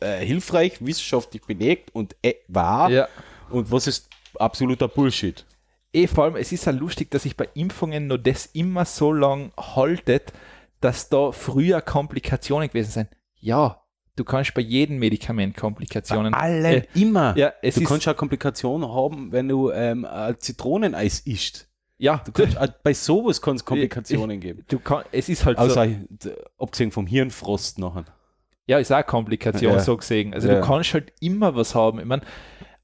Speaker 2: äh, hilfreich, wissenschaftlich belegt und äh, wahr
Speaker 1: Ja.
Speaker 2: und was ist absoluter Bullshit.
Speaker 1: Eh, vor allem, es ist ja lustig, dass sich bei Impfungen nur das immer so lang haltet, dass da früher Komplikationen gewesen sind. Ja, du kannst bei jedem Medikament Komplikationen.
Speaker 2: Alle
Speaker 1: Äh,
Speaker 2: immer.
Speaker 1: ja, es
Speaker 2: Ah, du
Speaker 1: ist-
Speaker 2: kannst ja Komplikationen haben, wenn du ähm, ein Zitroneneis isst.
Speaker 1: ja,
Speaker 2: Du kannst, auch bei sowas kann es Komplikationen geben.
Speaker 1: du kann, es ist halt so.
Speaker 2: Außer, d- abgesehen vom Hirnfrost nachher.
Speaker 1: Ja, ist auch eine Komplikation,
Speaker 2: Ja.
Speaker 1: so gesehen. Also du
Speaker 2: Ja.
Speaker 1: kannst halt immer was haben. Ich mein,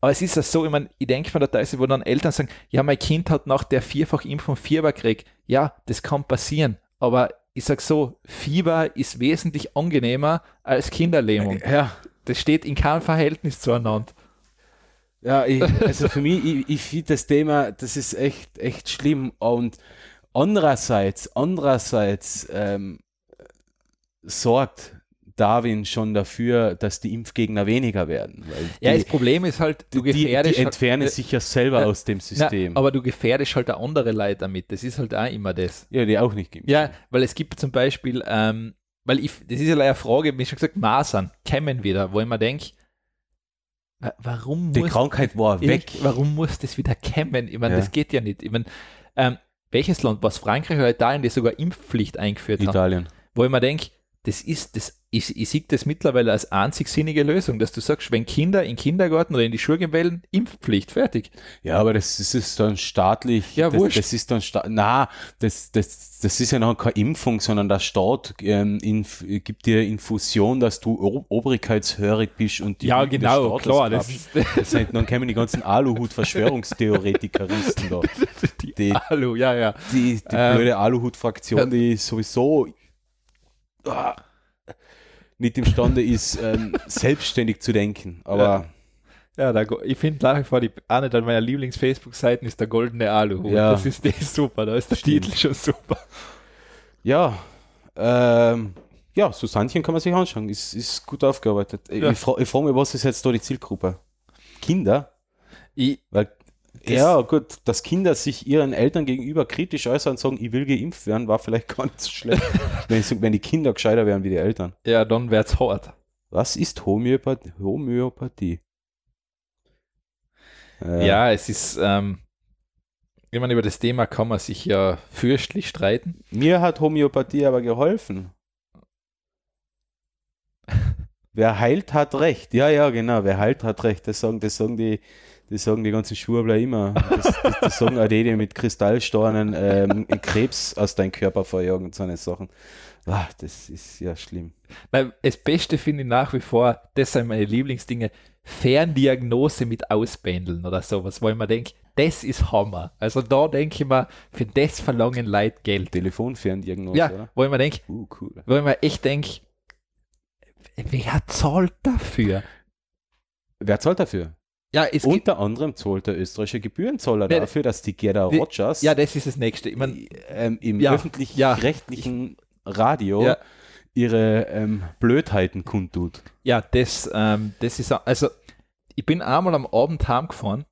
Speaker 1: aber es ist ja so, ich mein, ich denke mir da teilweise, wo dann Eltern sagen, ja, mein Kind hat nach der Vierfachimpfung Fieber gekriegt. Ja, das kann passieren. Aber ich sag so, Fieber ist wesentlich angenehmer als Kinderlähmung.
Speaker 2: Ja,
Speaker 1: Das steht in keinem Verhältnis zueinander.
Speaker 2: Ja, ich, also für mich, ich, ich finde das Thema, das ist echt, echt schlimm. Und andererseits, andererseits ähm, sorgt Darwin schon dafür, dass die Impfgegner weniger werden. Weil
Speaker 1: Ja,
Speaker 2: die,
Speaker 1: das Problem ist halt, du
Speaker 2: die, die
Speaker 1: gefährdest
Speaker 2: entfernen
Speaker 1: halt,
Speaker 2: sich ja selber
Speaker 1: äh,
Speaker 2: aus dem System.
Speaker 1: Na, aber du gefährdest halt auch andere Leute damit. Das ist halt auch immer das.
Speaker 2: ja, die auch nicht geimpft.
Speaker 1: Ja, weil es gibt zum Beispiel, ähm, weil ich, das ist ja leider eine Frage, wie schon gesagt, Masern kämen wieder, wo ich mir denke, warum
Speaker 2: Die
Speaker 1: muss,
Speaker 2: Krankheit war weg.
Speaker 1: Ich, warum muss das wieder kämen? Ich meine,
Speaker 2: Ja.
Speaker 1: das geht ja nicht. Ich meine, ähm, welches Land, was Frankreich oder Italien, die sogar Impfpflicht eingeführt haben,
Speaker 2: Italien.
Speaker 1: wo ich mir denke, das ist, das, ich, ich sehe das mittlerweile als einzig sinnige Lösung, dass du sagst, wenn Kinder in den Kindergarten oder in die Schule gehen wählen, Impfpflicht, fertig.
Speaker 2: Ja, aber das, das ist dann staatlich.
Speaker 1: Ja,
Speaker 2: das,
Speaker 1: wurscht.
Speaker 2: das ist dann sta Na, das, das, das ist ja noch keine Impfung, sondern der Staat ähm, inf gibt dir Infusion, dass du o obrigkeitshörig bist und die Lügen des
Speaker 1: genau,
Speaker 2: Staates glaubst. das sind, dann kämen die ganzen Aluhut-Verschwörungstheoretikeristen da.
Speaker 1: die,
Speaker 2: Die-
Speaker 1: Hallo, ja, ja.
Speaker 2: Die, die
Speaker 1: Ähm,
Speaker 2: blöde Aluhut-Fraktion, die sowieso ah, nicht imstande ist, ähm, selbstständig zu denken. Aber
Speaker 1: Ja, der, Go- ich finde nach wie vor, die, eine dann meiner Lieblings-Facebook-Seiten ist der goldene Aluhut.
Speaker 2: Ja.
Speaker 1: Das ist der ist super, da ist der
Speaker 2: Stimmt.
Speaker 1: Titel schon super.
Speaker 2: Ja, ähm, ja, so Sandchen kann man sich anschauen. Ist, ist gut aufgearbeitet. Ich,
Speaker 1: Ja.
Speaker 2: ich, fra ich frage mich, was ist jetzt da die Zielgruppe? Kinder?
Speaker 1: Ich,
Speaker 2: Weil,
Speaker 1: Das-
Speaker 2: ja, gut, dass Kinder sich ihren Eltern gegenüber kritisch äußern und sagen, ich will geimpft werden, war vielleicht gar nicht so schlecht, wenn, sie- wenn die Kinder gescheiter wären wie die Eltern.
Speaker 1: ja, dann wär's hart.
Speaker 2: Was ist Homöopathie? Homöopathie?
Speaker 1: Ja,
Speaker 2: Äh,
Speaker 1: es ist, ähm, ich meine, über das Thema kann man sich ja fürchtlich streiten.
Speaker 2: Mir hat Homöopathie aber geholfen. Wer heilt, hat recht. Ja, ja, genau. Wer heilt, hat recht. Das sagen, das sagen, die, das sagen die ganzen Schwurbler immer. Das, das, das sagen auch die, die mit Kristallsteinen ähm, Krebs aus deinem Körper verjagen und so eine Sachen. Ah, das ist ja schlimm.
Speaker 1: Weil das Beste finde ich nach wie vor, das sind meine Lieblingsdinge, Ferndiagnose mit Ausbändeln oder sowas, wo ich mir denke, das ist Hammer. Also da denke ich mir, für das verlangen Leute Geld.
Speaker 2: Telefonferndiagnose,
Speaker 1: Ja,
Speaker 2: oder?
Speaker 1: wo ich mir denke,
Speaker 2: Uh, cool.
Speaker 1: wo ich mir echt denke, wer zahlt dafür?
Speaker 2: Wer zahlt dafür?
Speaker 1: Ja, es gibt,
Speaker 2: Unter anderem zahlt der österreichische Gebührenzahler
Speaker 1: Nee,
Speaker 2: dafür, dass die Gerda
Speaker 1: die-
Speaker 2: Rogers
Speaker 1: ja, das ist das Nächste. Ich mein,
Speaker 2: ähm, im
Speaker 1: Ja, ja.
Speaker 2: öffentlich-rechtlichen Radio
Speaker 1: Ja.
Speaker 2: ihre ähm, Blödheiten kundtut.
Speaker 1: ja, das, ähm, das ist, also ich bin einmal am Abend heimgefahren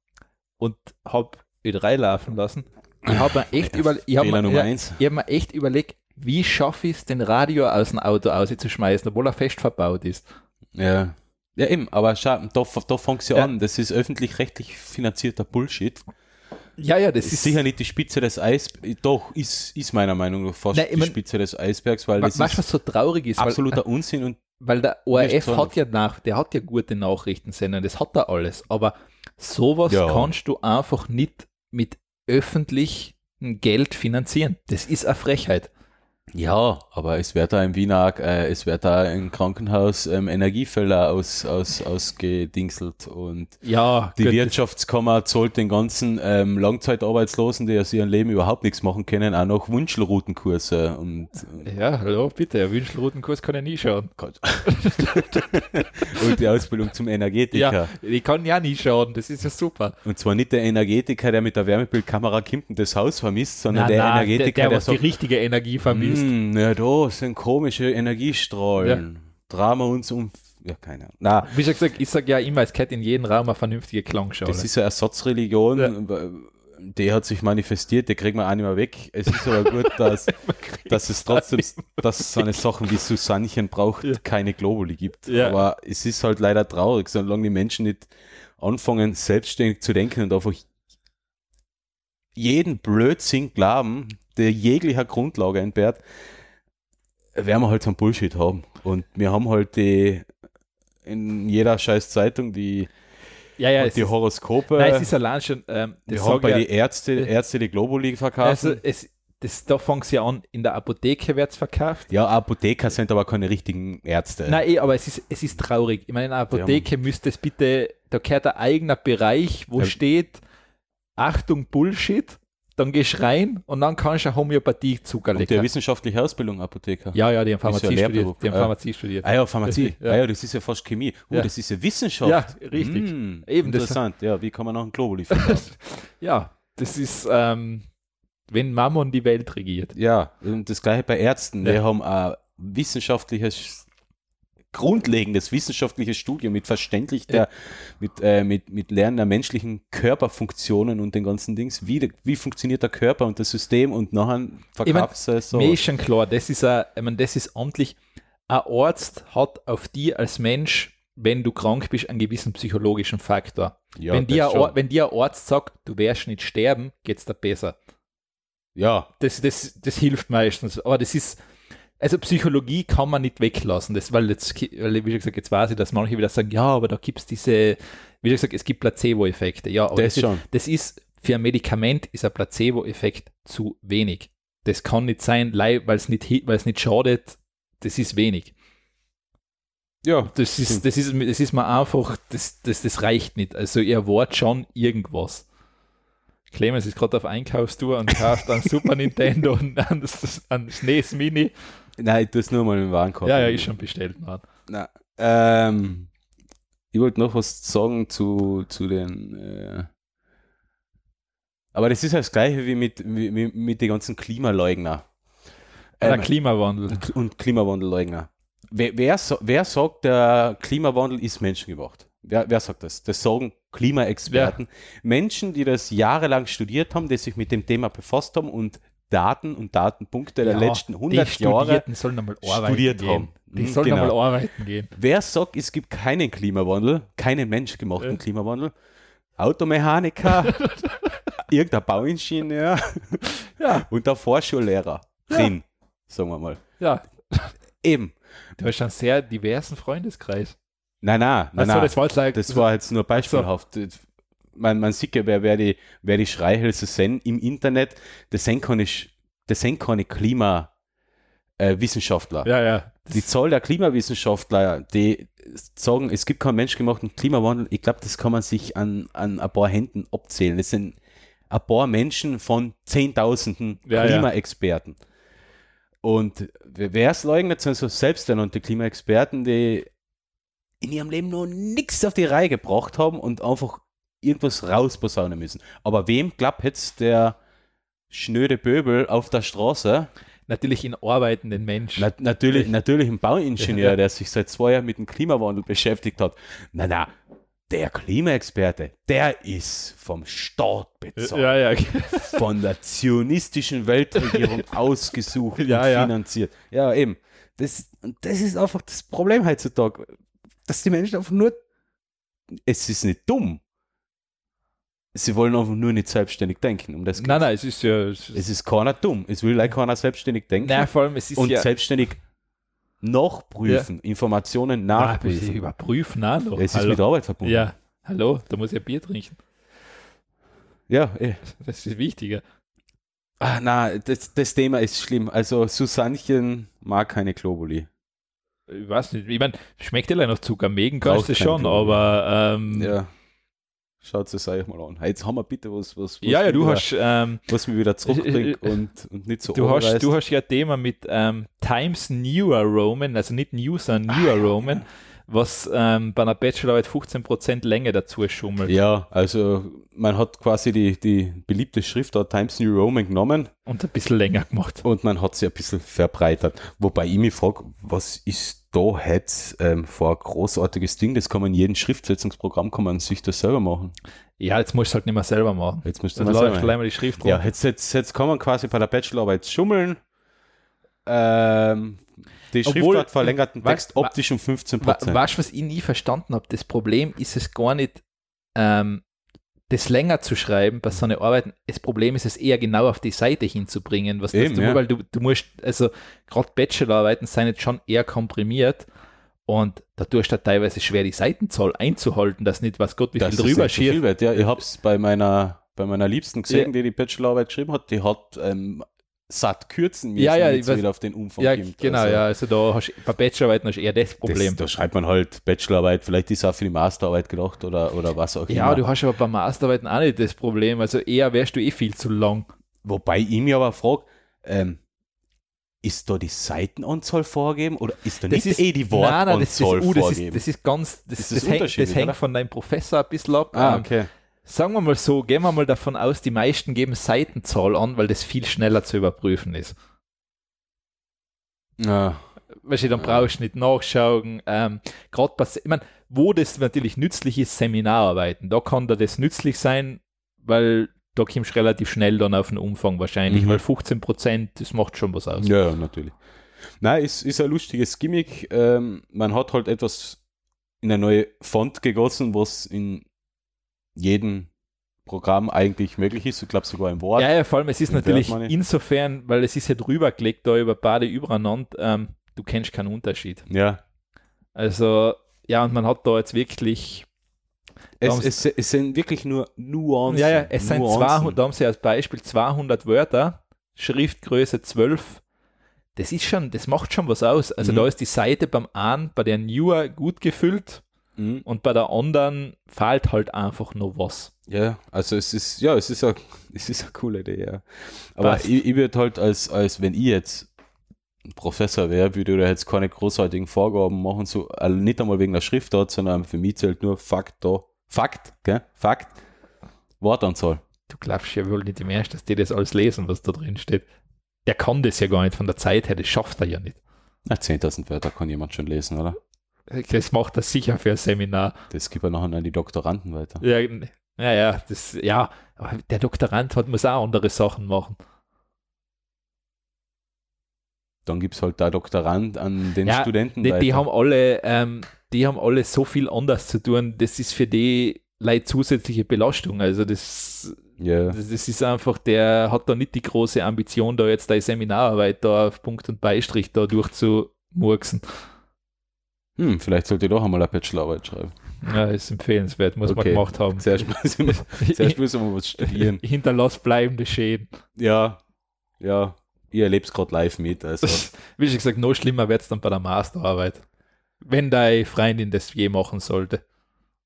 Speaker 1: und habe Ö3 laufen lassen. Ich habe mir echt, über, ich hab
Speaker 2: Fehler
Speaker 1: mir,
Speaker 2: Nummer
Speaker 1: ja,
Speaker 2: eins.
Speaker 1: ich hab mir echt überlegt, wie schaffe ich es, den Radio aus dem Auto auszuschmeißen, obwohl er fest verbaut ist.
Speaker 2: Ja. Ja, eben, aber schau, da, da fängst du
Speaker 1: Ja.
Speaker 2: an. Das ist öffentlich-rechtlich finanzierter Bullshit.
Speaker 1: Ja, ja, das
Speaker 2: Ist
Speaker 1: ist
Speaker 2: sicher nicht die Spitze des Eisbergs, doch, ist, ist meiner Meinung nach fast
Speaker 1: Nein, ich
Speaker 2: die
Speaker 1: mein-
Speaker 2: Spitze des Eisbergs, weil
Speaker 1: wa-
Speaker 2: das
Speaker 1: weißt du,
Speaker 2: ist
Speaker 1: was so traurig ist? Weil,
Speaker 2: absoluter Unsinn und
Speaker 1: weil der
Speaker 2: Mir ist
Speaker 1: ORF
Speaker 2: klar.
Speaker 1: hat ja nach, der hat ja gute Nachrichtensender, das hat er alles, aber sowas
Speaker 2: Ja.
Speaker 1: kannst du einfach nicht mit öffentlichem Geld finanzieren. Das ist eine Frechheit.
Speaker 2: ja, aber es wird da im Wiener, äh, es wird da ein Krankenhaus ähm, Energiefelder aus, aus, ausgedingselt und
Speaker 1: Ja,
Speaker 2: Die
Speaker 1: gut,
Speaker 2: Wirtschaftskammer zahlt den ganzen ähm, Langzeitarbeitslosen, die aus ihrem Leben überhaupt nichts machen können, auch noch Wunschelroutenkurse. Und, äh,
Speaker 1: Ja, hallo, bitte. Wünschelrotenkurs kann ja nie schauen.
Speaker 2: Gott. und die Ausbildung zum Energetiker.
Speaker 1: Ja, die kann ja nie schauen. Das ist ja super.
Speaker 2: Und zwar nicht der Energetiker, der mit der Wärmebildkamera Kimpen das Haus vermisst, sondern der
Speaker 1: der,
Speaker 2: Energetiker, der,
Speaker 1: was die
Speaker 2: sagt,
Speaker 1: richtige Energie vermisst.
Speaker 2: "Hm, na da sind komische Energiestrahlen. Dramen uns um... Ja, keine Ahnung. Na,
Speaker 1: Wie schon gesagt, ich sage ja immer, es geht in jedem Raum eine vernünftige Klangschale.
Speaker 2: Das ist eine Ersatzreligion, die hat sich manifestiert, die kriegt man auch nicht mehr weg. Es ist aber gut, dass, dass es trotzdem, dass es so eine Sachen wie Susannchen braucht, keine Globuli gibt.
Speaker 1: Ja.
Speaker 2: Aber es ist halt leider traurig, solange die Menschen nicht anfangen, selbstständig zu denken und einfach jeden Blödsinn glauben, der jeglicher Grundlage entbehrt, werden wir halt so einen Bullshit haben. Und wir haben halt die in jeder scheiß Zeitung die
Speaker 1: ja, ja, es
Speaker 2: und die
Speaker 1: ist,
Speaker 2: Horoskope.
Speaker 1: nein, es ist allein schon, ähm, das
Speaker 2: wir haben
Speaker 1: sag
Speaker 2: bei
Speaker 1: ja, äh,
Speaker 2: den Ärzte, Ärzte die Globuli verkauft.
Speaker 1: also es, das, da fängt es ja an, in der Apotheke wird es verkauft.
Speaker 2: ja, Apotheker sind aber keine richtigen Ärzte.
Speaker 1: Nein, eh, aber es ist, es ist traurig. Ich meine, in der Apotheke müsste es bitte, da gehört ein eigener Bereich, wo
Speaker 2: Ja.
Speaker 1: steht, Achtung, Bullshit, dann gehst rein und dann kannst du eine Homöopathie
Speaker 2: Und der
Speaker 1: zugelegt.
Speaker 2: wissenschaftliche Ausbildung Apotheker.
Speaker 1: Ja, ja, die haben
Speaker 2: Ist ja
Speaker 1: Pharmazie
Speaker 2: ein
Speaker 1: studiert.
Speaker 2: Lehrberuf.
Speaker 1: Die haben
Speaker 2: Ja.
Speaker 1: Pharmazie studiert.
Speaker 2: Ah ja, Pharmazie.
Speaker 1: Ja.
Speaker 2: Ah ja, das ist ja fast Chemie. Oh,
Speaker 1: Ja.
Speaker 2: das ist ja Wissenschaft.
Speaker 1: Ja, richtig.
Speaker 2: Hm,
Speaker 1: Eben, das-
Speaker 2: interessant. Ja, wie kann man noch einen Globuli verkaufen?
Speaker 1: Ja, das ist, ähm, wenn Mammon die Welt regiert.
Speaker 2: ja, und das gleiche bei Ärzten.
Speaker 1: Ja.
Speaker 2: Wir haben ein wissenschaftliches, grundlegendes wissenschaftliches Studium mit verständlich der, mit, äh, mit, mit Lernen der menschlichen Körperfunktionen und den ganzen Dings. Wie, der- wie funktioniert der Körper und das System und nachher verkaufst du es so.
Speaker 1: Mir ist schon klar, das ist, ein, ich meine, das ist amtlich. Ein Arzt hat auf dich als Mensch, wenn du krank bist, einen gewissen psychologischen Faktor.
Speaker 2: ja,
Speaker 1: wenn, dir
Speaker 2: das
Speaker 1: ein, Ar-
Speaker 2: schon.
Speaker 1: wenn dir ein Arzt sagt, du wirst nicht sterben, geht es dir besser.
Speaker 2: ja,
Speaker 1: Das, das, das hilft meistens. Aber das ist, also Psychologie kann man nicht weglassen. Das, weil, jetzt, ki- weil, wie schon gesagt, jetzt weiß ich, dass manche wieder sagen, ja, aber da gibt es diese, wie schon gesagt, es gibt Placebo-Effekte. Ja, aber
Speaker 2: das
Speaker 1: das,
Speaker 2: schon.
Speaker 1: Das ist für ein Medikament ist ein Placebo-Effekt zu wenig. Das kann nicht sein, weil es nicht, hi- weil's nicht schadet. Das ist wenig.
Speaker 2: Ja,
Speaker 1: Das ist, das ist, das ist mir einfach, das, das, das reicht nicht. Also ihr Wort schon irgendwas. Clemens ist gerade auf Einkaufstour und kauft einen Super Nintendo und einen, einen SNES Mini.
Speaker 2: nein, das nur mal im Warenkorb.
Speaker 1: Ja, ja, ist schon bestellt worden.
Speaker 2: Na, ähm, ich wollte noch was sagen zu, zu den. Äh, aber das ist ja das Gleiche wie mit, wie, wie mit den ganzen Klimaleugner
Speaker 1: Der
Speaker 2: Ähm,
Speaker 1: Klimawandel.
Speaker 2: und Klimawandelleugner. Wer, wer, sa- wer sagt, der Klimawandel ist menschengemacht? Wer, wer sagt das? Das sagen Klimaexperten. Menschen, die das jahrelang studiert haben, die sich mit dem Thema befasst haben und Daten und Datenpunkte der
Speaker 1: Ja,
Speaker 2: letzten 100
Speaker 1: die
Speaker 2: Jahre
Speaker 1: Studierten sollen einmal arbeiten
Speaker 2: studiert
Speaker 1: gehen.
Speaker 2: haben.
Speaker 1: Die
Speaker 2: Mhm,
Speaker 1: sollen
Speaker 2: genau.
Speaker 1: einmal arbeiten gehen.
Speaker 2: Wer sagt, es gibt keinen Klimawandel, keinen menschgemachten
Speaker 1: Ja.
Speaker 2: Klimawandel? Automechaniker, irgendein Bauingenieur
Speaker 1: Ja.
Speaker 2: und der Vorschullehrer drin, sagen wir mal.
Speaker 1: Ja,
Speaker 2: Eben.
Speaker 1: du hast einen sehr diversen Freundeskreis.
Speaker 2: Nein, nein, nein.
Speaker 1: Achso, Also
Speaker 2: nein.
Speaker 1: das war jetzt like,
Speaker 2: Das war jetzt nur beispielhaft. Man, man sieht ja, wer, wer, die, wer die Schreihälse sehen im Internet, das sind keine, Sch- das sind keine Klimawissenschaftler. Äh, Wissenschaftler.
Speaker 1: Ja, ja.
Speaker 2: die Zahl der Klimawissenschaftler, die sagen, es gibt keinen menschgemachten Klimawandel, ich glaube, das kann man sich an, an ein paar Händen abzählen. Das sind ein paar Menschen von Zehntausenden
Speaker 1: Ja, ja.
Speaker 2: Klimaexperten. Und wer es leugnet, sind so selbsternannte Klimaexperten, die in ihrem Leben noch nichts auf die Reihe gebracht haben und einfach irgendwas rausposaunen müssen. Aber wem klappt jetzt der schnöde Böbel auf der Straße,
Speaker 1: Natürlich in arbeitenden Menschen.
Speaker 2: Na, natürlich, natürlich ein
Speaker 1: Ja.
Speaker 2: Bauingenieur, der sich seit zwei Jahren mit dem Klimawandel beschäftigt hat. Na, na, der Klimaexperte, der ist vom Staat bezahlt,
Speaker 1: Äh, ja, ja.
Speaker 2: von der zionistischen Weltregierung ausgesucht
Speaker 1: Ja,
Speaker 2: und
Speaker 1: ja.
Speaker 2: finanziert. Ja, eben. Das, und das ist einfach das Problem heutzutage, dass die Menschen einfach nur. Es ist nicht dumm. sie wollen einfach nur nicht selbstständig denken. Um das
Speaker 1: Nein, nein, es ist ja. Es ist,
Speaker 2: Es ist keiner dumm. Es will like keiner selbstständig denken
Speaker 1: nein, vor allem, es ist
Speaker 2: und
Speaker 1: ja.
Speaker 2: selbstständig nachprüfen, Informationen
Speaker 1: Ah, bitte
Speaker 2: nachprüfen.
Speaker 1: überprüfen, nein, noch.
Speaker 2: es ist
Speaker 1: Hallo.
Speaker 2: mit Arbeit verbunden.
Speaker 1: Ja, hallo, da muss ich ein Bier trinken.
Speaker 2: ja eh.
Speaker 1: Das ist wichtiger.
Speaker 2: Ah, na, das, das Thema ist schlimm. Also Susannchen mag keine Globuli.
Speaker 1: Ich weiß nicht, ich meine, schmeckt ja leider noch Zucker, megen kannst
Speaker 2: Braucht
Speaker 1: du
Speaker 2: kein
Speaker 1: schon,
Speaker 2: Problem.
Speaker 1: aber ähm, ja.
Speaker 2: Ja. Schaut es euch mal an. Jetzt haben wir bitte was, was, was,
Speaker 1: ja,
Speaker 2: mich
Speaker 1: du
Speaker 2: wieder,
Speaker 1: hast, ähm,
Speaker 2: was mich wieder zurückbringt
Speaker 1: Äh, äh, äh,
Speaker 2: und, und nicht so
Speaker 1: du hast,
Speaker 2: anreißt.
Speaker 1: du hast ja ein Thema mit ähm, Times Newer Roman, also nicht New, sondern
Speaker 2: Ah,
Speaker 1: Newer Roman, was ähm, bei einer Bachelorarbeit 15% Länge dazu schummelt.
Speaker 2: Ja, also man hat quasi die, die beliebte Schriftart Times New Roman genommen
Speaker 1: Und ein bisschen länger gemacht.
Speaker 2: und man hat sie ein bisschen verbreitert. Wobei ich mich frage, was ist da jetzt ähm, für ein großartiges Ding? Das kann man in jedem Schriftsetzungsprogramm kann man sich das selber machen.
Speaker 1: Ja, jetzt musst du halt nicht mehr selber machen.
Speaker 2: Jetzt müsste
Speaker 1: Dann
Speaker 2: man
Speaker 1: läuft
Speaker 2: selber.
Speaker 1: gleich mal die Schrift rum.
Speaker 2: Ja, jetzt, jetzt, jetzt kann man quasi bei der Bachelorarbeit schummeln. Ähm, die
Speaker 1: Obwohl-
Speaker 2: Schriftart verlängert den
Speaker 1: Wa-
Speaker 2: Text
Speaker 1: wa-
Speaker 2: optisch um 15
Speaker 1: Wa-
Speaker 2: Prozent.
Speaker 1: Weißt du, was ich nie verstanden habe? Das Problem ist es gar nicht, ähm, das länger zu schreiben bei so einer Arbeit. Das Problem ist es eher genau auf die Seite hinzubringen. Was
Speaker 2: Eben,
Speaker 1: das, du,
Speaker 2: ja.
Speaker 1: Weil du, du musst, also gerade Bachelorarbeiten sind jetzt schon eher komprimiert. Und dadurch ist halt teilweise schwer, die Seitenzahl einzuhalten, dass nicht, was Gott, wie viel drüber
Speaker 2: nicht so viel
Speaker 1: schiebt.
Speaker 2: wert. Ja, ich habe es bei meiner, bei meiner Liebsten gesehen,
Speaker 1: Ja.
Speaker 2: die die Bachelorarbeit geschrieben hat. Die hat ähm, satt kürzen müssen,
Speaker 1: Ja, ja,
Speaker 2: damit
Speaker 1: ich
Speaker 2: sie
Speaker 1: weiß-
Speaker 2: wieder auf den Umfang
Speaker 1: Ja,
Speaker 2: kommt.
Speaker 1: genau,
Speaker 2: Also,
Speaker 1: ja. Also da hast, bei Bachelorarbeiten hast du eher das Problem.
Speaker 2: Das, da schreibt man halt Bachelorarbeit, vielleicht ist auch für die Masterarbeit gedacht oder, oder was auch
Speaker 1: ja,
Speaker 2: immer.
Speaker 1: du hast aber bei Masterarbeiten auch nicht das Problem. Also eher wärst du eh viel zu lang.
Speaker 2: Wobei ich mich aber frage, ähm, ist da die Seitenanzahl vorgegeben oder ist da nicht eh die
Speaker 1: nein, nein, das, das,
Speaker 2: Wortanzahl
Speaker 1: uh, das, ist,
Speaker 2: vorgegeben?
Speaker 1: das ist ganz, das,
Speaker 2: Das
Speaker 1: das,
Speaker 2: ist
Speaker 1: hängt,
Speaker 2: unterschiedlich,
Speaker 1: das hängt
Speaker 2: oder?
Speaker 1: von deinem Professor ein bisschen ab.
Speaker 2: ah,
Speaker 1: Ähm,
Speaker 2: okay.
Speaker 1: Sagen wir mal so, gehen wir mal davon aus, die meisten geben Seitenzahl an, weil das viel schneller zu überprüfen ist.
Speaker 2: Ja.
Speaker 1: Weißt du, dann brauchst du nicht nachschauen. Ähm, Gerade bei, Se- ich meine, wo das natürlich nützlich ist, Seminararbeiten, da kann da das nützlich sein, weil da kommst du relativ schnell dann auf den Umfang wahrscheinlich,
Speaker 2: Mhm.
Speaker 1: weil 15 Prozent, das macht schon was aus.
Speaker 2: Also- Ja, ja, natürlich. Nein, es ist ein lustiges Gimmick. Ähm, man hat halt etwas in eine neue Font gegossen, was in jedem Programm eigentlich möglich ist. Ich glaube sogar im Wort.
Speaker 1: Ja, ja, vor allem, es ist
Speaker 2: Wert
Speaker 1: natürlich
Speaker 2: meine ich.
Speaker 1: insofern, weil es ist ja drüber gelegt, da über beide übereinander, ähm, du kennst keinen Unterschied.
Speaker 2: Ja.
Speaker 1: Also, ja, und man hat da jetzt wirklich,
Speaker 2: Es,
Speaker 1: Darum-
Speaker 2: es, es sind wirklich nur Nuancen.
Speaker 1: ja, ja, es sind
Speaker 2: Nuancen.
Speaker 1: 200, da haben sie als Beispiel 200 Wörter, Schriftgröße 12. Das ist schon, das macht schon was aus. Also
Speaker 2: Mhm.
Speaker 1: da ist die Seite beim einen, bei der Newer gut gefüllt
Speaker 2: Mhm.
Speaker 1: und bei der anderen fehlt halt einfach nur was.
Speaker 2: Ja, also es ist, ja, es ist eine, es ist eine coole Idee, ja. Aber
Speaker 1: Passt.
Speaker 2: ich, ich würde halt als, als wenn ich jetzt ein Professor wäre, würde ich da jetzt keine großartigen Vorgaben machen, so also nicht einmal wegen der Schriftart, sondern für mich zählt nur Fakt da. Fakt, gell? Fakt. Wortanzahl.
Speaker 1: Du glaubst ja wohl nicht im Ernst, dass die das alles lesen, was da drin steht. Der kann das ja gar nicht von der Zeit her, das schafft er ja nicht.
Speaker 2: Na, 10.000 Wörter kann jemand schon lesen, oder?
Speaker 1: Das macht er sicher für ein Seminar.
Speaker 2: Das gibt er nachher an die Doktoranden weiter.
Speaker 1: Ja, n- naja, das, ja, aber der Doktorand hat, muss auch andere Sachen machen.
Speaker 2: Dann gibt es halt da Doktorand an den
Speaker 1: Ja,
Speaker 2: Studenten
Speaker 1: Die,
Speaker 2: weiter.
Speaker 1: die haben alle, ähm, die haben alle so viel anders zu tun, das ist für die leider zusätzliche Belastung. Also das,
Speaker 2: ja.
Speaker 1: das das ist einfach, der hat da nicht die große Ambition, da jetzt deine Seminararbeit da auf Punkt und Beistrich da durchzumurksen.
Speaker 2: Hm, vielleicht sollte ich doch einmal eine Bachelorarbeit schreiben.
Speaker 1: Ja, ist empfehlenswert, muss
Speaker 2: Okay.
Speaker 1: man gemacht haben.
Speaker 2: Zuerst müssen wir, zuerst müssen wir was studieren.
Speaker 1: Hinterlass bleibende Schäden.
Speaker 2: Ja, ja. Ich erlebe es gerade live mit. Also.
Speaker 1: Wie schon gesagt, noch schlimmer wird es dann bei der Masterarbeit. Wenn deine Freundin das je machen sollte.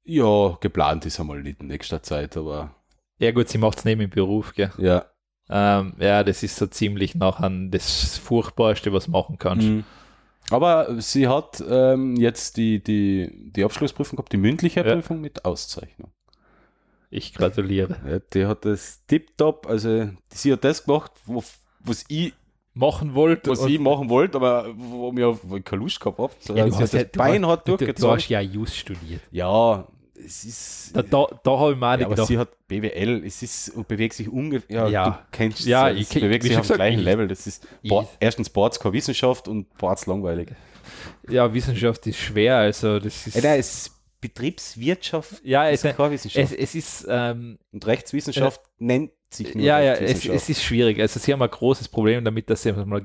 Speaker 2: ja, geplant ist einmal nicht in nächster Zeit, aber
Speaker 1: Ja gut, sie macht es neben dem Beruf, gell.
Speaker 2: ja.
Speaker 1: Ähm, ja, das ist so ziemlich nachher das Furchtbarste, was machen kannst.
Speaker 2: Mhm. Aber sie hat ähm, jetzt die, die, die Abschlussprüfung gehabt, die mündliche
Speaker 1: Ja.
Speaker 2: Prüfung mit Auszeichnung.
Speaker 1: Ich gratuliere.
Speaker 2: Ja, die hat das tiptop, also sie hat das gemacht, wo, was ich,
Speaker 1: Machen wollte.
Speaker 2: was
Speaker 1: und-
Speaker 2: ich machen wollte, aber wo mir wo ich keine Lust gehabt habe.
Speaker 1: ja,
Speaker 2: sondern
Speaker 1: du
Speaker 2: sie
Speaker 1: hast
Speaker 2: hat
Speaker 1: ja,
Speaker 2: das
Speaker 1: du
Speaker 2: Bein
Speaker 1: hast-
Speaker 2: hat
Speaker 1: du- Du
Speaker 2: durchgezogen.
Speaker 1: hast ja Jus studiert.
Speaker 2: Ja, es ist.
Speaker 1: Da, da, da habe ich mir auch
Speaker 2: Ja,
Speaker 1: nicht
Speaker 2: aber
Speaker 1: gedacht.
Speaker 2: sie hat BWL, es ist und bewegt sich ungefähr.
Speaker 1: Ja.
Speaker 2: du kennst es also
Speaker 1: Ja,
Speaker 2: es
Speaker 1: ich kenn-
Speaker 2: bewegt
Speaker 1: wie
Speaker 2: sich
Speaker 1: schon
Speaker 2: auf dem
Speaker 1: gesagt,
Speaker 2: gleichen
Speaker 1: ich-
Speaker 2: Level. Das ist
Speaker 1: ich-
Speaker 2: Bo- erstens Boards keine Wissenschaft und Boards langweilig.
Speaker 1: Ja, Wissenschaft ist schwer, also das ist.
Speaker 2: Ey, nein, es
Speaker 3: Betriebswirtschaft
Speaker 1: Ja, es,
Speaker 3: ist
Speaker 1: es,
Speaker 3: keine Wissenschaft.
Speaker 1: es ist, ähm,
Speaker 3: und Rechtswissenschaft nennt sich nur
Speaker 1: ja, ja, es,
Speaker 3: Rechtswissenschaft.
Speaker 1: es ist schwierig. Also sie haben ein großes Problem damit, dass sie mal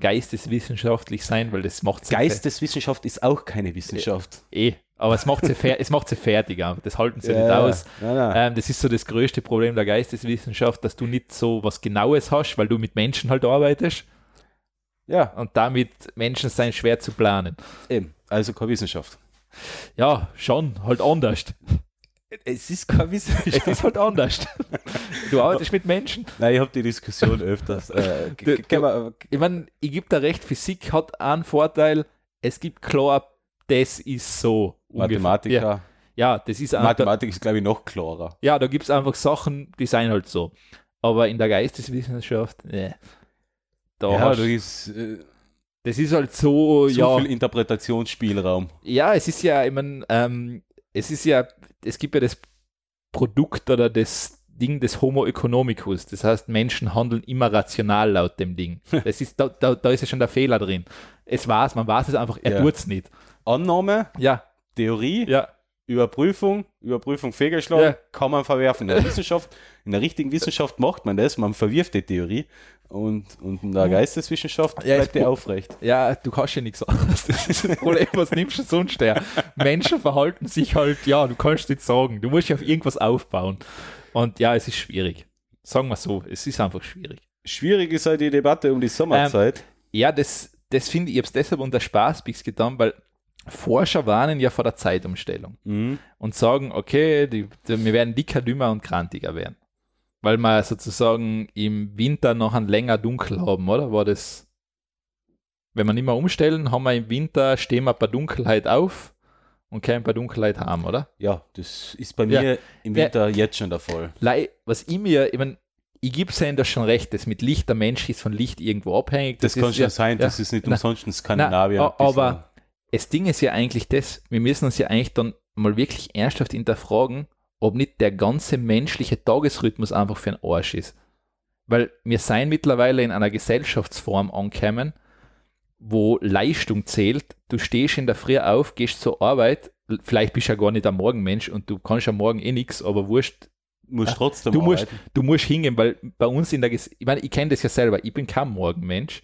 Speaker 1: geisteswissenschaftlich sein, weil das macht sie
Speaker 3: Geisteswissenschaft ist auch keine Wissenschaft.
Speaker 1: eh. Aber es macht sie, fer es macht sie fertig. einfach. Das halten sie nicht aus.
Speaker 3: Nein, nein.
Speaker 1: Ähm, das ist so das größte Problem der Geisteswissenschaft, dass du nicht so was Genaues hast, weil du mit Menschen halt arbeitest
Speaker 2: Äh,
Speaker 3: ja,
Speaker 1: und damit Menschen sein schwer zu planen.
Speaker 3: eben. Also keine Wissenschaft.
Speaker 1: Ja, schon, halt anders.
Speaker 3: Es ist keine
Speaker 1: Es
Speaker 3: Wissenschaft.
Speaker 1: ist halt anders. Du arbeitest mit Menschen.
Speaker 3: nein, ich habe die Diskussion öfters. Äh,
Speaker 1: Du-
Speaker 3: g- g- kann man-
Speaker 1: Ich meine, ich gebe da recht, Physik hat einen Vorteil, es gibt klar, das ist so. ungefähr. Ja,
Speaker 2: Mathematiker.
Speaker 1: ja, das ist ein-
Speaker 2: Mathematik ist, glaube ich, noch klarer.
Speaker 1: Ja, da gibt es einfach Sachen, die sind halt so. Aber in der Geisteswissenschaft, ne. Da
Speaker 2: Ja,
Speaker 1: hast,
Speaker 2: da ist äh,
Speaker 1: das ist halt so,
Speaker 2: so
Speaker 1: ja.
Speaker 2: viel Interpretationsspielraum.
Speaker 1: Ja, es ist ja, ich meine, ähm, es ist ja, es gibt ja das Produkt oder das Ding des Homo economicus. Das heißt, Menschen handeln immer rational laut dem Ding. Das ist, da, da, da ist ja schon der Fehler drin. Es war's, man weiß es einfach, er
Speaker 2: Ja.
Speaker 1: tut's nicht.
Speaker 2: Annahme,
Speaker 1: Ja,
Speaker 2: Theorie,
Speaker 1: ja,
Speaker 2: Überprüfung, Überprüfung Fehlgeschlagen,
Speaker 1: Ja.
Speaker 2: kann man verwerfen. In der Wissenschaft, in der richtigen Wissenschaft macht man das, man verwirft die Theorie und, und in der Geisteswissenschaft
Speaker 1: Mhm. Ja,
Speaker 2: bleibt
Speaker 1: es-
Speaker 2: die aufrecht.
Speaker 1: ja, du kannst ja nichts anderes. Das ist das Problem, was nimmst du sonst her? Menschen verhalten sich halt, ja, du kannst nicht sagen, du musst ja auf irgendwas aufbauen. Und ja, es ist schwierig. Sagen wir so, es ist einfach schwierig.
Speaker 2: Schwierig ist halt die Debatte um die Sommerzeit.
Speaker 1: Ja, das, das finde ich, ich habe es deshalb unter Spaßpicks getan, weil Forscher warnen ja vor der Zeitumstellung
Speaker 2: Mhm.
Speaker 1: und sagen, okay, die, die, wir werden dicker, dümmer und krantiger werden. Weil wir sozusagen im Winter noch ein länger dunkel haben, oder? War das. Wenn wir nicht mehr umstellen, haben wir im Winter, stehen wir bei Dunkelheit auf und kein bei Dunkelheit haben, oder?
Speaker 2: Ja, das ist bei
Speaker 1: Ja.
Speaker 2: mir im
Speaker 1: Ja.
Speaker 2: Winter jetzt schon der Fall.
Speaker 1: Lei- Was ich mir, ich meine, ich gebe Sender schon recht, das mit Licht, der Mensch ist von Licht irgendwo abhängig.
Speaker 2: Das, kann
Speaker 1: ist,
Speaker 2: schon
Speaker 1: ja-
Speaker 2: sein,
Speaker 1: ja.
Speaker 2: das ist nicht
Speaker 1: Na,
Speaker 2: umsonst in Skandinavien.
Speaker 1: na,
Speaker 2: ein bisschen-
Speaker 1: aber- das Ding ist ja eigentlich das, wir müssen uns ja eigentlich dann mal wirklich ernsthaft hinterfragen, ob nicht der ganze menschliche Tagesrhythmus einfach für einen Arsch ist. Weil wir seien mittlerweile in einer Gesellschaftsform angekommen, wo Leistung zählt. Du stehst in der Früh auf, gehst zur Arbeit, vielleicht bist du ja gar nicht ein Morgenmensch und du kannst am Morgen eh nichts, aber wurscht,
Speaker 2: musst trotzdem
Speaker 1: Ah, du musst-
Speaker 2: arbeiten.
Speaker 1: du musst hingehen, weil bei uns in der Ges ich meine, ich kenne das ja selber, ich bin kein Morgenmensch.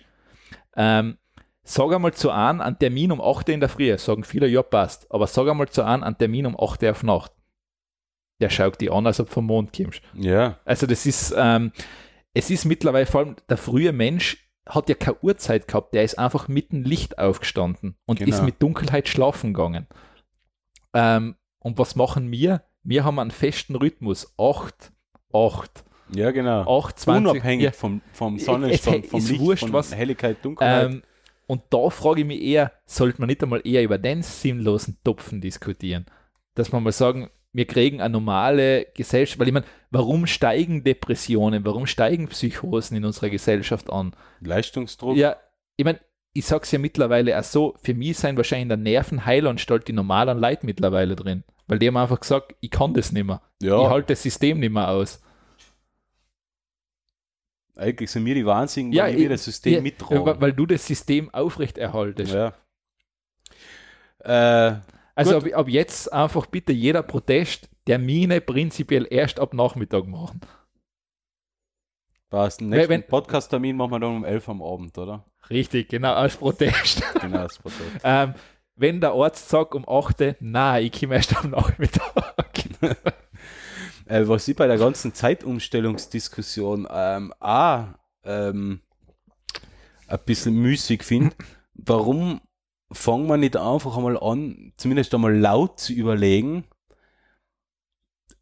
Speaker 1: Ähm, sag einmal zu an, einen Termin um 8 Uhr in der Früh, sagen viele, ja, passt. Aber sag einmal zu an, einen Termin um 8 Uhr auf Nacht. Der schaut die an, als ob du vom Mond kommst.
Speaker 2: Ja,
Speaker 1: Also das ist, ähm, es ist mittlerweile vor allem, der frühe Mensch hat ja keine Uhrzeit gehabt, der ist einfach mitten Licht aufgestanden und
Speaker 2: Genau.
Speaker 1: ist mit Dunkelheit schlafen gegangen. Ähm, und was machen wir? Wir haben einen festen Rhythmus. 8, 8,
Speaker 2: ja genau.
Speaker 1: 8, 20.
Speaker 2: Unabhängig
Speaker 1: ja.
Speaker 2: vom, vom
Speaker 1: Es-
Speaker 2: Sonnenstand,
Speaker 1: es
Speaker 2: vom
Speaker 1: ist
Speaker 2: Licht,
Speaker 1: wurscht,
Speaker 2: von
Speaker 1: was-
Speaker 2: Helligkeit, Dunkelheit.
Speaker 1: Ähm, und da frage ich mich eher, sollte man nicht einmal eher über den sinnlosen Topfen diskutieren? Dass man mal sagen, wir kriegen eine normale Gesellschaft, weil ich meine, warum steigen Depressionen, warum steigen Psychosen in unserer Gesellschaft an?
Speaker 2: Leistungsdruck.
Speaker 1: Ja, ich meine, ich sage es ja mittlerweile auch so, für mich sind wahrscheinlich in der Nervenheilanstalt die normalen Leute mittlerweile drin, weil die haben einfach gesagt, ich kann das nicht mehr,
Speaker 2: Ja,
Speaker 1: ich halte das System nicht mehr aus.
Speaker 2: eigentlich sind wir die Wahnsinnigen,
Speaker 1: Ja,
Speaker 2: weil wir
Speaker 1: ich-
Speaker 2: das System
Speaker 1: Ja, weil,
Speaker 2: mittragen.
Speaker 1: weil du das System aufrechterhaltest.
Speaker 2: Ja, Äh,
Speaker 1: Also ab,
Speaker 2: Gut.
Speaker 1: ab jetzt einfach bitte jeder Protest Termine prinzipiell erst ab Nachmittag machen.
Speaker 2: passt. Den nächsten
Speaker 1: wenn-
Speaker 2: Podcast-Termin machen wir dann um 11 am Abend, oder?
Speaker 1: Richtig, genau, als Protest.
Speaker 2: Genau, das Prozess.
Speaker 1: ähm, wenn der Arzt sagt um 8 Uhr, nein, ich komme erst am Nachmittag.
Speaker 2: äh, was ich bei der ganzen Zeitumstellungsdiskussion ähm, auch ähm, ein bisschen müßig finde, warum fangen wir nicht einfach einmal an, zumindest einmal laut zu überlegen,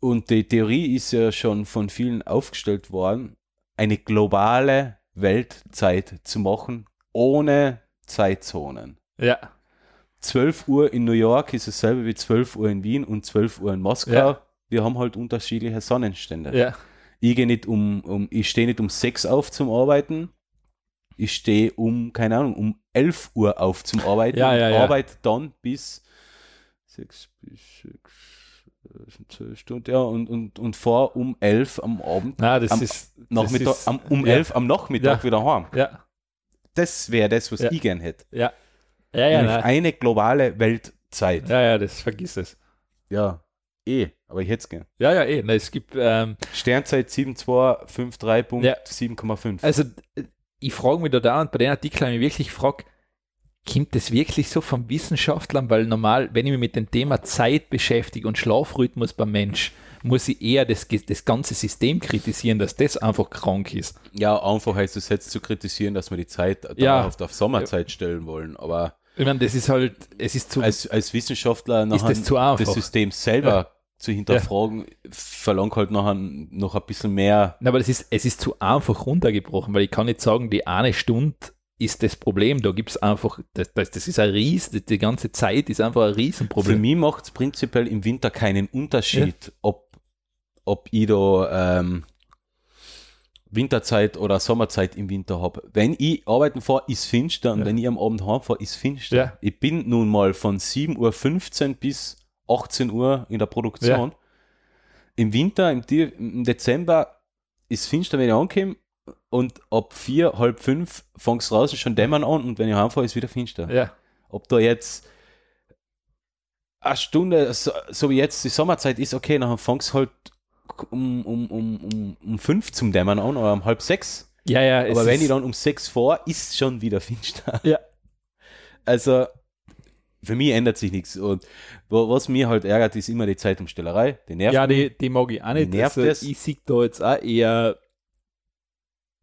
Speaker 2: und die Theorie ist ja schon von vielen aufgestellt worden, eine globale Weltzeit zu machen, ohne Zeitzonen.
Speaker 1: ja,
Speaker 2: 12 Uhr in New York ist dasselbe wie 12 Uhr in Wien und 12 Uhr in Moskau.
Speaker 1: Ja.
Speaker 2: Wir haben halt unterschiedliche Sonnenstände.
Speaker 1: ja,
Speaker 2: Ich gehe nicht um, um ich stehe nicht um 6 auf zum Arbeiten. Ich stehe um, keine Ahnung, um 11 Uhr auf zum Arbeiten.
Speaker 1: Ja, ja,
Speaker 2: und
Speaker 1: ja.
Speaker 2: Arbeite dann bis 6 bis 6, 12 Stunden, ja, und, und, und vor um 11 am Abend,
Speaker 1: na, das
Speaker 2: Am
Speaker 1: ist. das
Speaker 2: Nachmittag,
Speaker 1: ist-
Speaker 2: am, um 11 am Nachmittag
Speaker 1: Ja.
Speaker 2: wieder heim.
Speaker 1: Ja,
Speaker 2: Das wäre das, was
Speaker 1: Ja.
Speaker 2: ich gern hätte.
Speaker 1: ja, ja, ja,
Speaker 2: Nämlich
Speaker 1: nein.
Speaker 2: eine globale Weltzeit.
Speaker 1: ja, ja, das vergiss es.
Speaker 3: Ja, eh, aber ich hätte es gern.
Speaker 1: Ja, ja, eh. Na, es gibt, ähm,
Speaker 3: Sternzeit 7253.7,5.
Speaker 1: Ja.
Speaker 3: 7,5.
Speaker 1: also äh, ich frage mich da dauernd bei den Artikeln, ich wirklich frage, kommt das wirklich so von Wissenschaftlern? Weil normal, wenn ich mich mit dem Thema Zeit beschäftige und Schlafrhythmus beim Mensch, muss ich eher das, ge- das ganze System kritisieren, dass das einfach krank ist.
Speaker 2: Ja, einfach heißt es jetzt zu kritisieren, dass wir die Zeit
Speaker 1: Ja.
Speaker 2: dauerhaft auf Sommerzeit stellen wollen. Aber
Speaker 1: Ich meine, das ist halt, es ist zu,
Speaker 2: als, als Wissenschaftler nachher
Speaker 1: das zu einfach?
Speaker 2: Also, das System selber
Speaker 1: Ja.
Speaker 2: zu hinterfragen, verlangt halt nachher noch ein bisschen mehr.
Speaker 1: Na, aber das ist, es ist zu einfach runtergebrochen, weil ich kann nicht sagen, die eine Stunde ist das Problem. Da gibt es einfach, das, das, das ist ein Ries, die, die ganze Zeit ist einfach ein
Speaker 2: Für
Speaker 1: Riesenproblem.
Speaker 2: mich macht es prinzipiell im Winter keinen Unterschied, ob, ob ich da ähm, Winterzeit oder Sommerzeit im Winter habe. Wenn ich arbeiten fahre, ist finster und
Speaker 1: Ja.
Speaker 2: wenn ich am Abend heimfahre, ist finster.
Speaker 1: Ja.
Speaker 2: Ich bin nun mal von 7.15 Uhr bis 18 Uhr in der Produktion. Im Winter, im, Di- im Dezember ist finster, wenn ich ankomme und ab vier, halb fünf fängt es draußen schon dämmern an und wenn ich heimfahre, ist wieder finster
Speaker 1: Ja,
Speaker 2: ob da jetzt eine Stunde, so, so wie jetzt die Sommerzeit ist, okay, dann fangst halt um, um, um, um, um fünf zum Dämmern an oder um halb sechs.
Speaker 1: ja, ja. es
Speaker 2: Aber wenn
Speaker 1: ist-
Speaker 2: ich dann um sechs vor, ist schon wieder finster.
Speaker 1: Ja.
Speaker 2: Also für mich ändert sich nichts. Und wo, was mir halt ärgert, ist immer die Zeitumstellerei, die nervt.
Speaker 1: ja, die, die mag ich auch nicht. Also
Speaker 2: Nervt es?
Speaker 1: ich sehe da jetzt auch eher.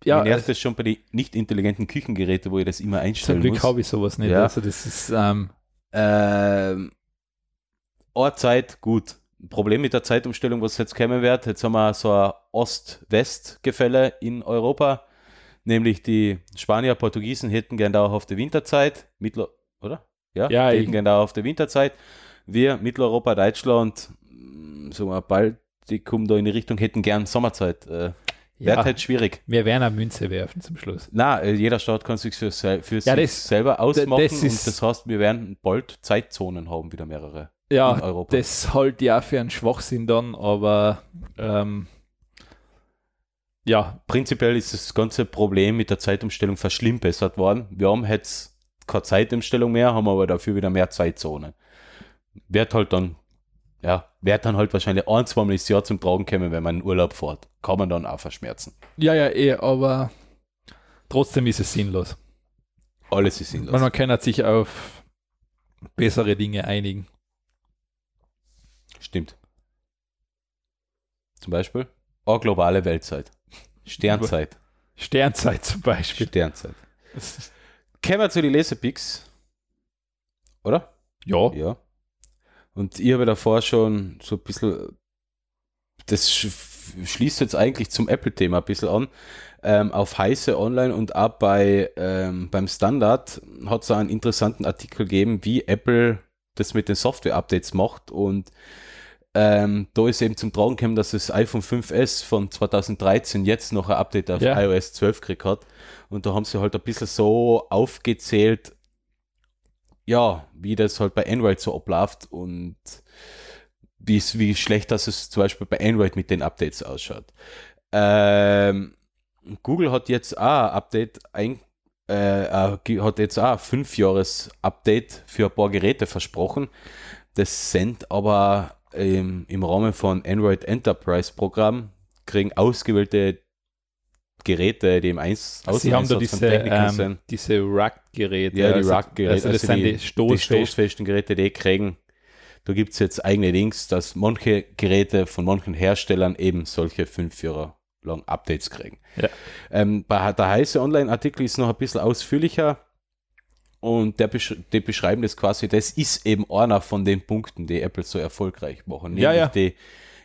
Speaker 2: Ja,
Speaker 1: Ja,
Speaker 2: nervt
Speaker 1: also,
Speaker 2: das schon bei den nicht intelligenten Küchengeräten, wo ich das immer
Speaker 1: zum
Speaker 2: einstellen
Speaker 1: Glück
Speaker 2: muss.
Speaker 1: habe ich sowas nicht.
Speaker 2: Ja.
Speaker 1: Also, das ist, ähm,
Speaker 2: Ähm, Uhrzeit, gut. Ein Problem mit der Zeitumstellung, was jetzt kommen wird. Jetzt haben wir so ein Ost-West-Gefälle in Europa. Nämlich die Spanier, Portugiesen hätten gern dauerhafte Winterzeit. Mittler, oder? Ja,
Speaker 1: Ja,
Speaker 2: die
Speaker 1: eben.
Speaker 2: hätten gern dauerhafte Winterzeit. Wir, Mitteleuropa, Deutschland, mh, so ein Baltikum da in die Richtung, hätten gern Sommerzeit. Äh, Wird
Speaker 1: ja,
Speaker 2: halt schwierig.
Speaker 1: wir werden eine Münze werfen zum Schluss.
Speaker 2: Na, äh, jeder Staat kann sich für, se- für
Speaker 1: Ja,
Speaker 2: sich
Speaker 1: das-
Speaker 2: selber ausmachen.
Speaker 1: das ist-
Speaker 2: und das heißt, wir werden bald Zeitzonen haben, wieder mehrere in
Speaker 1: Ja,
Speaker 2: Europa.
Speaker 1: Ah, das halte ich auch für einen Schwachsinn dann, aber ähm, ja,
Speaker 2: Prinzipiell ist das ganze Problem mit der Zeitumstellung verschlimmbessert worden. Wir haben jetzt keine Zeitumstellung mehr, haben aber dafür wieder mehr Zeitzonen. Wird halt dann, ja, wird dann halt wahrscheinlich ein, zweimal das Jahr zum Tragen kommen, wenn man in Urlaub fährt. Kann man dann auch verschmerzen.
Speaker 1: Ja, ja, eh, aber trotzdem ist es sinnlos.
Speaker 2: Alles ist
Speaker 1: Man,
Speaker 2: sinnlos.
Speaker 1: man kann halt sich auf bessere Dinge einigen.
Speaker 2: Stimmt. Zum Beispiel? Eine globale Weltzeit. Sternzeit.
Speaker 1: Sternzeit zum Beispiel.
Speaker 2: Sternzeit. Kommen wir zu den Lesepicks. Oder?
Speaker 1: Ja,
Speaker 2: Ja. Und ich habe davor schon so ein bisschen, das sch- schließt jetzt eigentlich zum Apple-Thema ein bisschen an. Ähm, auf Heise Online und auch bei, ähm, beim Standard hat es einen interessanten Artikel gegeben, wie Apple das mit den Software-Updates macht. Und ähm, da ist eben zum Tragen gekommen, dass das iPhone 5S von 2013 jetzt noch ein Update auf
Speaker 1: Ja.
Speaker 2: iOS 12 gekriegt hat. Und da haben sie halt ein bisschen so aufgezählt, ja, wie das halt bei Android so abläuft und wie, es- wie schlecht das es zum Beispiel bei Android mit den Updates ausschaut. Ähm, Google hat jetzt auch ein Update, ein, äh, äh, ge- hat jetzt auch ein 5-Jahres-Update für ein paar Geräte versprochen. Das sind aber ähm, im Rahmen von Android Enterprise Programm, kriegen ausgewählte Geräte, die im Eins
Speaker 1: sie haben da
Speaker 2: Außeneinsatz halt von
Speaker 1: diese,
Speaker 2: Technikern
Speaker 1: ähm, diese Rack-Geräte.
Speaker 2: Ja, die
Speaker 1: also-
Speaker 2: Rack-Geräte,
Speaker 1: Also das
Speaker 2: also
Speaker 1: sind
Speaker 2: die-
Speaker 1: die,
Speaker 2: die
Speaker 1: Stoßfest.
Speaker 2: stoßfesten Geräte, die kriegen, da gibt es jetzt eigene Links, dass manche Geräte von manchen Herstellern eben solche fünf Jahre lang Updates kriegen.
Speaker 1: Ja.
Speaker 2: Ähm, bei der heiße Online-Artikel ist noch ein bisschen ausführlicher und der besch die beschreiben das quasi, das ist eben einer von den Punkten, die Apple so erfolgreich machen.
Speaker 1: Ja, ja.
Speaker 2: die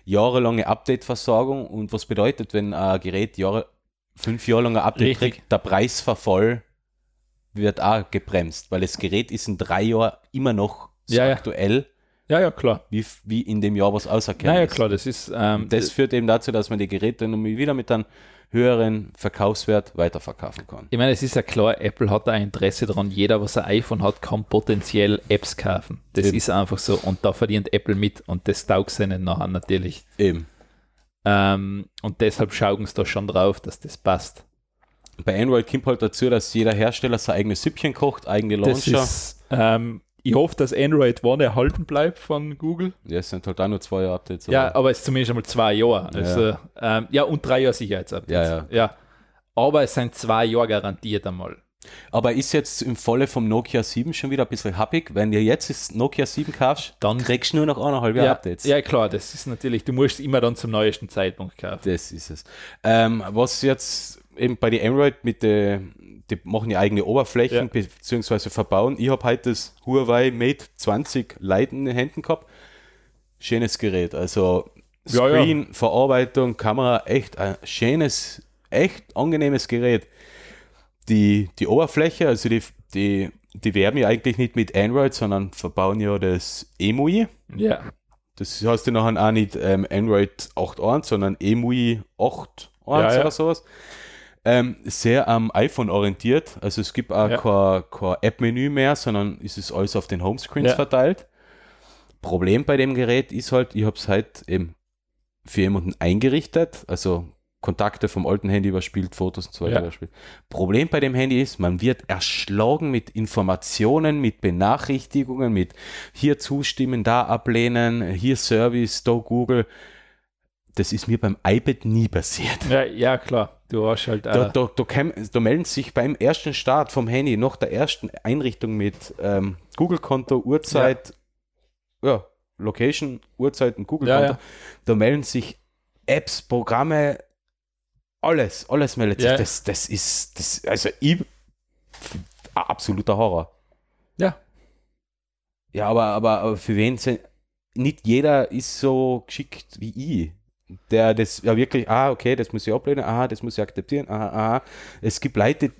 Speaker 2: jahrelange Update-Versorgung und was bedeutet, wenn ein Gerät Jahre, fünf Jahre lang ein Update
Speaker 1: Richtig.
Speaker 2: kriegt, der Preisverfall wird auch gebremst, weil das Gerät ist in drei Jahren immer noch so
Speaker 1: Ja, ja.
Speaker 2: aktuell,
Speaker 1: Ja, ja, klar.
Speaker 2: Wie, wie in dem Jahr was auserkennt.
Speaker 1: Naja, klar, das ist. Ähm,
Speaker 2: Das führt eben dazu, dass man die Geräte nun mal wieder mit einem höheren Verkaufswert weiterverkaufen kann.
Speaker 1: ich meine, es ist ja klar, Apple hat da ein Interesse daran, jeder, was ein iPhone hat, kann potenziell Apps kaufen. Das
Speaker 2: Eben.
Speaker 1: ist einfach so. Und da verdient Apple mit und das taugt ihnen nachher natürlich.
Speaker 2: Eben.
Speaker 1: Ähm, und deshalb schauen sie da schon drauf, dass das passt.
Speaker 2: Bei Android kommt halt dazu, dass jeder Hersteller sein eigenes Süppchen kocht, eigene Launcher.
Speaker 1: Das ist, ähm, ich hoffe, dass Android One erhalten bleibt von Google.
Speaker 2: Ja, es sind halt auch nur zwei Updates.
Speaker 1: Ja,
Speaker 2: aber-
Speaker 1: aber es ist zumindest einmal zwei Jahre.
Speaker 2: Ja.
Speaker 1: Also, ähm, ja, und drei Jahre Sicherheitsupdates.
Speaker 2: Ja, ja.
Speaker 1: Aber es sind zwei Jahre garantiert einmal.
Speaker 2: aber ist jetzt im Falle vom Nokia 7 schon wieder ein bisschen happig? Wenn dir jetzt das Nokia 7 kaufst,
Speaker 1: Dann-
Speaker 2: kriegst du nur noch eineinhalb Jahre
Speaker 1: Ja,
Speaker 2: Updates.
Speaker 1: ja, klar, das ist natürlich, du musst es immer dann zum neuesten Zeitpunkt kaufen.
Speaker 2: Das ist es. Ähm, was jetzt eben bei den Android mit der, die machen ja eigene Oberflächen
Speaker 1: Ja.
Speaker 2: beziehungsweise verbauen. Ich habe heute das Huawei Mate 20 Lite in den Händen gehabt. Schönes Gerät. Also
Speaker 1: Ja, ja.
Speaker 2: Screen, Verarbeitung, Kamera, echt ein schönes, echt angenehmes Gerät. Die, die Oberfläche, also die, die, die werben ja eigentlich nicht mit Android, sondern verbauen ja das E EMUI.
Speaker 1: Ja,
Speaker 2: Das heißt ja nachher auch nicht ähm, Android 8.1, sondern E EMUI 8.1
Speaker 1: Ja, ja.
Speaker 2: oder sowas. Ähm, sehr am iPhone orientiert. Also es gibt auch
Speaker 1: Ja.
Speaker 2: kein, kein App-Menü mehr, sondern es ist alles auf den Homescreens
Speaker 1: Ja.
Speaker 2: verteilt. Problem bei dem Gerät ist halt, ich habe es halt eben für jemanden eingerichtet, also Kontakte vom alten Handy überspielt, Fotos und so weiter
Speaker 1: Ja.
Speaker 2: überspielt. Problem bei dem Handy ist, man wird erschlagen mit Informationen, mit Benachrichtigungen, mit hier zustimmen, da ablehnen, hier Service, da Google. Das ist mir beim iPad nie passiert.
Speaker 1: ja, ja klar, du hast halt
Speaker 2: Da,
Speaker 1: auch,
Speaker 2: da, da, käm, da melden sich beim ersten Start vom Handy, nach der ersten Einrichtung mit ähm, Google-Konto, Uhrzeit, ja. Location, Uhrzeit und Google-Konto.
Speaker 1: Ja, ja.
Speaker 2: Da melden sich Apps, Programme, alles, alles meldet
Speaker 1: Ja.
Speaker 2: sich. Das, das ist, das, also ich, ein absoluter Horror.
Speaker 1: Ja.
Speaker 2: Ja, aber, aber, aber für wen sind, nicht jeder ist so geschickt wie ich der das ja wirklich, ah, okay, das muss ich ablehnen, aha, das muss ich akzeptieren, aha, aha. Es gibt Leute,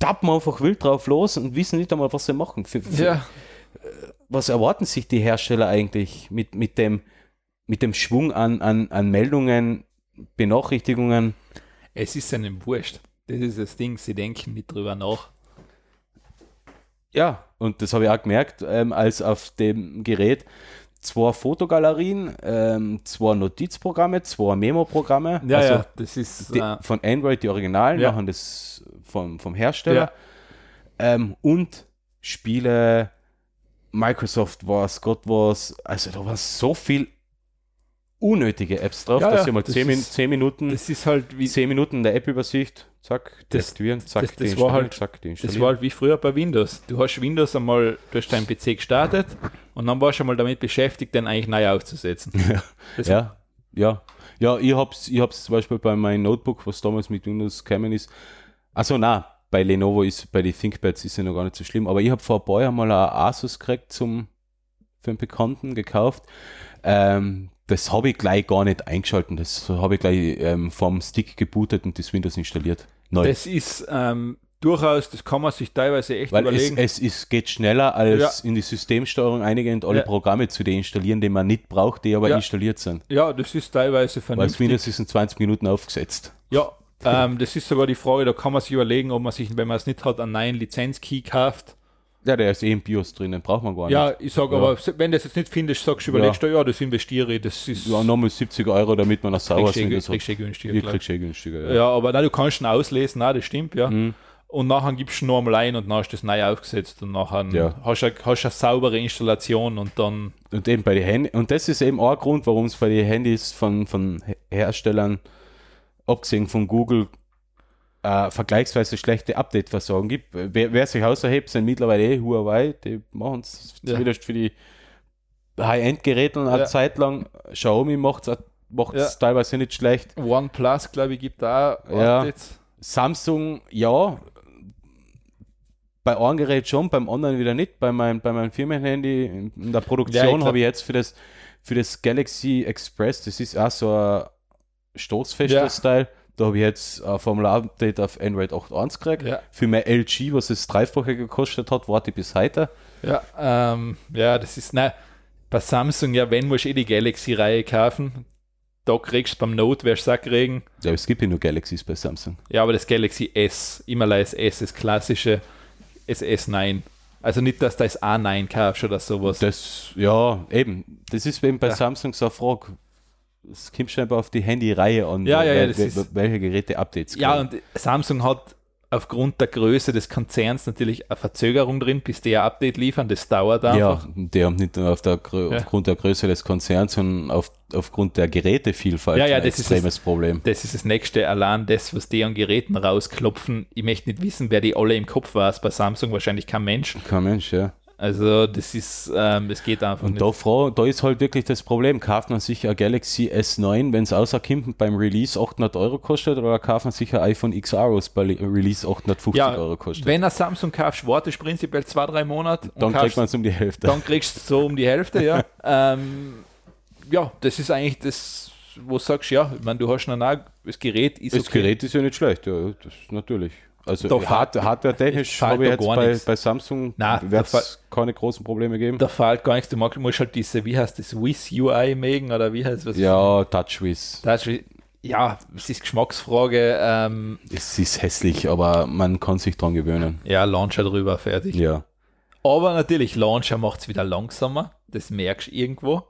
Speaker 2: tappen einfach wild drauf los und wissen nicht einmal, was sie machen. Für, für,
Speaker 1: ja,
Speaker 2: Was erwarten sich die Hersteller eigentlich mit, mit, dem, mit dem Schwung an, an, an Meldungen, Benachrichtigungen?
Speaker 1: es ist einem wurscht. Das ist das Ding, sie denken nicht drüber nach.
Speaker 2: Ja, und das habe ich auch gemerkt, ähm, als auf dem Gerät zwei Fotogalerien, ähm, zwei Notizprogramme, zwei Memo-Programme.
Speaker 1: Ja,
Speaker 2: also
Speaker 1: ja, das ist,
Speaker 2: die,
Speaker 1: äh,
Speaker 2: von Android die Originalen,
Speaker 1: Ja.
Speaker 2: machen das vom, vom Hersteller. Ähm, und Spiele, Microsoft was, Gott was, also da war so viel unnötige Apps drauf,
Speaker 1: Ja,
Speaker 2: dass
Speaker 1: ja,
Speaker 2: ich mal
Speaker 1: das
Speaker 2: 10, Min
Speaker 1: ist-
Speaker 2: 10 Minuten,
Speaker 1: das ist halt wie,
Speaker 2: 10 Minuten der App-Übersicht, zack,
Speaker 1: Das-
Speaker 2: deaktivieren, zack,
Speaker 1: das- das war
Speaker 2: deinstallieren,
Speaker 1: halt-
Speaker 2: zack,
Speaker 1: Das
Speaker 2: deinstallieren.
Speaker 1: war halt wie früher bei Windows. Du hast Windows einmal durch deinen PC gestartet und dann warst du mal damit beschäftigt, den eigentlich neu aufzusetzen. das-
Speaker 2: ja, ja. Ja, ich hab's, ich hab's zum Beispiel bei meinem Notebook, was damals mit Windows gekommen ist. Also na, bei Lenovo ist, bei den ThinkPads ist ja noch gar nicht so schlimm, aber ich habe vor ein paar Jahren mal ein Asus gekriegt zum für einen Bekannten gekauft. Ähm, das habe ich gleich gar nicht eingeschalten. Das habe ich gleich ähm, vom Stick gebootet und das Windows installiert. Neu.
Speaker 1: Das ist ähm, durchaus, das kann man sich teilweise echt
Speaker 2: Weil es,
Speaker 1: überlegen.
Speaker 2: es ist, geht schneller als in die Systemsteuerung einige und alle
Speaker 1: Ja.
Speaker 2: Programme zu deinstallieren, die man nicht braucht, die aber
Speaker 1: Ja.
Speaker 2: installiert sind.
Speaker 1: ja, das ist teilweise
Speaker 2: Weil das
Speaker 1: vernünftig.
Speaker 2: Windows ist in 20 Minuten aufgesetzt.
Speaker 1: Ja, ähm, das ist sogar die Frage, da kann man sich überlegen, ob man sich, wenn man es nicht hat, einen neuen Lizenzkey kauft.
Speaker 2: Ja, der ist eh im BIOS drin, den braucht man gar
Speaker 1: Ja,
Speaker 2: nicht.
Speaker 1: ich sage
Speaker 2: Ja.
Speaker 1: aber, wenn du das jetzt nicht findest, sagst du, überlegst du, ja, das investiere ich, das ist
Speaker 2: Ja, nochmal 70 Euro, damit man das sauer
Speaker 1: kriegst du eh-
Speaker 2: sind. Das hat-
Speaker 1: kriegst du eh günstiger.
Speaker 2: ich
Speaker 1: glaub.
Speaker 2: krieg's eh günstiger. Ja.
Speaker 1: Ja, aber nein, du kannst ihn auslesen, nein, das stimmt, ja.
Speaker 2: Mhm.
Speaker 1: Und nachher gibst du noch einmal ein und dann hast du das neu aufgesetzt und nachher
Speaker 2: Ja.
Speaker 1: hast du hast du eine saubere Installation und dann,
Speaker 2: Und eben bei den Handys, und das ist eben auch ein Grund, warum es bei den Handys von, von Her- Herstellern, abgesehen von Google, äh, vergleichsweise schlechte Update-Versorgung gibt. Wer, wer sich außerhebt, sind mittlerweile eh Huawei, die machen es
Speaker 1: Ja.
Speaker 2: zumindest für die High-End-Geräte eine
Speaker 1: Ja.
Speaker 2: Zeit lang. Xiaomi macht es
Speaker 1: Ja.
Speaker 2: teilweise nicht schlecht.
Speaker 1: OnePlus, glaube ich, gibt da
Speaker 2: Ja.
Speaker 1: Updates.
Speaker 2: Samsung, ja. Bei einem Gerät schon, beim anderen wieder nicht. Bei meinem, bei meinem Firmenhandy in in der
Speaker 1: Ja, ich
Speaker 2: Produktion
Speaker 1: glaub-
Speaker 2: habe ich jetzt für das, für das Galaxy Express, das ist auch so ein
Speaker 1: Ja.
Speaker 2: Stoßfester-Style, da habe ich jetzt ein Formular-Update auf Android 8.1 gekriegt.
Speaker 1: Ja,
Speaker 2: Für mein LG, was es dreifache gekostet hat, warte ich bis heute.
Speaker 1: ja, ähm, ja, das ist, nein, bei Samsung, ja, wenn musst du eh die Galaxy-Reihe kaufen, da kriegst du beim Note, wer Sack kriegen.
Speaker 2: Ja, es gibt ja nur Galaxies bei Samsung.
Speaker 1: Ja, aber das Galaxy S, immer das S, das klassische SS9. Also nicht, dass du das A9 kaufst oder sowas.
Speaker 2: Das, ja, eben. Das ist eben bei
Speaker 1: Ja.
Speaker 2: Samsung so eine Frage. Es kommt scheinbar auf die Handy-Reihe an,
Speaker 1: Ja, ja, ja,
Speaker 2: wel-
Speaker 1: das
Speaker 2: wel-
Speaker 1: ist-
Speaker 2: welche Geräte Updates
Speaker 1: Ja,
Speaker 2: kriegen.
Speaker 1: und Samsung hat aufgrund der Größe des Konzerns natürlich eine Verzögerung drin, bis die ein Update liefern. Das dauert
Speaker 2: Ja,
Speaker 1: einfach.
Speaker 2: die haben nicht nur auf der, Grö-
Speaker 1: Ja.
Speaker 2: aufgrund der Größe des Konzerns, sondern auf, aufgrund der Gerätevielfalt
Speaker 1: Ja, ja,
Speaker 2: ein
Speaker 1: das ist
Speaker 2: extremes Problem.
Speaker 1: Das ist das nächste. Allein das, was die an Geräten rausklopfen. Ich möchte nicht wissen, wer die alle im Kopf war. Ist Bei Samsung wahrscheinlich kein Mensch.
Speaker 2: Kein Mensch, ja.
Speaker 1: Also, das ist, ähm, es geht einfach
Speaker 2: Und
Speaker 1: nicht.
Speaker 2: da, Frau, da ist halt wirklich das Problem. Kauft man sich ein Galaxy S9, wenn es außer Kimpen beim Release 800 Euro kostet, oder kauft man sich ein iPhone XR, was bei Le- Release 850
Speaker 1: ja,
Speaker 2: Euro kostet?
Speaker 1: wenn er Samsung kaufst, wartest prinzipiell zwei, drei Monate. und
Speaker 2: Dann kriegt
Speaker 1: kaufst-
Speaker 2: man es um die Hälfte.
Speaker 1: Dann kriegst du so um die Hälfte, ja. ähm, ja, das ist eigentlich das, wo du sagst, ja, ich meine, du hast noch ein, das Gerät ist
Speaker 2: Das
Speaker 1: okay.
Speaker 2: Gerät ist ja nicht schlecht, ja, das ist natürlich. Also
Speaker 1: Da
Speaker 2: hard, hardware-technisch
Speaker 1: fällt
Speaker 2: habe ich
Speaker 1: da
Speaker 2: jetzt
Speaker 1: gar
Speaker 2: bei,
Speaker 1: nichts.
Speaker 2: bei Samsung
Speaker 1: Na, da
Speaker 2: wird
Speaker 1: fall-
Speaker 2: es keine großen Probleme geben.
Speaker 1: Da fehlt gar nichts, du mag- musst halt diese, wie heißt das, Wiz UI mögen oder wie heißt was?
Speaker 2: ja, TouchWiz.
Speaker 1: Da hast du- ja, es ist Geschmacksfrage, ähm,
Speaker 2: Es ist hässlich, aber man kann sich dran gewöhnen.
Speaker 1: ja, Launcher drüber, fertig.
Speaker 2: Ja.
Speaker 1: Aber natürlich, Launcher macht es wieder langsamer, das merkst du irgendwo.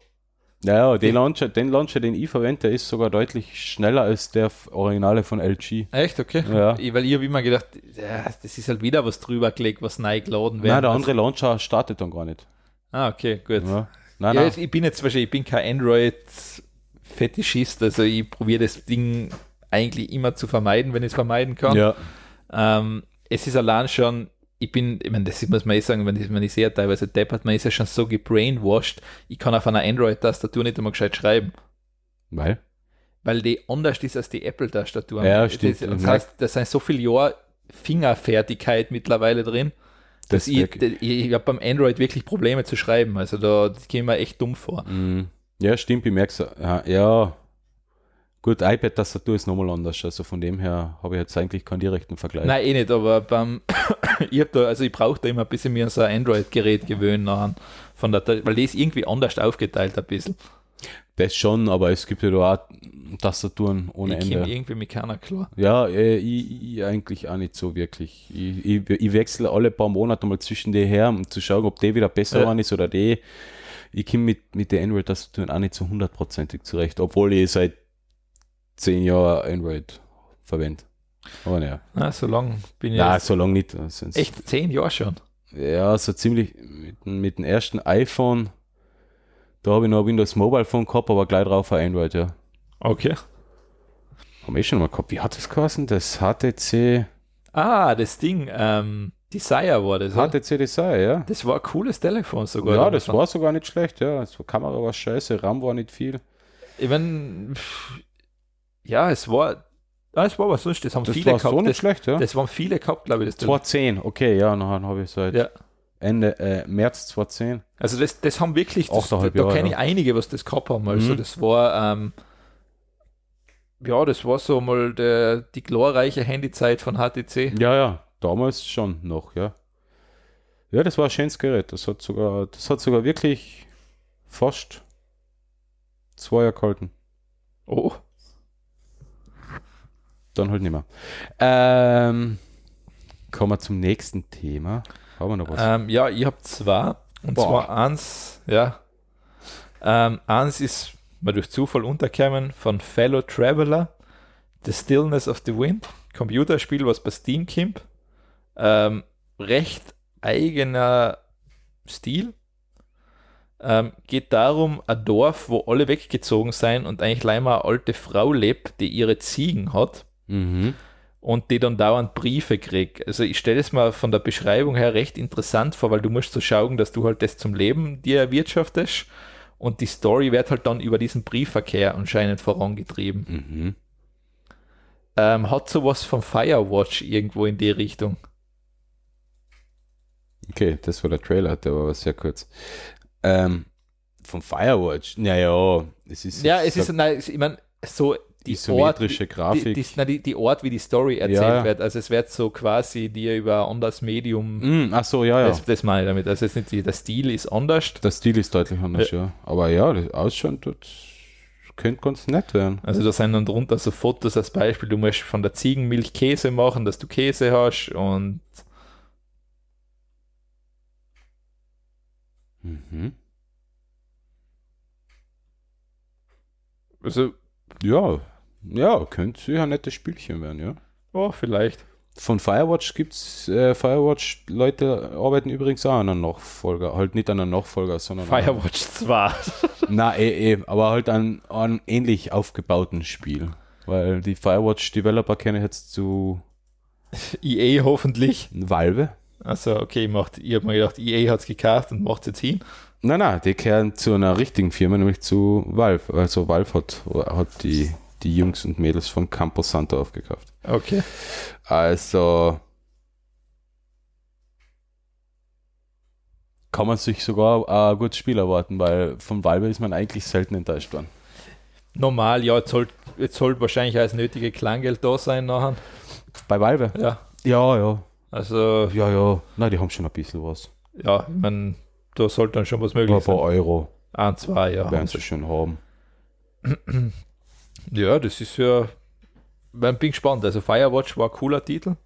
Speaker 2: Ja, ja den, Launcher, den Launcher, den ich verwende, der ist sogar deutlich schneller als der f- Originale von LG.
Speaker 1: Echt, okay.
Speaker 2: Ja.
Speaker 1: Ich, weil ich habe immer gedacht, ja, das ist halt wieder was drüber gelegt, was neu geladen wird.
Speaker 2: Nein, der andere Launcher startet dann gar nicht.
Speaker 1: Ah, okay, gut.
Speaker 2: Ja. Nein,
Speaker 1: ja,
Speaker 2: nein.
Speaker 1: jetzt- Ich bin jetzt wahrscheinlich, ich bin kein Android-Fetischist, also ich probiere das Ding eigentlich immer zu vermeiden, wenn ich es vermeiden kann.
Speaker 2: Ja.
Speaker 1: Ähm, es ist allein schon, ich bin, ich meine, das muss man eh sagen, wenn ich, wenn ich sehe, teilweise deppert, man ist ja schon so gebrainwashed, ich kann auf einer Android-Tastatur nicht einmal gescheit schreiben.
Speaker 2: Weil?
Speaker 1: Weil die anders ist als die Apple-Tastatur.
Speaker 2: Ja, stimmt.
Speaker 1: Das, das heißt, da sind so viele Jahre Fingerfertigkeit mittlerweile drin, dass ich,
Speaker 2: wirklich-
Speaker 1: ich, ich habe beim Android wirklich Probleme zu schreiben. Also da gehen wir echt dumm vor.
Speaker 2: Mhm. Ja, stimmt, ich merke es. Ja, ja. Gut, iPad-Tastatur ist nochmal anders. Also von dem her habe ich jetzt eigentlich keinen direkten Vergleich.
Speaker 1: Nein, eh nicht, aber beim, ich hab da, also ich brauche da immer ein bisschen mir an so ein Android-Gerät gewöhnen, an, von der, weil die ist irgendwie anders aufgeteilt ein bisschen.
Speaker 2: Das schon, aber es gibt ja da auch Tastaturen ohne
Speaker 1: ich komme
Speaker 2: Ende.
Speaker 1: irgendwie mit keiner klar.
Speaker 2: Ja, äh, ich, ich eigentlich auch nicht so wirklich. Ich, ich, ich wechsle alle paar Monate mal zwischen die her, um zu schauen, ob die wieder besser
Speaker 1: Ja.
Speaker 2: waren ist oder die. Ich komme mit, mit den Android-Tastaturen auch nicht so hundertprozentig zurecht, obwohl ich seit zehn Jahren Android verwende. Aber naja.
Speaker 1: Na, so lang bin ich
Speaker 2: Na,
Speaker 1: jetzt,
Speaker 2: so lange nicht. Sonst-
Speaker 1: echt zehn Jahre schon.
Speaker 2: Ja, so ziemlich mit, dem- mit dem ersten iPhone. Da habe ich noch ein Windows Mobile Phone gehabt, aber gleich drauf ein Android, ja.
Speaker 1: Okay.
Speaker 2: Haben wir eh schon mal gehabt. Wie hat das geheißen? Das HTC.
Speaker 1: Ah, das Ding, ähm, Desire war das. oder?
Speaker 2: HTC Desire, ja.
Speaker 1: Das war ein cooles Telefon sogar.
Speaker 2: Ja,
Speaker 1: damals
Speaker 2: das war sogar nicht schlecht, ja. Das war, Kamera war scheiße, RAM war nicht viel.
Speaker 1: Ich mein, pff, ja, es war, ah, es war was sonst, das haben
Speaker 2: Das
Speaker 1: viele
Speaker 2: war so
Speaker 1: gehabt.
Speaker 2: nicht
Speaker 1: Das,
Speaker 2: schlecht, ja.
Speaker 1: das waren viele gehabt, glaube ich. Das Telefon.
Speaker 2: 2010, okay, ja, und dann habe ich seit
Speaker 1: Ja.
Speaker 2: Ende äh, März 2010.
Speaker 1: Also das, das haben wirklich, das, da,
Speaker 2: Achteinhalb
Speaker 1: da
Speaker 2: Jahre,
Speaker 1: kenne ich
Speaker 2: ja.
Speaker 1: einige, was das gehabt haben. Also
Speaker 2: Mhm.
Speaker 1: das war, ähm, ja, das war so mal der, die glorreiche Handyzeit von HTC.
Speaker 2: Ja, ja, damals schon noch, ja. Ja, das war ein schönes Gerät. Das hat sogar, das hat sogar wirklich fast zwei Jahre gehalten.
Speaker 1: Oh,
Speaker 2: Dann halt nicht mehr. Ähm, kommen wir zum nächsten Thema. Haben wir noch was?
Speaker 1: ähm, ja, ich habe zwei. Und
Speaker 2: Boah.
Speaker 1: zwar eins, ja. Ähm, eins ist mal durch Zufall unterkämen von Fellow Traveler, The Stillness of the Wind, Computerspiel, was bei Steam kommt. Ähm, recht eigener Stil. Ähm, geht darum, ein Dorf, wo alle weggezogen sind und eigentlich leider eine alte Frau lebt, die ihre Ziegen hat
Speaker 2: Mhm.
Speaker 1: und die dann dauernd Briefe krieg. Also ich stelle es mal von der Beschreibung her recht interessant vor, weil du musst so schauen, dass du halt das zum Leben dir erwirtschaftest und die Story wird halt dann über diesen Briefverkehr anscheinend vorangetrieben.
Speaker 2: Mhm.
Speaker 1: Ähm, hat sowas von Firewatch irgendwo in die Richtung.
Speaker 2: Okay, das war der Trailer, der war aber sehr kurz. Ähm, von Firewatch, naja, es ist.
Speaker 1: Ja, es
Speaker 2: so-
Speaker 1: ist, nein, ich meine, so die Ort,
Speaker 2: isometrische Grafik.
Speaker 1: die, die, nein, die, die Ort, wie die Story erzählt
Speaker 2: Ja.
Speaker 1: wird. Also es wird so quasi dir über ein anderes Medium,
Speaker 2: Mm, ach so, ja, ja.
Speaker 1: das, das meine ich damit. Also jetzt nicht, die- der Stil ist anders.
Speaker 2: der Stil ist deutlich anders, ja. Aber ja, das Ausschauen tut, könnte ganz nett werden.
Speaker 1: Also da sind dann drunter so Fotos als Beispiel, du musst von der Ziegenmilch Käse machen, dass du Käse hast und
Speaker 2: Mhm.
Speaker 1: also, also,
Speaker 2: Ja, ja, könnte sicher ein nettes Spielchen werden, ja.
Speaker 1: oh, vielleicht.
Speaker 2: Von Firewatch gibt's äh, Firewatch-Leute arbeiten übrigens auch an einem Nachfolger. Halt nicht an einem Nachfolger, sondern an-
Speaker 1: Firewatch 2.
Speaker 2: Na, eh, eh, aber halt an an ähnlich aufgebauten Spiel. Weil die Firewatch-Developer kenne ich jetzt zu
Speaker 1: EA E hoffentlich.
Speaker 2: Valve.
Speaker 1: Also, okay, macht, ich habe mir gedacht, EA hat es gekauft und macht es jetzt hin.
Speaker 2: Nein, nein, die kehren zu einer richtigen Firma, nämlich zu Valve. Also Valve hat, hat die, die Jungs und Mädels von Campo Santo aufgekauft.
Speaker 1: Okay.
Speaker 2: Also kann man sich sogar äh, ein gutes Spiel erwarten, weil von Valve ist man eigentlich selten enttäuscht worden.
Speaker 1: Normal, ja, jetzt soll, jetzt soll wahrscheinlich als nötige Klanggeld da sein nachher.
Speaker 2: Bei Valve?
Speaker 1: Ja,
Speaker 2: Ja, ja.
Speaker 1: also,
Speaker 2: Ja, ja. Na, die haben schon ein bisschen was.
Speaker 1: ja, ich meine, da sollte dann schon was
Speaker 2: Ein
Speaker 1: möglich
Speaker 2: paar
Speaker 1: sein.
Speaker 2: Euro
Speaker 1: Ein, zwei, ja.
Speaker 2: werden sie schon haben.
Speaker 1: Ja, das ist ja. Ich bin gespannt. Also, Firewatch war ein cooler Titel.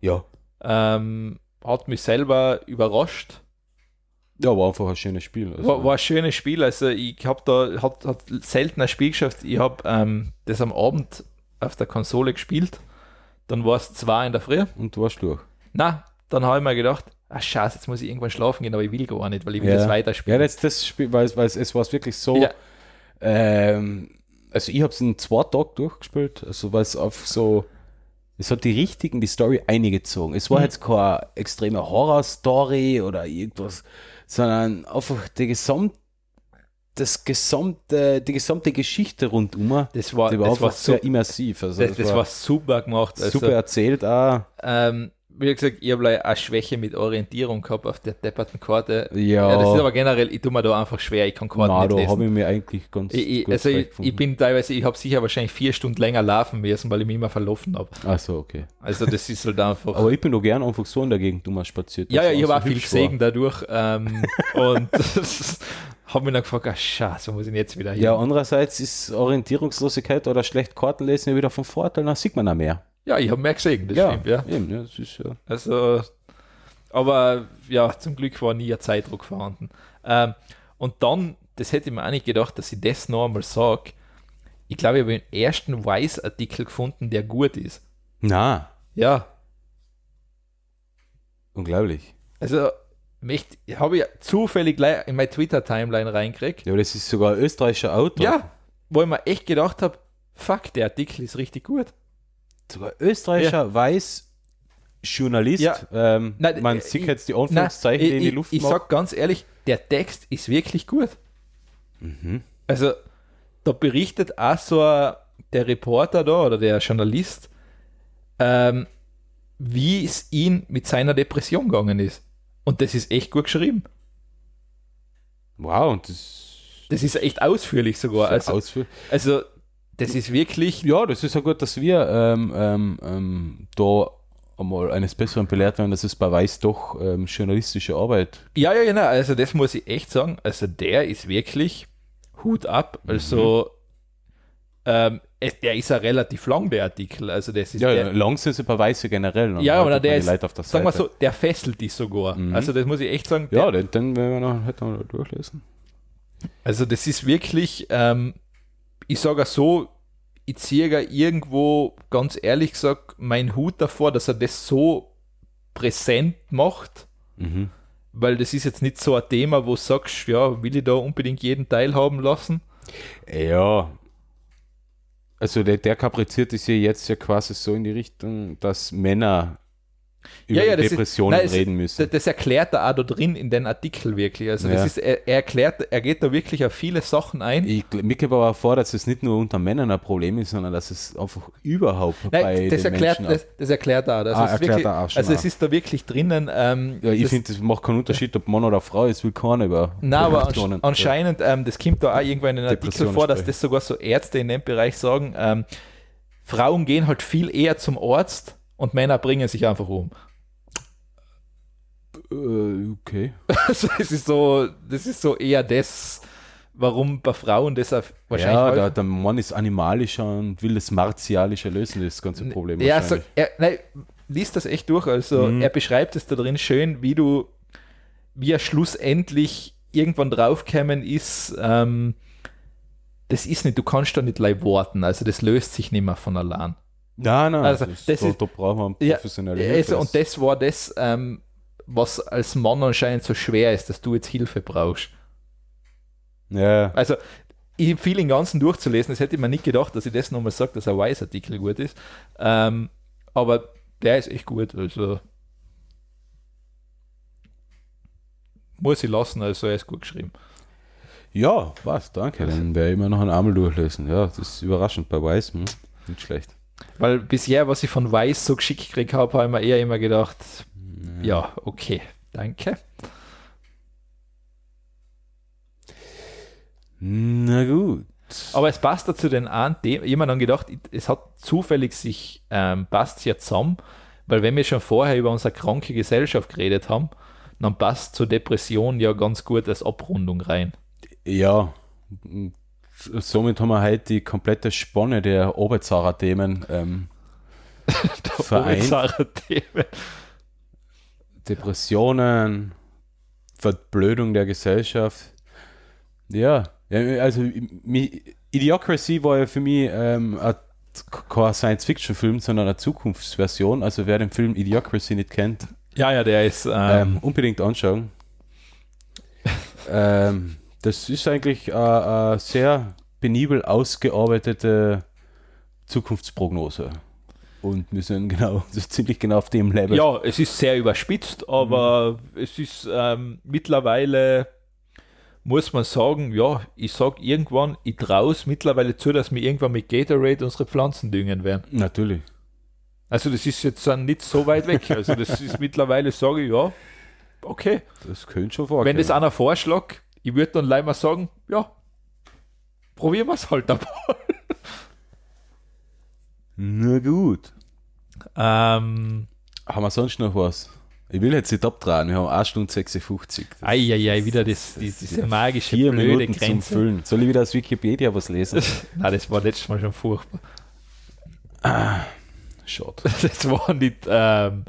Speaker 2: Ja.
Speaker 1: Ähm, hat mich selber überrascht.
Speaker 2: Ja, war einfach ein schönes Spiel. Also,
Speaker 1: War, war ein schönes Spiel. Also, ich habe da hat, hat selten ein Spiel geschafft. Ich habe ähm, das am Abend auf der Konsole gespielt. Dann war es zwei in der Früh.
Speaker 2: Und du warst durch.
Speaker 1: Na, dann habe ich mir gedacht, ah, Scheiße, jetzt muss ich irgendwann schlafen gehen, aber ich will gar nicht, weil ich will
Speaker 2: Ja.
Speaker 1: das
Speaker 2: Ja,
Speaker 1: weiterspielen.
Speaker 2: das, das Spiel, weil, es- weil es- es war wirklich so.
Speaker 1: Ja.
Speaker 2: Ähm, also ich habe es in zwei Tagen durchgespielt, also weil es auf so, es hat die richtigen, die Story eingezogen. Es war
Speaker 1: Mhm.
Speaker 2: jetzt keine extreme Horror-Story oder irgendwas, sondern einfach die gesamt, das gesamte, die gesamte Geschichte rundum,
Speaker 1: das war,
Speaker 2: die war
Speaker 1: das
Speaker 2: einfach
Speaker 1: war,
Speaker 2: sehr
Speaker 1: super,
Speaker 2: immersiv. Also
Speaker 1: das, das war super gemacht. Also,
Speaker 2: super erzählt auch.
Speaker 1: Ähm, wie gesagt, ich habe eine Schwäche mit Orientierung gehabt auf der depperten Karte.
Speaker 2: Ja,
Speaker 1: Ja, das ist aber generell, ich tue mir da einfach schwer, ich kann Karten
Speaker 2: na,
Speaker 1: nicht
Speaker 2: da habe
Speaker 1: lesen.
Speaker 2: ich mir eigentlich ganz
Speaker 1: Ich, ich,
Speaker 2: gut
Speaker 1: also ich,
Speaker 2: zurechtgefunden.
Speaker 1: ich bin teilweise, ich habe sicher wahrscheinlich vier Stunden länger laufen müssen, weil ich mich immer verlaufen habe.
Speaker 2: Ach so, okay.
Speaker 1: Also das ist halt einfach.
Speaker 2: Aber ich bin doch gern einfach so in der Gegend um spaziert.
Speaker 1: ja, ja,
Speaker 2: dass
Speaker 1: ich
Speaker 2: es
Speaker 1: habe
Speaker 2: so
Speaker 1: auch viel
Speaker 2: hübsch war.
Speaker 1: gesehen dadurch ähm, und habe mich dann gefragt, ah scheiße, wo muss ich denn jetzt wieder hin?
Speaker 2: Ja, andererseits ist Orientierungslosigkeit oder schlecht Kartenlesen ja wieder von Vorteil, dann sieht man da mehr.
Speaker 1: Ja, ich habe mehr gesehen, das stimmt, ja.
Speaker 2: Eben, ja, das ist ja.
Speaker 1: Also, aber ja, zum Glück war nie ein Zeitdruck vorhanden. Ähm, und dann, das hätte ich mir auch nicht gedacht, dass ich das noch einmal sage. Ich glaube, ich habe den ersten Weiß-Artikel gefunden, der gut ist.
Speaker 2: Na,
Speaker 1: Ja,
Speaker 2: unglaublich.
Speaker 1: also möchte- habe ich zufällig gleich in meine Twitter-Timeline reingekriegt,
Speaker 2: Ja, aber das ist sogar ein österreichischer Autor.
Speaker 1: ja, wo ich mir echt gedacht habe, fuck, der Artikel ist richtig gut.
Speaker 2: Sogar österreichischer weiß Journalist.
Speaker 1: Ja.
Speaker 2: Ähm,
Speaker 1: Nein,
Speaker 2: man
Speaker 1: äh,
Speaker 2: sieht
Speaker 1: ich-
Speaker 2: jetzt die
Speaker 1: Nein,
Speaker 2: Anführungszeichen, die in die Luft
Speaker 1: ich, ich
Speaker 2: machen.
Speaker 1: sag ganz ehrlich, der Text ist wirklich gut.
Speaker 2: Mhm.
Speaker 1: Also, da berichtet auch so ein- der Reporter da oder der Journalist, ähm, wie es ihm mit seiner Depression gegangen ist. Und das ist echt gut geschrieben.
Speaker 2: Wow, und das
Speaker 1: Das ist echt ausführlich sogar.
Speaker 2: ist
Speaker 1: Also,
Speaker 2: ausführlich.
Speaker 1: also das ist wirklich.
Speaker 2: Ja, das ist ja gut, dass wir ähm, ähm, ähm, da einmal eines Besseren belehrt werden, dass es bei Weiß doch ähm, journalistische Arbeit
Speaker 1: Ja, ja, genau. Also, das muss ich echt sagen. Also, der ist wirklich Hut ab. Also, ähm, es- der ist ja relativ lang, der Artikel. Also, das ist
Speaker 2: Ja,
Speaker 1: der,
Speaker 2: ja, lang sind sie bei Weiße generell. und
Speaker 1: Ja,
Speaker 2: haltet
Speaker 1: aber der
Speaker 2: man die
Speaker 1: ist,
Speaker 2: Leute auf der
Speaker 1: sagen wir so,
Speaker 2: Seite.
Speaker 1: der fesselt dich sogar.
Speaker 2: Mhm.
Speaker 1: Also das muss ich echt sagen.
Speaker 2: Ja,
Speaker 1: der,
Speaker 2: den, den werden wir noch hätten wir noch durchlesen.
Speaker 1: also das ist wirklich, ähm, ich sage so, ich ziehe ja irgendwo, ganz ehrlich gesagt, meinen Hut davor, dass er das so präsent macht, Mhm. weil das ist jetzt nicht so ein Thema, wo du sagst, ja, will ich da unbedingt jeden teilhaben lassen.
Speaker 2: Äh, Ja. Also der, der kapriziert ist ja jetzt ja quasi so in die Richtung, dass Männer über
Speaker 1: Ja, ja,
Speaker 2: die
Speaker 1: das ist-
Speaker 2: Depressionen
Speaker 1: nein, es-
Speaker 2: reden
Speaker 1: Das,
Speaker 2: müssen.
Speaker 1: das erklärt er auch da drin in den Artikel wirklich. Also
Speaker 2: Ja.
Speaker 1: das ist, er, er erklärt, er geht da wirklich auf viele Sachen ein.
Speaker 2: Ich, gl- mir geht aber auch vor, dass es nicht nur unter Männern ein Problem ist, sondern dass es einfach überhaupt bei
Speaker 1: Nein, das
Speaker 2: den
Speaker 1: erklärt,
Speaker 2: Menschen...
Speaker 1: das, das erklärt er. Das
Speaker 2: Ah,
Speaker 1: ist
Speaker 2: erklärt
Speaker 1: wirklich,
Speaker 2: er auch schon
Speaker 1: also es
Speaker 2: auch.
Speaker 1: ist da wirklich drinnen. Ähm,
Speaker 2: ja, ich
Speaker 1: das-
Speaker 2: finde, das macht keinen Unterschied, ob Mann oder Frau ist, will keiner über
Speaker 1: Nein, aber
Speaker 2: Depressionen-
Speaker 1: ansch- anscheinend, ähm, das kommt da auch irgendwann in den Artikel
Speaker 2: Depressionen
Speaker 1: vor, dass
Speaker 2: sprechen.
Speaker 1: das sogar so Ärzte in dem Bereich sagen, ähm, Frauen gehen halt viel eher zum Arzt und Männer bringen sich einfach um.
Speaker 2: Äh, okay.
Speaker 1: Also es ist so, das ist so eher das, warum bei Frauen das auch wahrscheinlich
Speaker 2: ja,
Speaker 1: häufig-
Speaker 2: der, der Mann ist animalischer und will das martialischer lösen, das ganze Problem.
Speaker 1: Ja, so,
Speaker 2: wahrscheinlich.
Speaker 1: er, nein, liest das echt durch. Also er beschreibt es da drin schön, wie du, wie er schlussendlich irgendwann draufkämen ist, ähm, das ist nicht, du kannst da nicht live warten, also das löst sich nicht mehr von allein.
Speaker 3: Nein, nein,
Speaker 1: Also,
Speaker 3: das,
Speaker 1: das
Speaker 3: da,
Speaker 1: ist-
Speaker 3: da brauchen wir einen
Speaker 1: Ja,
Speaker 3: professionelle Hilfe.
Speaker 1: Also, und das war das, ähm, was als Mann anscheinend so schwer ist, dass du jetzt Hilfe brauchst.
Speaker 3: ja,
Speaker 1: Also, ich viel den Ganzen durchzulesen, das hätte ich mir nicht gedacht, dass ich das nochmal sage, dass ein Weiß-Artikel gut ist. Ähm, aber der ist echt gut. Also, muss ich lassen, also er ist gut geschrieben.
Speaker 2: Ja, was, danke.
Speaker 3: Also.
Speaker 2: Dann wäre immer noch ein Ärmel durchlesen. Ja, das ist überraschend bei Weiß. Hm? Nicht schlecht.
Speaker 1: Weil bisher, was ich von Weiß so geschickt gekriegt habe, habe ich mir eher immer gedacht, ja, okay, danke.
Speaker 2: Na gut.
Speaker 1: Aber es passt dazu den an, dem jemand hat gedacht, es hat zufällig sich ähm, passt ja zusammen, weil wenn wir schon vorher über unsere kranke Gesellschaft geredet haben, dann passt zur Depression ja ganz gut als Abrundung rein.
Speaker 2: Ja, somit haben wir heute die komplette Spanne der Oberzara-Themen. Ähm, vereint.
Speaker 1: Sarah-Themen.
Speaker 2: Depressionen, Verblödung der Gesellschaft. Ja, ja, also mi- Idiocracy war ja für mich ähm, a- kein Science-Fiction-Film, sondern eine Zukunftsversion. Also wer den Film Idiocracy nicht kennt,
Speaker 1: Ja, ja, der ist ähm,
Speaker 2: ähm, unbedingt anschauen. ähm, das ist eigentlich eine, eine sehr penibel ausgearbeitete Zukunftsprognose. Und wir sind genau, ziemlich genau auf dem Level.
Speaker 1: ja, es ist sehr überspitzt, aber es ist ähm, mittlerweile, muss man sagen, ja, ich sag irgendwann, ich traue es mittlerweile zu, dass wir irgendwann mit Gatorade unsere Pflanzen düngen werden.
Speaker 2: Natürlich.
Speaker 1: Also das ist jetzt dann nicht so weit weg. Also das ist mittlerweile, sage ich, ja, okay.
Speaker 2: Das könnte schon vorkommen.
Speaker 1: Wenn das einer vorschlägt, ich würde dann leider mal sagen, ja, probieren wir es halt einmal.
Speaker 2: Na gut.
Speaker 1: Ähm,
Speaker 2: Haben wir sonst noch was? Ich will jetzt nicht abdrehen. Wir haben 1 Stunde 56.
Speaker 1: Eieiei, wieder das, die, diese magische
Speaker 2: Vier
Speaker 1: blöde
Speaker 2: Minuten zum
Speaker 1: Grenze.
Speaker 2: Füllen. Soll ich wieder aus Wikipedia was lesen?
Speaker 1: Nein, das war letztes Mal schon furchtbar.
Speaker 2: Schade.
Speaker 1: Das war nicht, ähm,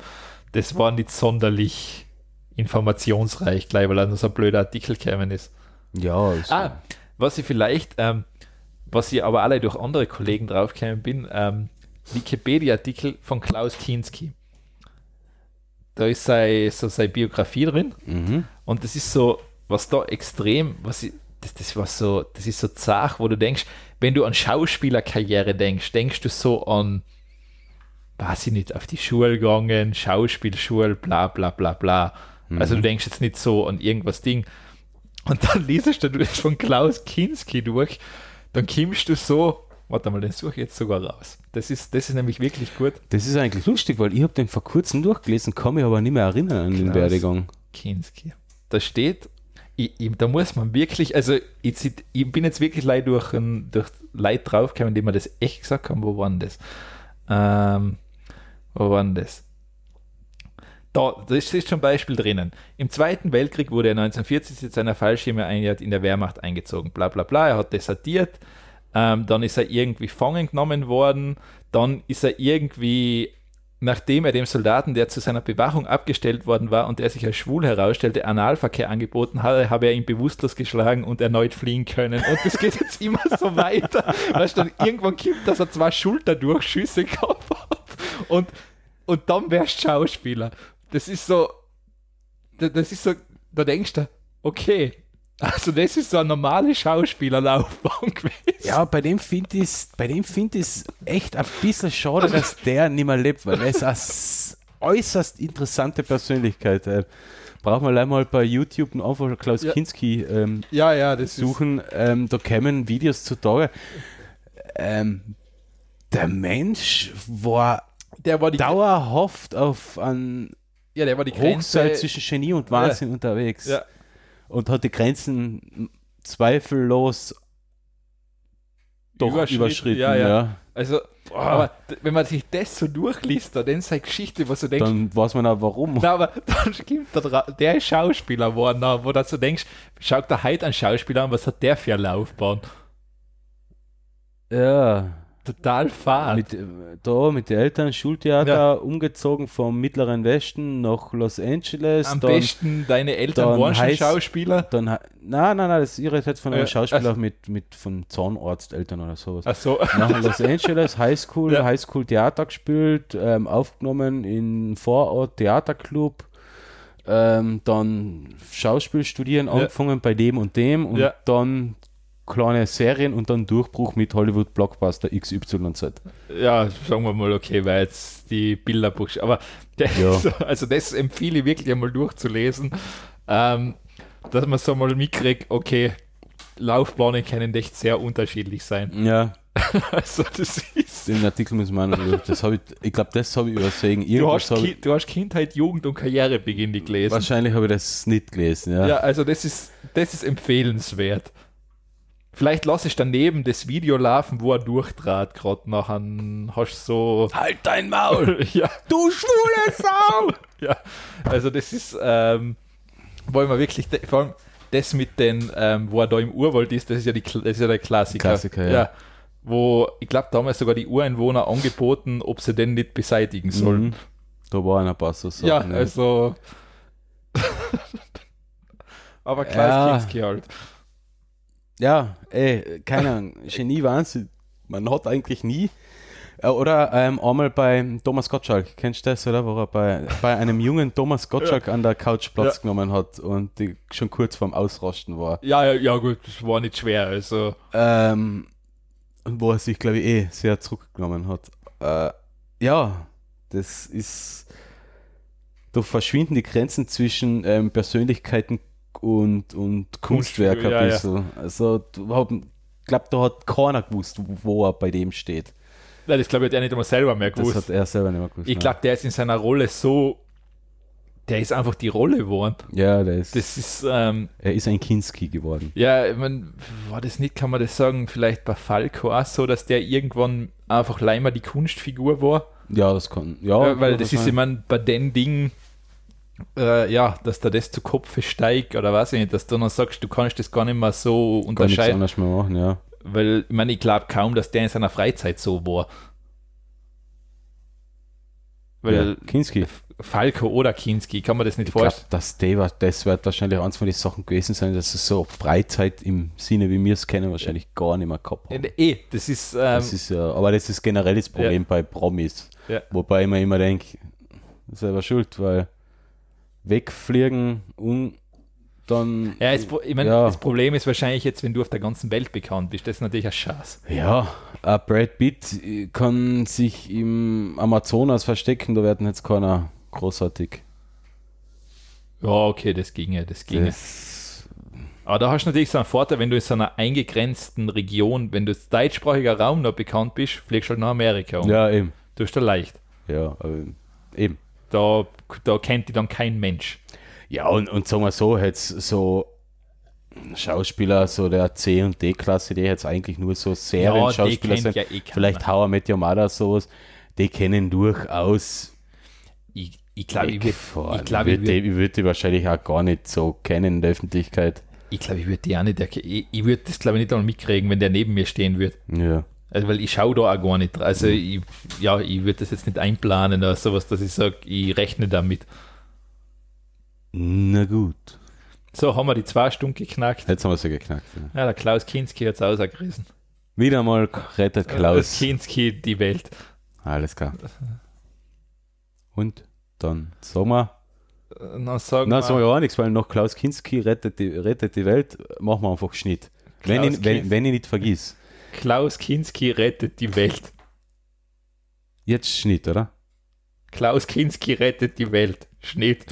Speaker 1: das war nicht sonderlich informationsreich gleich, weil dann so ein blöder Artikel gekommen ist.
Speaker 2: Ja, also.
Speaker 1: Ah, was ich vielleicht, ähm, was ich aber alle durch andere Kollegen draufgekommen bin, ähm, Wikipedia-Artikel von Klaus Kinski. Da ist sei, so seine Biografie drin
Speaker 2: Mhm.
Speaker 1: und das ist so, was da extrem, was ich, das, das war so, das ist so zart, wo du denkst, wenn du an Schauspielerkarriere denkst, denkst du so an, weiß ich nicht, auf die Schule gegangen, Schauspielschule, bla bla bla bla. Also du denkst jetzt nicht so an irgendwas Ding. Und dann liest du das von Klaus Kinski durch, dann kimmst du so, warte mal, den suche ich jetzt sogar raus. Das ist, das ist nämlich wirklich gut.
Speaker 2: Das ist eigentlich lustig, weil ich habe den vor kurzem durchgelesen, kann mich aber nicht mehr erinnern an den
Speaker 1: Klaus.
Speaker 2: Werdegang.
Speaker 1: Kinski. Da steht, ich, ich, da muss man wirklich, also ich, zit- ich bin jetzt wirklich leid durch, ein- durch Leid draufgekommen, indem wir das echt gesagt haben, wo war denn das? Ähm, wo war denn das? Da, das ist zum Beispiel drinnen. Im Zweiten Weltkrieg wurde er 1940 mit seiner Fallschirmeinheit in der Wehrmacht eingezogen. Bla bla bla, er hat desertiert. Ähm, dann ist er irgendwie fangen genommen worden. Dann ist er irgendwie, nachdem er dem Soldaten, der zu seiner Bewachung abgestellt worden war und der sich als schwul herausstellte, Analverkehr angeboten hatte, habe er ihn bewusstlos geschlagen und erneut fliehen können. Und das geht jetzt immer so weiter. Weißt du, dann irgendwann kommt, dass er zwei Schulterdurchschüsse gehabt hat. Und, und dann wärst du Schauspieler. Das ist so, da- das ist so, da denkst du, okay, also das ist so eine normale Schauspielerlaufbahn gewesen.
Speaker 2: Ja, bei dem finde ich es find ich's echt ein bisschen schade, dass der nicht mehr lebt, weil er ist eine s- äußerst interessante Persönlichkeit. Äh, Braucht man leider mal bei YouTube einen Anfang Klaus
Speaker 1: Ja.
Speaker 2: Kinski ähm,
Speaker 1: Ja, ja, das
Speaker 2: suchen, ähm, da kämen Videos zutage. Ähm, der Mensch war
Speaker 1: Der war die,
Speaker 2: dauerhaft auf einem
Speaker 1: ja, der war die
Speaker 2: Hochseil
Speaker 1: Grenze.
Speaker 2: zwischen Genie und Wahnsinn unterwegs
Speaker 1: Ja.
Speaker 2: und hat die Grenzen zweifellos doch
Speaker 1: Überschritten,
Speaker 2: überschritten.
Speaker 1: ja,
Speaker 2: ja,
Speaker 1: ja. Also, aber d- wenn man sich das so durchliest, dann seine Geschichte, was du denkst,
Speaker 2: Dann weiß man auch warum.
Speaker 1: Na, aber dann stimmt da dra- der ist Schauspieler geworden, wo du so denkst, schau dir heute einen Schauspieler an, was hat der für eine Laufbahn?
Speaker 2: Ja.
Speaker 1: total fad.
Speaker 2: Mit, äh, da mit den Eltern, Schultheater, umgezogen vom Mittleren Westen nach Los Angeles.
Speaker 1: Am
Speaker 2: dann,
Speaker 1: besten deine Eltern
Speaker 2: dann
Speaker 1: waren schon
Speaker 2: heißt-
Speaker 1: Schauspieler.
Speaker 2: dann, ha- nein, nein, nein, das irre jetzt von einem
Speaker 1: Ja,
Speaker 2: Schauspieler
Speaker 1: also-
Speaker 2: mit, mit von Zahnarzteltern oder sowas.
Speaker 1: Ach so.
Speaker 2: Nach Los Angeles, Highschool,
Speaker 1: Ja.
Speaker 2: Highschool Theater gespielt, ähm, aufgenommen in Vorort Theaterclub, ähm, dann Schauspiel studieren angefangen bei dem und dem und
Speaker 1: Ja.
Speaker 2: dann kleine Serien und dann Durchbruch mit Hollywood Blockbuster XYZ.
Speaker 1: Ja, sagen wir mal, okay, weil jetzt die Bilderbuch. Aber der,
Speaker 2: Ja.
Speaker 1: so, also das empfehle ich wirklich einmal durchzulesen, ähm, dass man so mal mitkriegt, okay, Laufbahnen können echt sehr unterschiedlich sein.
Speaker 2: Ja,
Speaker 1: Also das ist.
Speaker 2: den Artikel müssen wir auch noch- das habe ich, ich glaube, das habe ich übersehen.
Speaker 1: Du hast,
Speaker 2: Irgendwas habe
Speaker 1: Ki du hast Kindheit, Jugend und Karrierebeginn nicht
Speaker 2: ich,
Speaker 1: gelesen.
Speaker 2: wahrscheinlich habe ich das nicht gelesen. Ja,
Speaker 1: Ja, also das ist, das ist empfehlenswert. Vielleicht lasse ich daneben das Video laufen, wo er durchtrat, gerade nachher hast du so.
Speaker 2: Halt dein Maul!
Speaker 1: ja,
Speaker 2: Du schwule Sau!
Speaker 1: ja. Also das ist, ähm, wollen wir wirklich, de- vor allem das mit den, ähm, wo er da im Urwald ist, das ist ja, die, Kl- das ist ja der Klassiker.
Speaker 2: Klassiker, ja.
Speaker 1: Wo, ich glaube, damals sogar die Ureinwohner angeboten, ob sie den nicht beseitigen sollen.
Speaker 2: Mhm. Da waren ein paar so Sachen.
Speaker 1: ja, also. Aber
Speaker 2: Ja.
Speaker 1: kleines Kindskind halt.
Speaker 2: Ja, ey, keine Ahnung, Genie Wahnsinn. Man hat eigentlich nie. Äh, Oder ähm, einmal bei Thomas Gottschalk, kennst du das, oder? Wo er bei, bei einem jungen Thomas Gottschalk an der Couch Platz genommen hat und die schon kurz vorm Ausrasten war.
Speaker 1: Ja, ja, ja, gut, das war nicht schwer. Also,
Speaker 2: Ähm, und wo er sich, glaube ich, eh sehr zurückgenommen hat. Äh, ja, das ist. Da verschwinden die Grenzen zwischen ähm, Persönlichkeiten und, und Kunstwerk
Speaker 1: ja,
Speaker 2: ein
Speaker 1: ja.
Speaker 2: bisschen. Also, ich glaube, da hat keiner gewusst, wo er bei dem steht.
Speaker 1: nein, das glaube ich, hat er nicht einmal selber mehr
Speaker 2: Das hat
Speaker 1: gewusst.
Speaker 2: er selber nicht mehr gewusst.
Speaker 1: Ich glaube, der ist in seiner Rolle so. Der ist einfach die Rolle geworden.
Speaker 2: ne? Ja, der ist,
Speaker 1: Das ist, ähm,
Speaker 2: er ist ein Kinski geworden.
Speaker 1: ja, ich mein, war das nicht, kann man das sagen, vielleicht bei Falco auch so, dass der irgendwann einfach leimer die Kunstfigur war.
Speaker 2: Ja, das kann. Ja,
Speaker 1: ja, weil das ist, ich
Speaker 2: immer.
Speaker 1: mein, bei den Dingen, äh, ja, dass da das zu Kopfe steigt oder weiß ich nicht, dass du dann sagst, du kannst das gar nicht mehr so
Speaker 2: Kann nichts
Speaker 1: unterscheiden.
Speaker 2: anders mehr machen, ja.
Speaker 1: Weil, ich meine, ich glaube kaum, dass der in seiner Freizeit so war.
Speaker 2: ja.
Speaker 1: Weil
Speaker 2: Kinski.
Speaker 1: Falco oder Kinski, kann man das nicht
Speaker 2: Ich glaube,
Speaker 1: vorstellen.
Speaker 2: das, das wird wahrscheinlich eins von den Sachen gewesen sein, dass es so Freizeit im Sinne, wie wir es kennen, wahrscheinlich gar nicht mehr gehabt haben.
Speaker 1: Äh, Eh, das ist, ähm,
Speaker 2: Das ist, ja, aber das ist generell das Problem bei Promis.
Speaker 1: Ja.
Speaker 2: Wobei ich mir immer denke, selber schuld, weil wegfliegen und dann.
Speaker 1: ja, das, Pro- ich mein,
Speaker 2: Ja.
Speaker 1: das Problem ist wahrscheinlich jetzt, wenn du auf der ganzen Welt bekannt bist, das ist natürlich ein Schatz.
Speaker 2: Ja, ein Brad Pitt äh, kann sich im Amazonas verstecken, da werden jetzt keiner großartig.
Speaker 1: Ja, okay, das ginge, das ginge.
Speaker 2: Das,
Speaker 1: Aber da hast du natürlich so einen Vorteil, wenn du in so einer eingegrenzten Region, wenn du als deutschsprachiger Raum noch bekannt bist, fliegst du halt nach Amerika um.
Speaker 2: ja, eben.
Speaker 1: Du hast da leicht.
Speaker 2: Ja, aber eben.
Speaker 1: Da, da kennt dich dann kein Mensch.
Speaker 2: Ja, und, und sagen wir so, jetzt so Schauspieler so der C- und D-Klasse, die jetzt eigentlich nur so
Speaker 1: die
Speaker 2: Serien-Schauspieler
Speaker 1: kennt
Speaker 2: sind.
Speaker 1: ja eh keiner.
Speaker 2: Vielleicht How I Met Your Mother, sowas. Die kennen durchaus.
Speaker 1: Ich, ich glaube, ich, würd-
Speaker 2: wegfahren.
Speaker 1: ich, glaub,
Speaker 2: ich
Speaker 1: ich,
Speaker 2: würde
Speaker 1: würd-
Speaker 2: die, würd die wahrscheinlich auch gar nicht so kennen in der Öffentlichkeit.
Speaker 1: ich, glaub, ich würde die auch nicht erkennen. Ich, ich würde das, glaube ich, nicht einmal mitkriegen, wenn der neben mir stehen würde.
Speaker 2: Ja.
Speaker 1: Also, weil ich schaue da auch gar nicht. dra- Also, ich, ja, ich würde das jetzt nicht einplanen oder sowas, dass ich sage, ich rechne damit.
Speaker 2: Na gut.
Speaker 1: So, haben wir die zwei Stunden geknackt.
Speaker 2: Jetzt haben wir sie geknackt. Ja.
Speaker 1: Ja, der Klaus Kinski hat es ausgerissen.
Speaker 2: Wieder mal rettet
Speaker 1: Klaus
Speaker 2: Klaus.
Speaker 1: Kinski die Welt.
Speaker 2: Alles klar. Und dann sagen wir.
Speaker 1: Dann sagen
Speaker 2: Nein,
Speaker 1: wir-
Speaker 2: sagen wir auch nichts, weil noch Klaus Kinski rettet die, rettet die Welt, machen wir einfach Schnitt. Wenn
Speaker 1: Klaus
Speaker 2: ich, wenn,
Speaker 1: Kinski.
Speaker 2: wenn ich nicht vergiss.
Speaker 1: Klaus Kinski rettet die Welt.
Speaker 2: Jetzt Schnitt, oder?
Speaker 1: Klaus Kinski rettet die Welt. Schnitt.